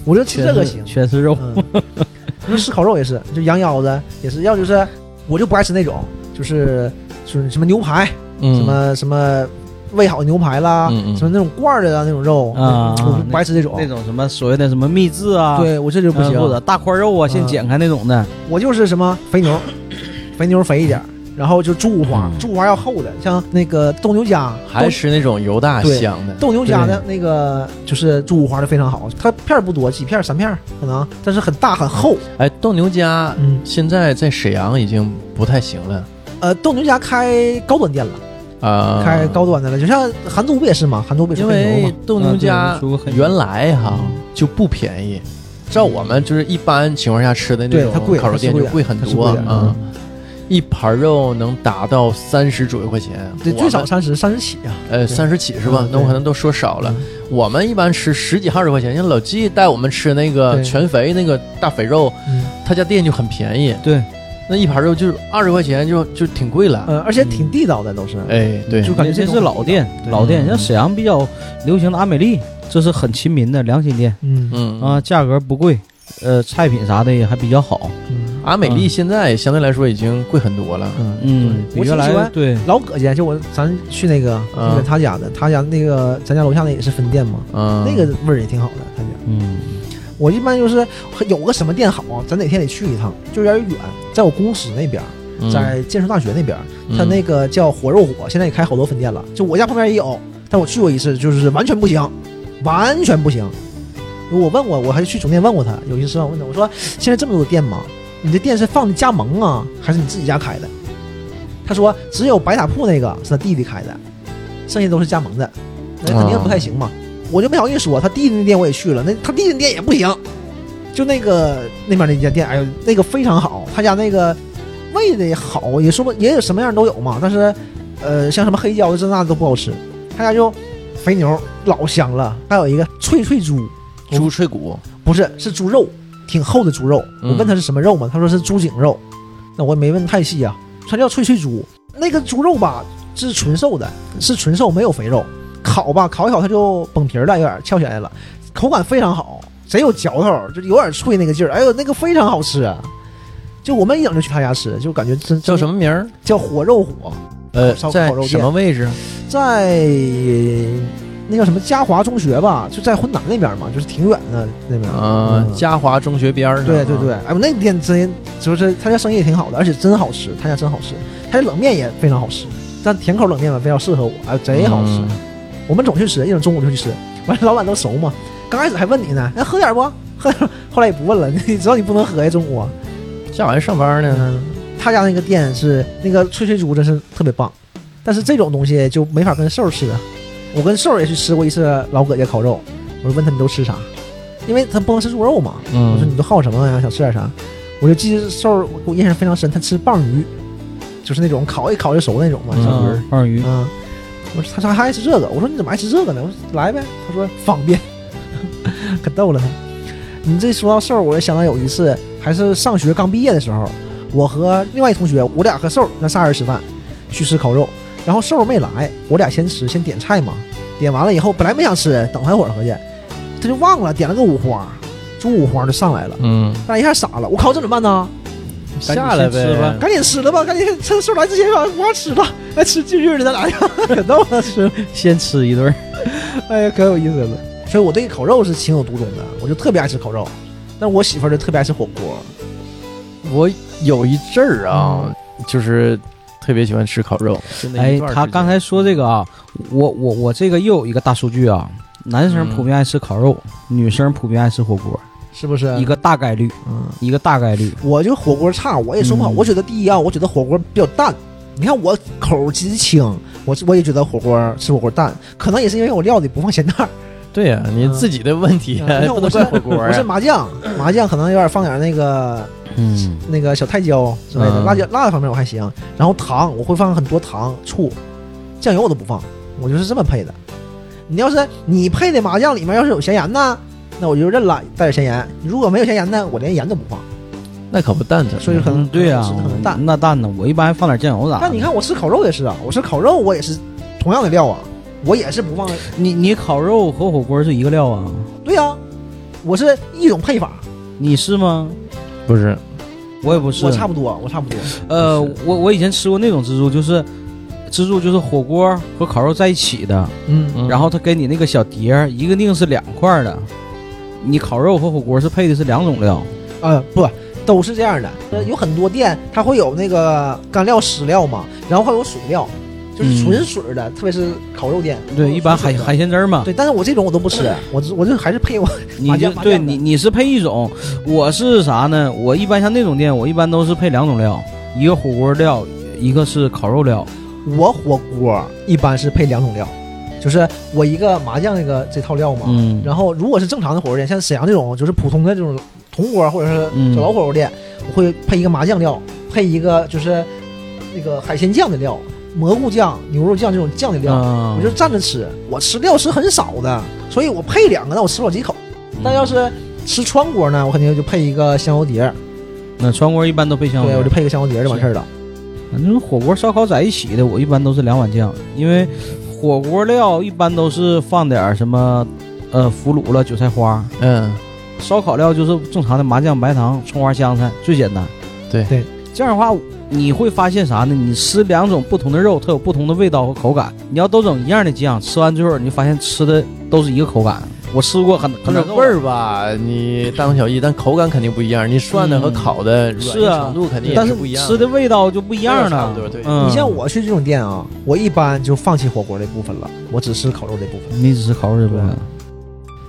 我就吃全这个是行。全是肉。嗯， 那吃烤肉也是，就羊腰子也是，要就是我就不爱吃那种，就是就是什么牛排，什嗯，么什么喂好牛排啦，嗯嗯什么那种罐儿的啊那种肉，啊我就不爱吃这种。那种什么所谓的什么秘制啊，哦对我这就不嗯，行，或者大块肉啊，先嗯剪开那种的。我就是什么肥牛，肥牛肥一点儿，然后就猪五花，嗯猪五花要厚的，像那个斗牛家，还吃那种油大对香的。斗牛家的那个就是猪五花的非常好，它片儿不多，几片儿三片儿可能，但是很大很厚。哎，斗牛家嗯，现在在沈阳已经不太行了呃，斗牛家开高端店了。啊，开高端的了，就像韩都不也是嘛？韩都不也是因黑牛为嘛？斗牛嗯对家我出过黑牛原来哈就不便宜，照我们就是一般情况下吃的那对它种贵烤肉店它是就贵贵很它是多贵的啊，一盘肉能达到三十左右块钱，对，我最少们三十三十起啊。呃对三十起是吧嗯？那我对嗯可能都说少了，我们一般吃十几二十块钱，像老纪带我们吃那个对全肥那个大肥肉，嗯，他家店就很便宜，对，那一盘肉就二十块钱就就挺贵了，呃，而且挺地道的都是。哎，对，就感觉这这是种老店，对老店嗯像沈阳比较流行的阿美丽，这是很亲民的良心店嗯嗯啊，价格不贵，呃，菜品啥的也还比较好，嗯，阿美丽现在相对来说已经贵很多了，嗯嗯，对比我挺原来喜欢对，老葛家，就我咱去那个嗯那个他家的，他家那个咱家楼下那也是分店嘛，嗯，那个味儿也挺好的。他家嗯我一般就是有个什么店好，咱哪天得去一趟，就有点远，在我公司那边，嗯在建设大学那边，嗯他那个叫火肉火，现在也开好多分店了。就我家旁边也有，但我去过一次，就是完全不行，完全不行。我问过，我还去总店问过他，有一次我问他，我说现在这么多店吗？你这店是放的加盟啊，还是你自己家开的？他说只有白塔铺那个是他弟弟开的，剩下都是加盟的，那肯定不太行嘛。我就没好意思说，他弟弟那店我也去了，那他弟弟那店也不行。就那个那边那家店，哎呦，那个非常好，他家那个味的也好，也说不也有什么样都有嘛。但是，呃，像什么黑椒这那都不好吃，他家就肥牛老香了，还有一个脆脆猪，猪脆骨，不是是猪肉，挺厚的猪肉。嗯我问他是什么肉嘛，他说是猪颈肉，那我也没问太细啊。它叫脆脆猪，那个猪肉吧是纯瘦的，是纯瘦没有肥肉，烤吧烤一烤它就崩皮儿了，有点翘起来了，口感非常好，贼有嚼头，就有点脆那个劲儿，哎呦那个非常好吃啊。就我们一整就去他家吃，就感觉真叫什么么名儿？叫火肉火，呃，烧烤在肉店什么位置？在那叫什么嘉华中学吧，就在浑南那边嘛，就是挺远的那边。啊，嗯嘉华中学边儿上。对对对，，哎，我那店真就是他家生意也挺好的，而且真好吃，他家真好吃，他家冷面也非常好吃，但甜口冷面吧非常适合我，哎，贼好吃。嗯我们总去吃，一整中午就去吃，完了老板都熟嘛，刚开始还问你呢，哎，喝点不？喝点，后来也不问了， 你知道你不能喝呀，中午。啊下完上班呢。嗯，他家那个店是那个脆脆猪真是特别棒，但是这种东西就没法跟瘦儿吃。啊我跟瘦儿也去吃过一次老葛家烤肉，我就问他你都吃啥，因为他不能吃猪肉嘛，我说嗯你都好什么呀？想吃点啥？我就记得瘦儿，我我印象非常深，他吃棒鱼，就是那种烤一烤就熟那种嘛，小鱼儿嗯，放鱼，嗯，我说他他还爱吃这个，我说你怎么爱吃这个呢？我说来呗，他说方便，可逗了他。你这说到瘦儿，我就想到有一次还是上学刚毕业的时候，我和另外一同学，我俩和瘦儿那仨人吃饭，去吃烤肉，然后瘦儿没来，我俩先吃，先点菜嘛，点完了以后本来没想吃，等他一会儿合计，他就忘了点了个五花，猪五花就上来了，嗯，大家一下傻了，我靠，这怎么办呢？赶紧下来先吃吧 呗，赶紧吃了吧，赶紧趁兽来之前把花吃了，来吃近日的，咱俩 呀，可逗了吃了，先吃一顿。哎呀，可有意思了。所以我对烤肉是情有独钟的，我就特别爱吃烤肉，但我媳妇儿就特别爱吃火锅。我有一阵儿嗯啊，就是特别喜欢吃烤肉。就那一哎段，儿他时间刚才说这个啊，我我我这个又有一个大数据啊，男生嗯普遍爱吃烤肉，女生普遍爱吃火锅，是不是？一个大概率，嗯，一个大概率。我就火锅差，我也说不好。嗯我觉得第一啊，我觉得火锅比较淡。你看我口极轻，我我也觉得火锅吃火锅淡，可能也是因为我料理不放咸淡儿。对呀，你自己的问题啊嗯你看不能我是怪火锅我是呀。麻酱，麻酱可能有点放点那个嗯，那个小泰椒之类的，嗯辣椒辣的方面我还行。然后糖我会放很多糖、醋、酱油我都不放，我就是这么配的。你要是你配的麻酱里面要是有咸盐呢，那我就认了，带点咸盐。如果没有咸盐呢，我连盐都不放，那可不啊淡的，所以可能嗯对呀、可能是很淡。那淡呢？我一般放点酱油啥的。但你看我吃烤肉也是啊，我吃烤肉我也是同样的料啊，我也是不放。你你烤肉和火锅是一个料啊？对呀、我是一种配法，你是吗？不是我也不是。我差不多，我差不多。呃不，我我以前吃过那种自助，就是自助就是火锅和烤肉在一起的，嗯嗯然后他给你那个小碟儿，一个定是两块儿的。你烤肉和火锅是配的是两种料，呃，不，都是这样的。呃有很多店它会有那个干料、湿料嘛，然后还有水料，就是纯水的，特别是烤肉店。嗯对，一般嗯还海海鲜汁儿嘛，对，但是我这种我都不吃，我就我就还是配我你就麻酱麻酱对的你你是配一种，我是啥呢？我一般像那种店，我一般都是配两种料，一个火锅料，一个是烤肉料。我火锅一般是配两种料，就是我一个麻酱那个这套料嘛，嗯，然后如果是正常的火锅店，像沈阳这种就是普通的这种铜锅或者是嗯小老火锅店，我会配一个麻酱料，配一个就是那个海鲜酱的料、蘑菇酱、牛肉酱这种酱的料，啊我就蘸着吃。我吃料是很少的，所以我配两个，那我吃不了几口。嗯但要是吃川锅呢，我肯定就配一个香油碟儿，那川锅一般都配香对油我就，配一个香油碟儿就完事儿了。反正火锅、烧烤在一起的，我一般都是两碗酱，因为火锅料一般都是放点儿什么，呃，腐乳了、韭菜花；嗯，烧烤料就是正常的麻酱、白糖、葱花、香菜，最简单。对对，这样的话你会发现啥呢？你吃两种不同的肉，它有不同的味道和口感。你要都整一样的酱，吃完之后你就发现吃的都是一个口感。我吃过很可很能难受啊味儿吧，你大同小异，但口感肯定不一样。你涮的和嗯烤的软是硬啊程度肯定也但是不一样。吃的味道就不一样味道差了不多对。嗯你像我去这种店啊，我一般就放弃火锅这部分了，我只吃烤肉这部分。你只吃烤肉这部分对，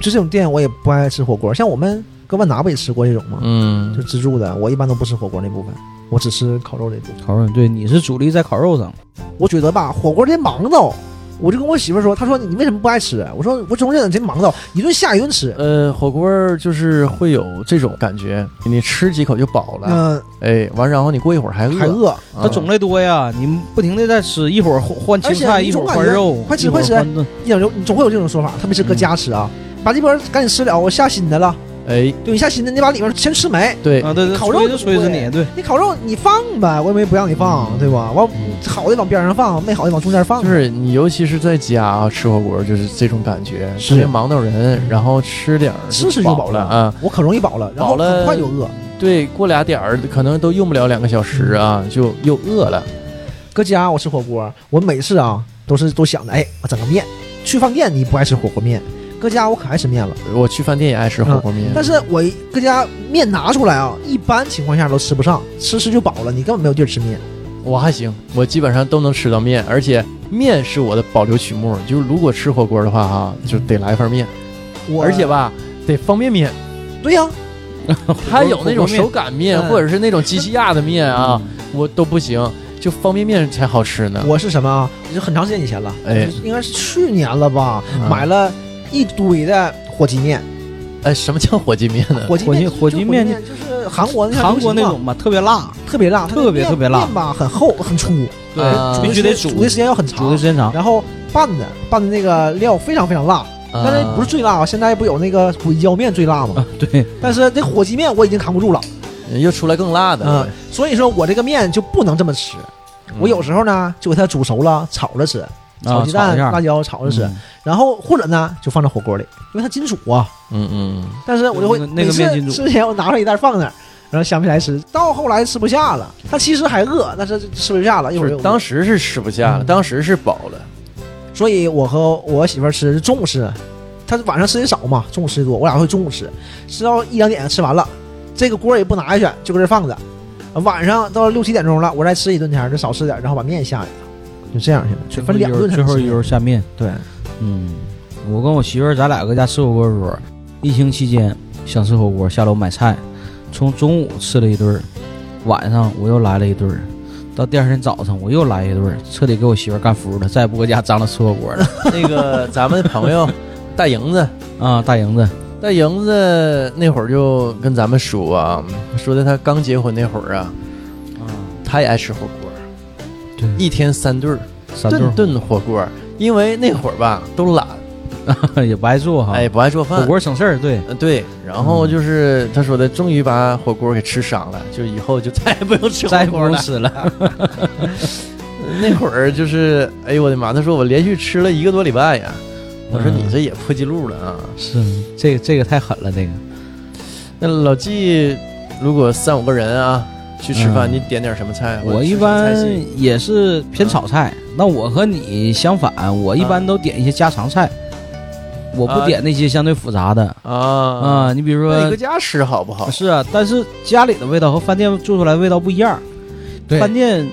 就这种店我也不爱吃火锅，像我们搁万达不也吃过这种吗？就嗯，自助的，我一般都不吃火锅那部分，我只吃烤肉这部分。烤肉对，你是主力在烤肉上。我觉得吧，火锅这忙叨，我就跟我媳妇儿说，她说你为什么不爱吃？我说我总觉得这忙叨，一顿下一顿吃。呃，火锅儿就是会有这种感觉，你吃几口就饱了，嗯、哎，完然后你过一会儿还饿，还饿，啊它种类多呀，你不停的在吃，一会儿换换青而且菜，你一会总儿感换觉肉，快吃一会儿快吃换炖你想就你总会有这种说法，特别是搁家吃啊，嗯把这边赶紧吃了，我下新的了。哎，对，你下新的，你把里面先吃没。对，啊，对对，烤肉就就催不着会你，对，你烤肉你放呗，我也没不让你放，对吧？完好的往边上放，没好的往中间放。嗯就是你，尤其是在家啊吃火锅，就是这种感觉，特是别忙叨人，然后吃点儿吃吃就饱饱了啊。我可容易饱了，然后饱了很快就饿。对，过俩点儿可能都用不了两个小时啊，就又饿了。搁家我吃火锅，我每次啊都是都想着，哎，我整个面。去饭店你不爱吃火锅面，搁家我可爱吃面了。我去饭店也爱吃火锅面，嗯但是我一搁家面拿出来啊，一般情况下都吃不上，吃吃就饱了，你根本没有地儿吃面。我还行，我基本上都能吃到面，而且面是我的保留曲目。就是如果吃火锅的话哈、就得来份面，我而且吧，得方便面，对呀、它有那种火锅面手擀面嗯或者是那种机器压的面 嗯啊，我都不行，就方便面才好吃呢。我是什么啊？就很长时间以前了，哎就是应该是去年了吧，啊嗯买了一堆的火鸡面。哎，什么叫火鸡面 呢？火鸡面，呃火鸡就面火鸡就是韩国那韩国那流行种嘛，特别辣，嘛特别辣，它那特别面特别辣面吧很厚很粗，对啊必须得煮煮的呃时间要很长，煮的时间长，然后拌的拌的那个料非常非常辣，啊但是不是最辣啊？现在不有那个鬼椒面最辣吗？啊，对，但是这火鸡面我已经扛不住了，啊又出来更辣啊的。嗯，嗯所以说我这个面就不能这么吃。我有时候呢就给它煮熟了炒着吃，炒鸡啊炒蛋、一下辣椒炒着吃，嗯然后或者呢就放在火锅里，因为它金属啊。嗯嗯但是我就会那个那个每次面筋煮吃前我拿出来一袋放那儿，然后想不起来吃，到后来吃不下了。但其实还饿，但是吃不下了。一嗯，会不儿是又，当时是吃不下了，嗯当时是饱了，所以我和我媳妇儿吃是中午吃，她晚上吃的少嘛，中午吃的多，我俩会中午吃，吃到一两点吃完了，这个锅也不拿下去，就搁这放着。晚上到六七点钟了，我再吃一顿钱儿，就少吃点儿，然后把面下去了，就这样去了，就分两顿才最能后吃一轮下面。对，嗯，我跟我媳妇儿，咱俩搁家吃火锅的时候，疫情期间想吃火锅，下楼买菜，从中午吃了一顿儿，晚上我又来了一顿儿，到第二天早上我又来一顿儿，彻底给我媳妇儿干服了，再也不搁家张罗吃火锅了。 那个咱们朋友大莹子，啊，大莹子，大莹子那会儿就跟咱们说啊，说的她刚结婚那会儿啊，她也爱吃火锅，对一天三顿儿，啊三顿顿顿火锅，因为那会儿吧都懒， 也不爱做哈，哎不爱做饭，火锅省事儿， 对，呃对，然后就是他说的，终于把火锅给吃伤了，就以后就再也不用吃再火也不锅用了。吃 了。那会儿就是，哎呦我的妈！他说我连续吃了一个多礼拜呀。我说嗯你这也破纪录了啊！是这个这个太狠了，这个那老纪，如果三五个人啊去吃饭，嗯你点点什么菜？我吃一什么菜般系啊也是偏炒菜。那我和你相反，我一般都点一些家常菜，我不啊点那些相对复杂的啊啊、啊，你比如那你搁说，家吃好不好？是啊，但是家里的味道和饭店做出来的味道不一样。对饭店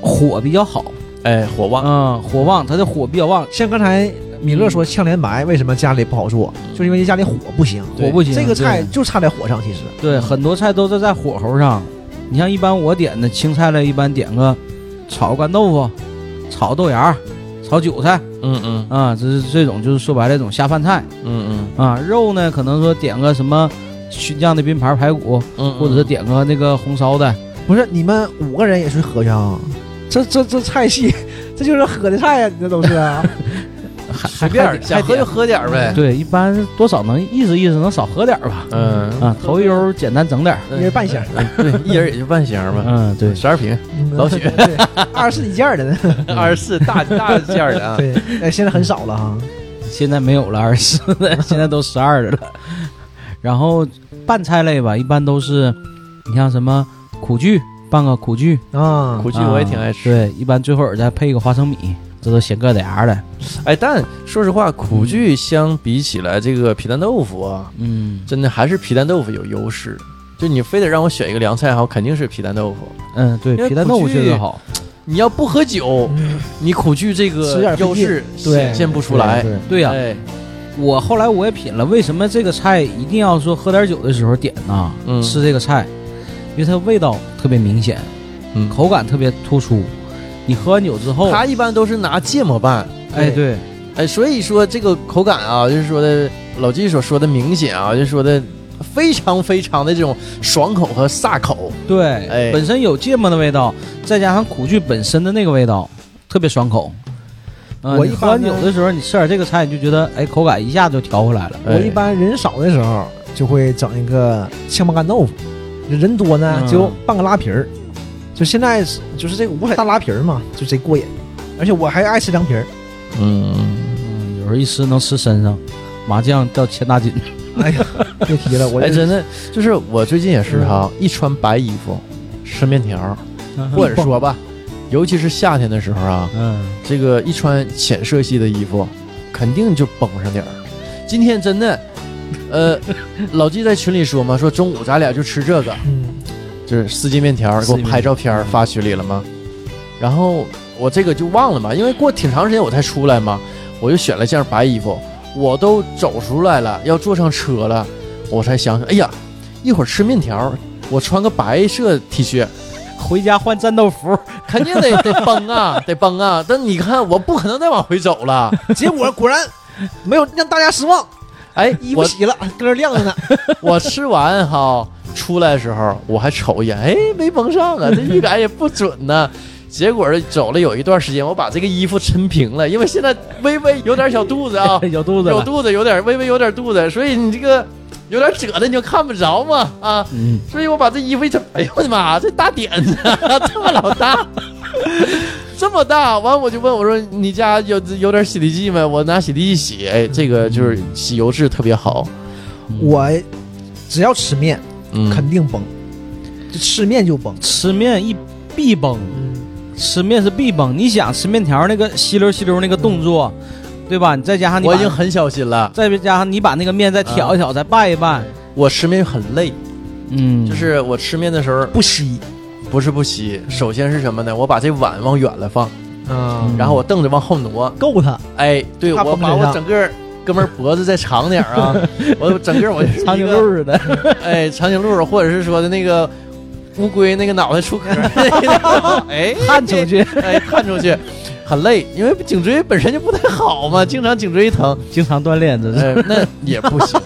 火比较好，哎，火旺，嗯，火旺，它的火比较旺，像刚才米勒说炝莲白，为什么家里不好做？就是因为家里火不行，对火不行。这个对菜就差在火上。其实对，很多菜都是在火候上。你像一般我点的青菜类，一般点个炒干豆腐、炒豆芽儿、炒韭菜嗯嗯啊，这是这种就是说白了一种下饭菜嗯啊。肉呢，可能说点个什么熏酱的冰盘排骨，嗯嗯，或者是点个那个红烧的。不是你们五个人也是合家啊，这这这菜系，这就是喝的菜呀、你这都是 啊。嗯随便儿，想喝就喝点儿呗。对，一般多少能意思意思，能少喝点儿吧。嗯啊，头一悠简单整点儿。一人半箱儿，对，一人也就半箱吧，嗯，对，十二瓶，老许对，二十几件儿的呢。 二十四大大件儿的啊。 对，哎，现在很少了哈。现在没有了二十的， 现在都十二的了。然后拌菜类吧，一般都是你像什么苦苣，拌个苦苣，啊，嗯苦苣啊我也挺爱吃，对，一般最后再配一个花生米，这都咸个得牙的。哎，但说实话，苦苣相比起来，这个皮蛋豆腐啊，嗯真的还是皮蛋豆腐有优势。就你非得让我选一个凉菜好，肯定是皮蛋豆腐。嗯，因为对，皮蛋豆苦腐苣确实好，你要不喝酒，你苦苣这吃点个儿费优势劲对显现不出来。对对呀、哎，我后来我也品了，为什么这个菜一定要说喝点酒的时候点呢？嗯吃这个菜，因为它味道特别明显，嗯口感特别突出。你喝完酒之后，它一般都是拿芥末拌，哎，对，哦哎，所以说这个口感啊，就是说的老季所说的明显啊，就是说的非常非常的这种爽口和飒口。对，哎本身有芥末的味道，再加上苦苣本身的那个味道，特别爽口。呃我你一喝般完呢酒的时候，你吃点这个菜，你就觉得哎，口感一下就调回来了。我哎一般人少的时候就会整一个炝拌干豆腐，人多呢嗯就拌个拉皮儿。就现在是就是这个五彩大拉皮儿嘛，就贼过瘾。而且我还爱吃凉皮儿，嗯，嗯，有时候一吃能吃身上，麻酱掉千大筋。哎呀，别提了，我哎，这真的就是嗯我最近也是哈，一穿白衣服吃面条儿，嗯或者说吧，尤其是夏天的时候啊，嗯，这个一穿浅色系的衣服，肯定就绷上点儿。今天真的，呃，老纪在群里说嘛，说中午咱俩就吃这个，嗯，就是四季面条儿，给我四季面拍照片儿发群里了吗？然后我这个就忘了嘛，因为过挺长时间我才出来嘛，我就选了件白衣服，我都走出来了，要坐上车了，我才想想，哎呀，一会儿吃面条儿，我穿个白色 T 恤，回家换战斗服。，肯定得得崩啊，得崩啊！但你看，我不可能再往回走了。结果果然没有让大家失望，哎，衣服我洗了，搁这晾着呢。我吃完哈，出来的时候我还瞅一眼，哎，没蒙上啊，这预感也不准呢、结果走了有一段时间，我把这个衣服抻平了，因为现在微微有点小肚子啊有 肚子有了。肚子，有点微微有点肚子，所以你这个有点褶的你就看不着嘛啊。嗯，，所以我把这衣服一整，哎呦我的妈，这大点子这么老大，这么大，完我就问我说你家有有点洗涤剂没？我拿洗涤剂洗，哎，这个就是洗油质特别好， 我只要吃面嗯，肯定崩，就吃面就崩。吃面一必崩，嗯吃面是必崩。你想吃面条那个吸溜吸溜那个动作，对吧？你再加上你把我已经很小心了，再加上你把那个面再挑一挑，再拌一拌，我吃面很累，嗯，就是我吃面的时候不稀不是不吸，首先是什么呢？我把这碗往远了放，啊嗯然后我凳子往后挪，够它，哎，对怕我崩把身我上整个 哥们儿脖子再长点儿 啊，我整个我就是一个长颈鹿似 的。哎，长颈鹿或者是说的那个乌龟那个脑袋出壳 儿，哎，看出 去，哎，看出去很累，因为颈椎本身就不太好嘛，经常颈椎疼，经常锻炼，这是哎，那也不 行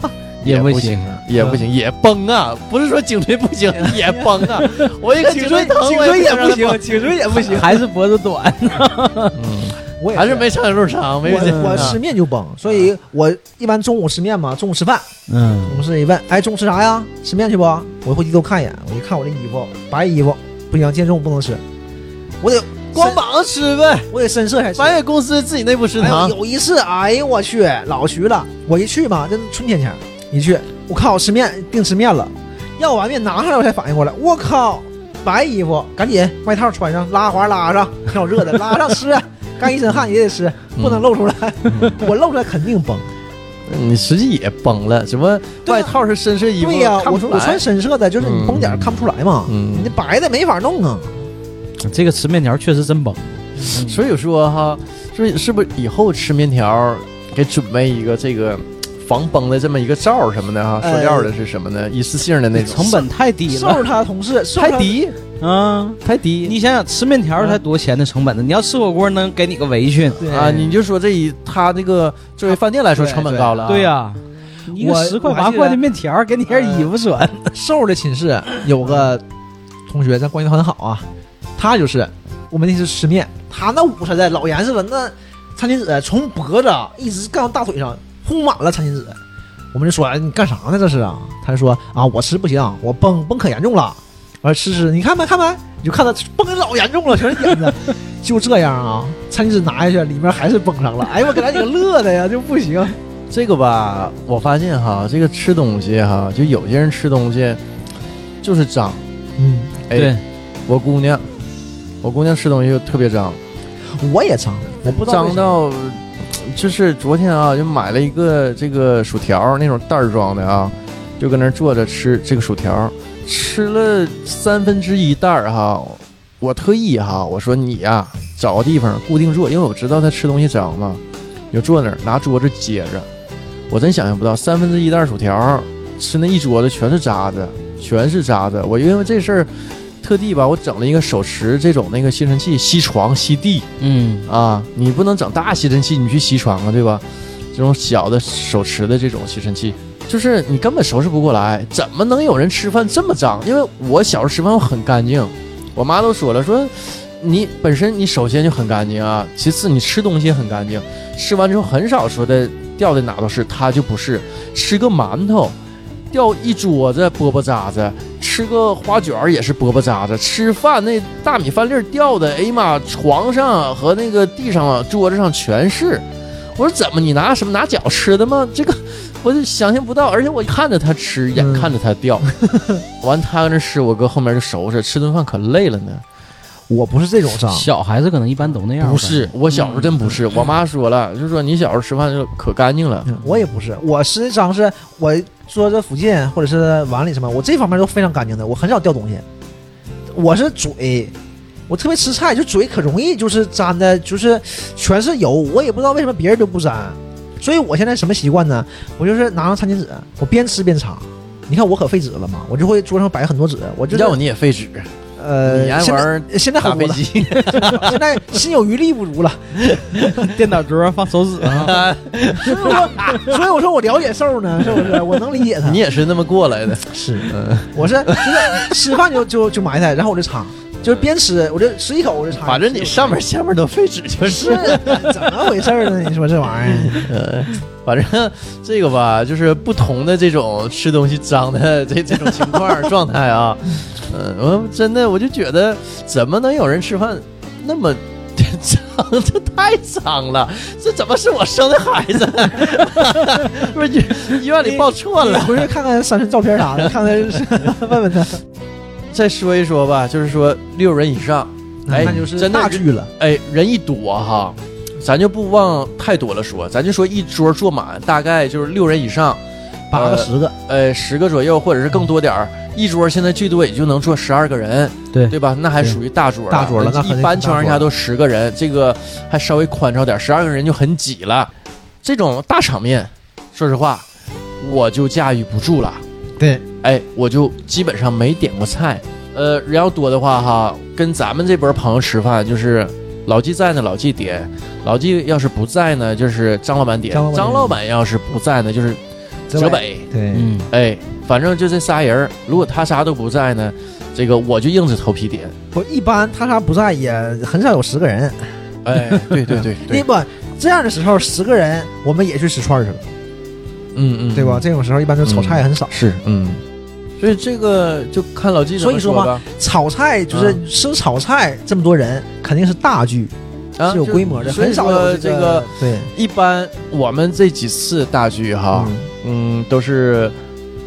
也不不行，也不嗯行，也崩啊！不是说颈椎不 行，也崩啊！我一个颈椎疼，颈我椎也不不能让行，颈椎也不行。还是脖子短。它崩， 嗯我也还是没长颈鹿长，没有啊颈我我吃面就崩，所以我一般中午吃面嘛，中午吃饭，嗯我们是一问，哎，中午吃啥呀？吃面去不？我回头看一眼，我一看我这衣服，白衣服不行，今天中午不能吃，我得嗯光膀子吃呗，我得深色才吃。满月公司自己内部食哎堂呦，有一次，哎呦我去，老徐了，我一去嘛，这春天前一去，我靠，我吃面定吃面了，要完面拿上来我才反应过来，我靠，白衣服赶紧外套穿上，拉环拉上，挺热的，拉上吃，啊干一身汗也得吃，嗯不能露出来， 我露出来肯定崩。你实际也崩了，什么对啊外套是深色衣服，对呀、看不我说出我穿啊来。深色的，就是你崩点儿看不出来嘛，嗯你这白的没法弄啊。这个吃面条确实真崩。所以说哈，所以是不是以后吃面条给准备一个这个防崩的这么一个罩儿什么的哈？呃塑料的是什么呢？一次性的那种，成本太低瘦了，是他的同事，瘦是太他的，低嗯，太低你想想吃面条才多钱的成本呢？你要吃火锅能给你个围裙，对啊！你就说这一他这个作为饭店来说成本高了啊，对呀，一个我十块我还八记块得的面条给你件衣服穿，瘦的寝室有个同学，咱关系都很好啊。他就是我们那次吃面，他那捂他的老严实了，那餐巾纸从脖子一直干到大腿上，铺满了餐巾纸。我们就说、哎、你干啥呢？这是啊？他就说啊，我吃不行，我崩崩可严重了。完吃吃，你看没看没？你就看他崩的老严重了，全是点子。 就这样啊，餐巾纸拿下去，里面还是崩上了。哎呦我给咱几个乐的呀，就不行。这个吧，我发现哈，这个吃东西哈，就有些人吃东西就是脏。嗯，哎，我姑娘，我姑娘吃东西就特别脏，我也脏，我不知道为脏啥到就是昨天啊，就买了一个这个薯条那种袋儿装的啊，就搁那儿坐着吃这个薯条，吃了三分之一袋儿哈。我特意哈，我说你呀、找个地方固定坐，因为我知道她吃东西脏嘛，你就坐那儿拿桌子接着。我真想象不到三分之一袋儿薯条吃那一桌子全是渣子，全是渣子。我因为这事儿特地吧，我整了一个手持这种那个吸尘器吸床吸地，嗯，啊，你不能整大吸尘器，你去吸床啊，对吧？这种小的手持的这种吸尘器，就是你根本收拾不过来。怎么能有人吃饭这么脏？因为我小时候吃饭我很干净，我妈都说了，说你本身你首先就很干净啊，其次你吃东西也很干净，吃完之后很少说的掉的哪都是，它就不是。吃个馒头。掉一桌子饽饽渣子，吃个花卷儿也是饽饽渣子，吃饭那大米饭粒儿掉的，哎呀妈，床上和那个地上啊、桌子上全是。我说怎么你拿什么拿脚吃的吗？这个我就想象不到，而且我看着他吃，眼嗯看着他掉，完他搁那吃，我搁后面就收拾，吃顿饭可累了呢。我不是这种脏，小孩子可能一般都那样。不是，，我小时候真不是，我妈说了，就说你小时候吃饭就可干净了。我也不是，我实际上是我桌子附近或者是碗里什么，我这方面都非常干净的，我很少掉东西。我是嘴，我特别吃菜，就嘴可容易就是沾的，就是全是油，我也不知道为什么别人都不沾。所以我现在什么习惯呢？我就是拿上餐巾纸，我边吃边擦。你看我可费纸了嘛，我就会桌上摆很多纸，我就是要不你也费纸，呃，你爱现玩在儿现在打很多飞了，机，现在心有余力不足了。电脑桌放手指啊，所以我说，所以我说我了解 瘦呢，是不是？我能理解他。你也是那么过来的。是，嗯，我是就是吃饭就就就埋汰，然后我就擦，就是边吃我就吃一口我就擦。反正你上面下面都费纸就是是。怎么回事儿呢？你说这玩意儿，呃，反正这个吧，就是不同的这种吃东西脏的这这种情 况状态啊，嗯、我真的我就觉得，怎么能有人吃饭那么 脏，这太脏了，这怎么是我生的孩 子？不是医医院里报错你了。回去看看珊珊照片 啥的，看看问问他，再说一说吧，就是说六人以上，哎那就是真的大剧了。哎，人一多哈，咱就不往太多了说，咱就说一桌坐满，大概就是六人以上，八个呃十个，呃，十个左右，或者是更多点儿。一桌现在最多也就能坐十二个人，对对吧？那还对属于大桌了大桌了那肯定一是般情况大桌下了都十个人，这个还稍微宽敞点儿，十二个人就很挤了。这种大场面，说实话，我就驾驭不住了。对，哎，我就基本上没点过菜。呃，人要多的话哈，跟咱们这波朋友吃饭，就是老纪在呢，老纪点；老纪要是不在呢，就是张老板点；张老板点张老板要是不在呢，就是哲哲北。对，嗯，哎，反正就这仨人儿，如果他仨都不在呢，这个我就硬着头皮点。不一般他仨不在也很少有十个人。哎，对对对那对，不这样的时候，十个人我们也去吃串儿去了，嗯嗯，对吧？？这种时候一般就炒菜很少，是，嗯。所以这个就看老纪怎么所以说嘛吧，炒菜就是吃炒菜，这么多人肯定是大剧，啊是有就规模的，所以很少有说这这个对一般我们这几次大剧哈，嗯。嗯，都是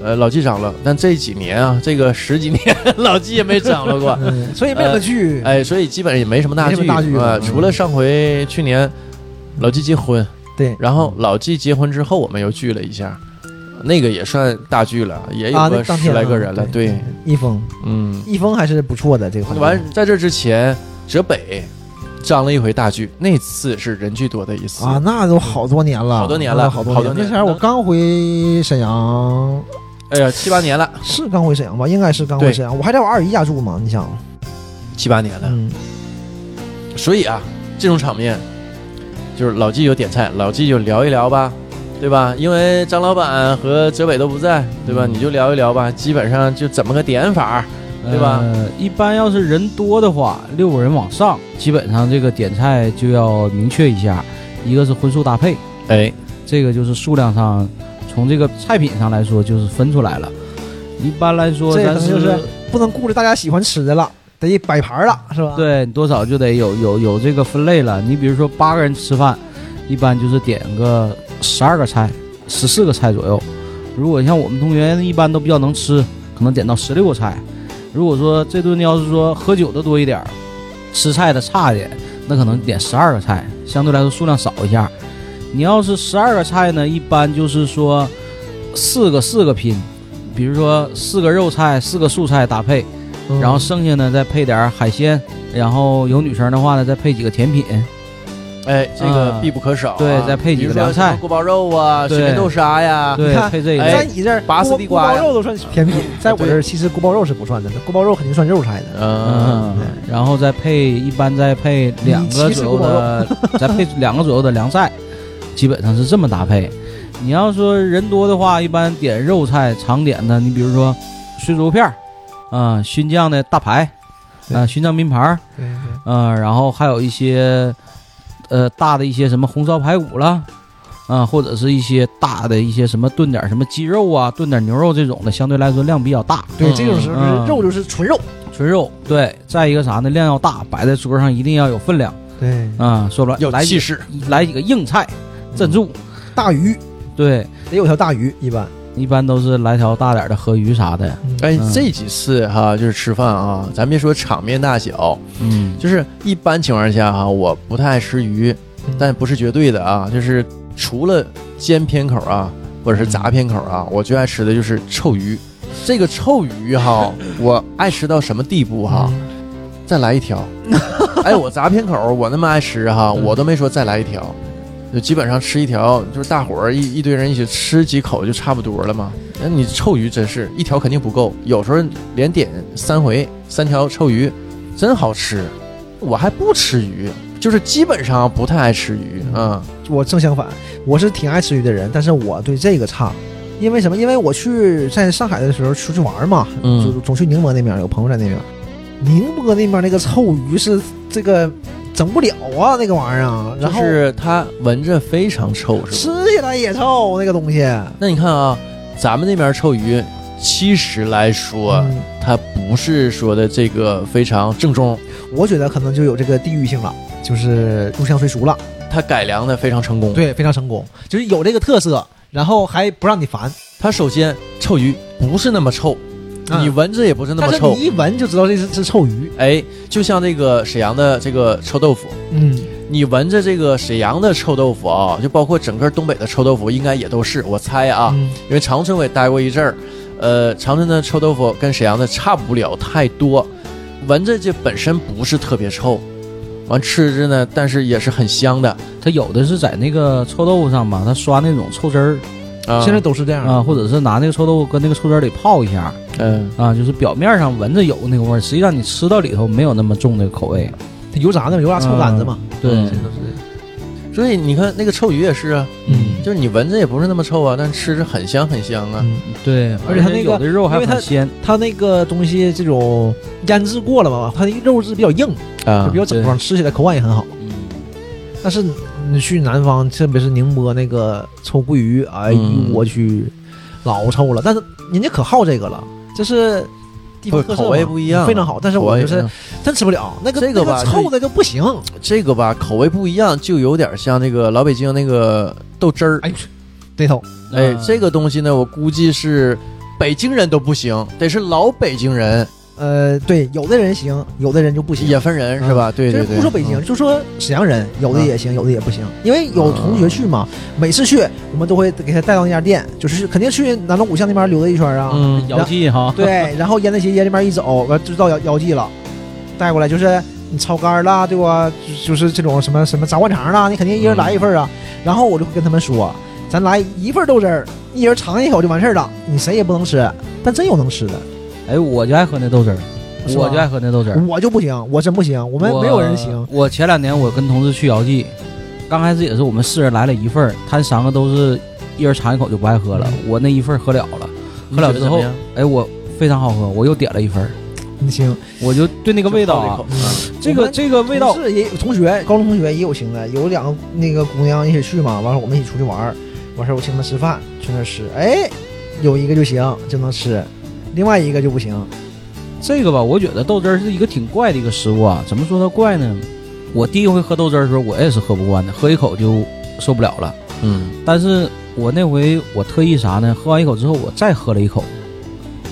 呃老纪长了，但这几年 啊，这个十几年老纪也没长了过 嗯所以没有个剧，哎，所以基本上也没什么大没什剧么大剧啊、了嗯除了上回去年老纪结婚，对然后老纪结婚之后我们又聚了一下，那个也算大剧了，也啊，有那个当十天来啊个人了，对，一峰嗯，一峰还是不错的这个环境，完在这之前，浙北张了一回大剧，那次是人最多的一次啊，那都好多年了，好多年了啊好好多多年那前儿我刚回沈阳，哎呀，七八年了，是刚回沈阳吧？应该是刚对回沈阳，我还在我二姨家住嘛，你想，七八年了，嗯，所以啊，这种场面，就是老纪就点菜，老纪就聊一聊吧，对吧？因为张老板和哲北都不在，对吧？你就聊一聊吧，基本上就怎么个点法儿，对吧呃？一般要是人多的话，六个人往上，基本上这个点菜就要明确一下，一个是荤素搭配，哎，这个就是数量上，从这个菜品上来说就是分出来了。一般来说，这可咱能是就是不能顾着大家喜欢吃的了，得摆盘儿了，是吧？，对你多少就得有有有这个分类了。你比如说八个人吃饭，一般就是点个十二个菜，十四个菜左右。如果像我们同学一般都比较能吃，可能点到十六个菜。如果说这顿要是说喝酒的多一点儿，吃菜的差一点，那可能点十二个菜，相对来说数量少一下。你要是十二个菜呢，一般就是说四个四个拼，比如说四个肉菜、四个素菜搭配，嗯然后剩下呢再配点儿海鲜，然后有女生的话呢再配几个甜品，哎，这个啊必不可少啊、对再配几比个如说凉菜什么锅包肉啊，对水面豆沙呀，对看，哎配这个。在你这儿拔丝锅地瓜呀锅包肉都算甜品，在我这儿其实锅包肉是不算的，锅包肉肯定算肉菜的。嗯嗯，然后再配一般再配两个左右的，再配两个左右的凉菜，基本上是这么搭配。你要说人多的话，一般点肉菜常点的，你比如说水煮肉片儿，啊、熏酱的大排，啊、熏酱拼盘儿，对对，嗯、然后还有一些呃大的一些什么红烧排骨啦，啊、或者是一些大的一些什么炖点儿什么鸡肉啊，炖点儿牛肉这种的，相对来说量比较大，对，这种时候就是嗯肉就是纯肉。纯肉。对，再一个啥呢，量要大，摆在桌上一定要有分量对，啊、说白了，有来气几势，来几个硬菜镇住。大鱼对，得有条大鱼，一般。一般都是来条大点儿的河鱼啥的。哎，嗯这几次哈，就是吃饭啊，咱别说场面大小，嗯，就是一般情况下哈，我不太爱吃鱼，嗯但不是绝对的啊，就是除了煎偏口啊，或者嗯是炸偏口啊，我最爱吃的就是臭鱼。这个臭鱼哈，我爱吃到什么地步哈？嗯再来一 条。哎，我炸偏口，我那么爱吃哈，嗯我都没说再来一条，就基本上吃一条，就是大伙儿一一堆人一起吃几口就差不多了嘛。那你臭鱼真是一条肯定不够，有时候连点三回三条臭鱼，真好吃。我还不吃鱼，就是基本上不太爱吃鱼嗯啊。我正相反，我是挺爱吃鱼的人，但是我对这个差。因为什么？因为我去在上海的时候出去玩嘛，嗯就总去宁波那边，有朋友在那边。宁波那边那个臭鱼是这个整不了啊，那个玩意儿啊。就然后是它闻着非常臭，是吧？吃起来也臭，那个东西。那你看啊，咱们那边臭鱼，其实来说，嗯它不是说的这个非常正宗，我觉得可能就有这个地域性了。就是入乡随俗了，它改良的非常成功。，对，非常成功，就是有这个特色，然后还不让你烦，它首先臭鱼不是那么臭，嗯你闻着也不是那但么是臭你。一闻就知道这是是臭鱼，哎，就像这个沈阳的这个臭豆腐，嗯，你闻着这个沈阳的臭豆腐啊，就包括整个东北的臭豆腐，应该也都是我猜啊，嗯因为长春我也待过一阵儿，呃，长春的臭豆腐跟沈阳的差不了太多，闻着这本身不是特别臭，完吃着呢，但是也是很香的它有的是在那个臭豆腐上吧，它刷那种臭汁儿啊。现在都是这样的啊，或者是拿那个臭豆腐跟那个臭汁儿里泡一下嗯、啊，就是表面上闻着有那个味儿，实际上你吃到里头没有那么重的口味。它油炸的嘛油炸臭杆子嘛，对，嗯所以你看那个臭鱼也是啊，嗯就是你闻着也不是那么臭啊，但吃着很香很香啊。嗯，对，而且它那个有的肉还因为它很鲜，嗯它那个东西这种腌制过了嘛，它那个肉质比较硬，就啊比，较整装，吃起来口感也很好。但是你去南方，特别是宁波那个臭鳜鱼，哎呦嗯我去，老臭了。但是人家可好这个了，这是地方不特色嘛口味不一样，非常好。但是我就是真吃不了那个这个吧那臭的就不行。这个吧，口味不一样，就有点像那个老北京那个豆汁儿。哎，对头，哎，啊啊这个东西呢，我估计是北京人都不行，得是老北京人，呃，对，有的人行，有的人就不行。也分人是吧？啊对对就是对，不说北京，嗯就说沈阳人，有的也行，有的也不行。因为有同嗯学去嘛，每次去我们都会给他带到那家店，就是肯定去南锣鼓巷那边溜达一圈啊。嗯，姚记 哈，对，然后烟那些烟那边一走，完就到姚姚记了，带过来就是你炒肝儿啦，对吧？就就是这种什么什么炸灌肠啦，你肯定一人来一份儿啊。嗯然后我就会跟他们说，咱来一份豆汁儿，一人尝一口就完事儿了，你谁也不能吃，但真有能吃的，哎，我就爱喝那豆汁儿，是吧我就爱喝那豆汁儿。我就不行，我真不行，我们没有人行。我前两年我跟同事去姚记，刚开始也是我们四人来了一份儿，他三个都是一人尝一口就不爱喝了，嗯我那一份儿喝了了。喝了你觉得之后怎么样，哎，我非常好喝，我又点了一份儿，你行，我就对那个味道就泡啊了，一口这个这个味道是也有同学，高中同学也有行的，有两个那个姑娘一起去嘛，完了我们一起出去玩儿，完事儿我请他们吃饭，去那儿吃，哎，有一个就行就能吃，另外一个就不行。这个吧，我觉得豆汁儿是一个挺怪的一个食物啊。怎么说它怪呢？我第一回喝豆汁儿的时候，我也是喝不惯的，喝一口就受不了了。嗯，但是我那回我特意啥呢？喝完一口之后，我再喝了一口，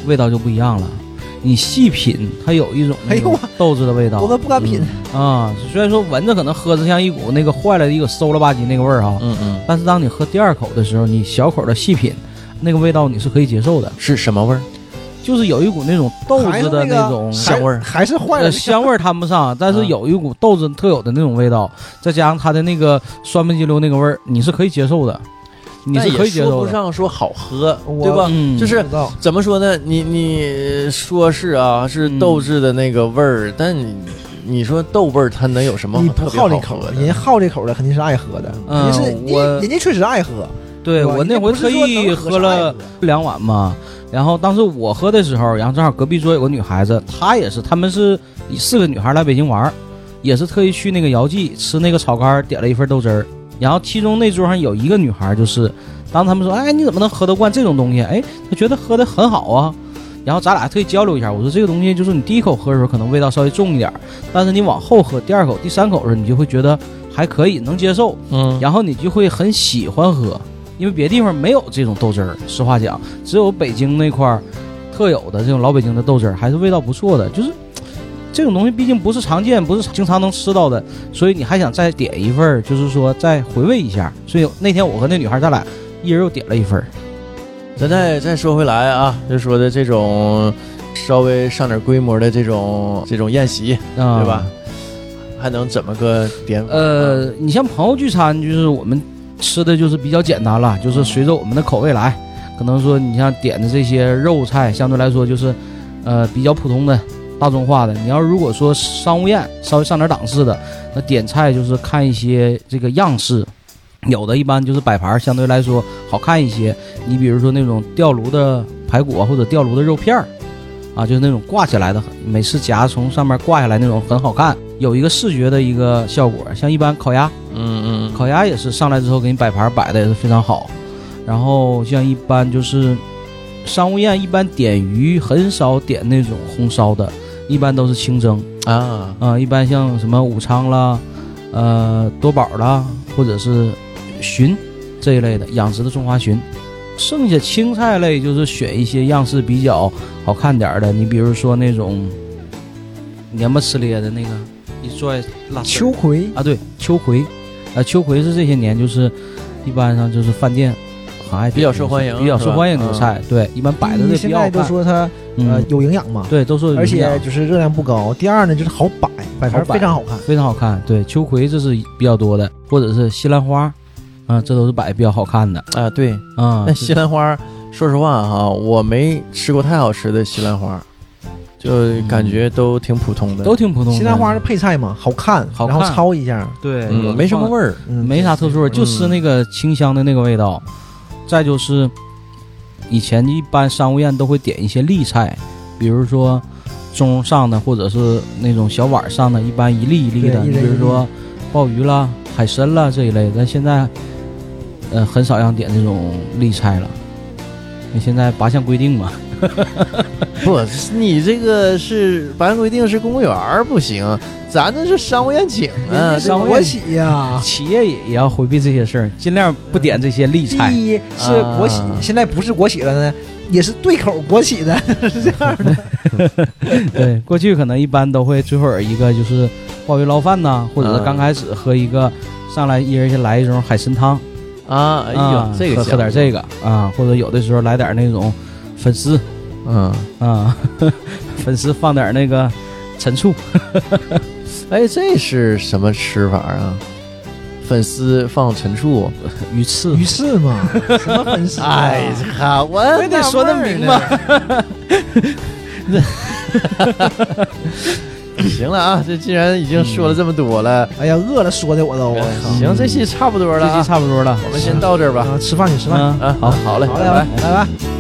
味道就不一样了。你细品，它有一种哎那呦种我豆子的味道我们不敢品，啊。虽然说闻着可能喝着像一股那个坏了一个馊了吧唧那个味儿哈，嗯嗯，但是当你喝第二口的时候，你小口的细品，那个味道你是可以接受的，是什么味儿？就是有一股那种豆还子是的那个种香味儿还还是坏呃，了。香味儿谈不上，但是嗯有一股豆子特有的那种味道，再加上它的那个酸不溜溜那个味儿，你是可以接受的，你但是也可以接说受不的，上说好喝，我对吧？嗯，就是不知道怎么说呢？你你说是啊，是嗯豆制的那个味儿，但你你说豆味儿它能有什么你特不别好这喝口的，人家好这口的肯定是爱喝的，嗯人家是人家我人家确实爱喝。对对吧我那回特意喝了两碗嘛，然后当时我喝的时候，然后正好隔壁桌有个女孩子，她也是，她们是四个女孩来北京玩儿，也是特意去那个姚记吃那个炒肝儿，点了一份豆汁儿，然后其中那桌上有一个女孩就是，当他们说，哎，你怎么能喝得惯这种东西？哎，她觉得喝的很好啊。然后咱俩还特意交流一下，我说这个东西就是你第一口喝的时候可能味道稍微重一点儿，但是你往后喝第二口、第三口的时候，你就会觉得还可以，能接受。嗯，然后你就会很喜欢喝，因为别地方没有这种豆汁儿。实话讲，只有北京那块儿特有的这种老北京的豆汁儿，还是味道不错的。就是这种东西，毕竟不是常见，不是经常能吃到的，所以你还想再点一份儿，就是说再回味一下。所以那天我和那女孩咱俩一人又点了一份儿，咱再再说回来啊，就说的这种稍微上点规模的这种这种宴席，啊对吧？？还能怎么个点法？呃，你像朋友聚餐，就是我们吃的就是比较简单了，就是随着我们的口味来。可能说你像点的这些肉菜，相对来说就是，呃，比较普通的、大众化的。你要如果说商务宴，稍微上点档次的，那点菜就是看一些这个样式，有的一般就是摆盘儿相对来说好看一些。你比如说那种吊炉的排骨啊，或者吊炉的肉片儿，啊，就是那种挂起来的，每次夹从上面挂下来那种很好看，有一个视觉的一个效果。像一般烤鸭，嗯嗯烤鸭也是上来之后给你摆盘儿摆的也是非常好。然后像一般就是商务宴，一般点鱼很少点那种红烧的，一般都是清蒸嗯啊，啊、一般像什么武昌啦，呃多宝啦，或者是鲟这一类的养殖的中华鲟。剩下青菜类就是选一些样式比较好看点儿的，你比如说那种黏不呲咧的那个，一拽拉丝儿秋葵啊，对，秋葵，啊，秋葵是这些年就是一般上就是饭店很爱比较受欢迎比较受欢迎的是吧嗯菜，对，一般摆第的一都比嗯现较在好都看，说它呃嗯，有营养嘛，对，都说而且营就是热量不高。第二呢，就是好摆，摆盘好摆非常好看养。非常好看，对，秋葵这是比较多的，或者是西兰花，啊，这都是摆得比较好看的啊，对，啊那，西兰花，说实话哈，我没吃过太好吃的西兰花，就感觉都挺普通的，都挺普通的。西兰花是配菜嘛，好看，好然后看焯一下，对，有嗯的没什么放味儿，嗯，没啥特殊味儿，嗯就是那个清香的那个味道。再就是，以前一般商务宴都会点一些粒菜，比如说中笼上的，或者是那种小碗上的，一般一粒一粒的。对一你人一比如粒说鲍鱼啦、海参啦这一类，但现在呃很少让点这种粒菜了，因为现在八项规定嘛。 不，你这个是法律规定是公务员儿不行，咱这是商务宴请啊，人家这是商务国宴企呀。企业也也要回避这些事儿，尽量不点这些粒第菜。一是国企啊，现在不是国企了呢，也是对口国企的，是这样的。对，过去可能一般都会最后儿一个就是鲍鱼捞饭呐，或者是刚开始喝一个，上来一人先来一盅海参汤，啊，哎啊呦，这个喝喝点个，这个啊，或者有的时候来点那种粉丝嗯，啊， 粉丝放点那个陈醋，哎，这是什么吃法啊？粉丝放陈醋，鱼 翅于是嘛，什么粉丝啊？哎呀，我我也得说得明白。行了啊，这既然已经说了这么多了，哎呀，饿了，说的我都，我哎靠行，这期差不多了嗯这啊期，差不多了，我们先到这儿吧。啊！吃饭去，吃饭去。嗯啊，好，好嘞，好嘞，拜拜。拜拜。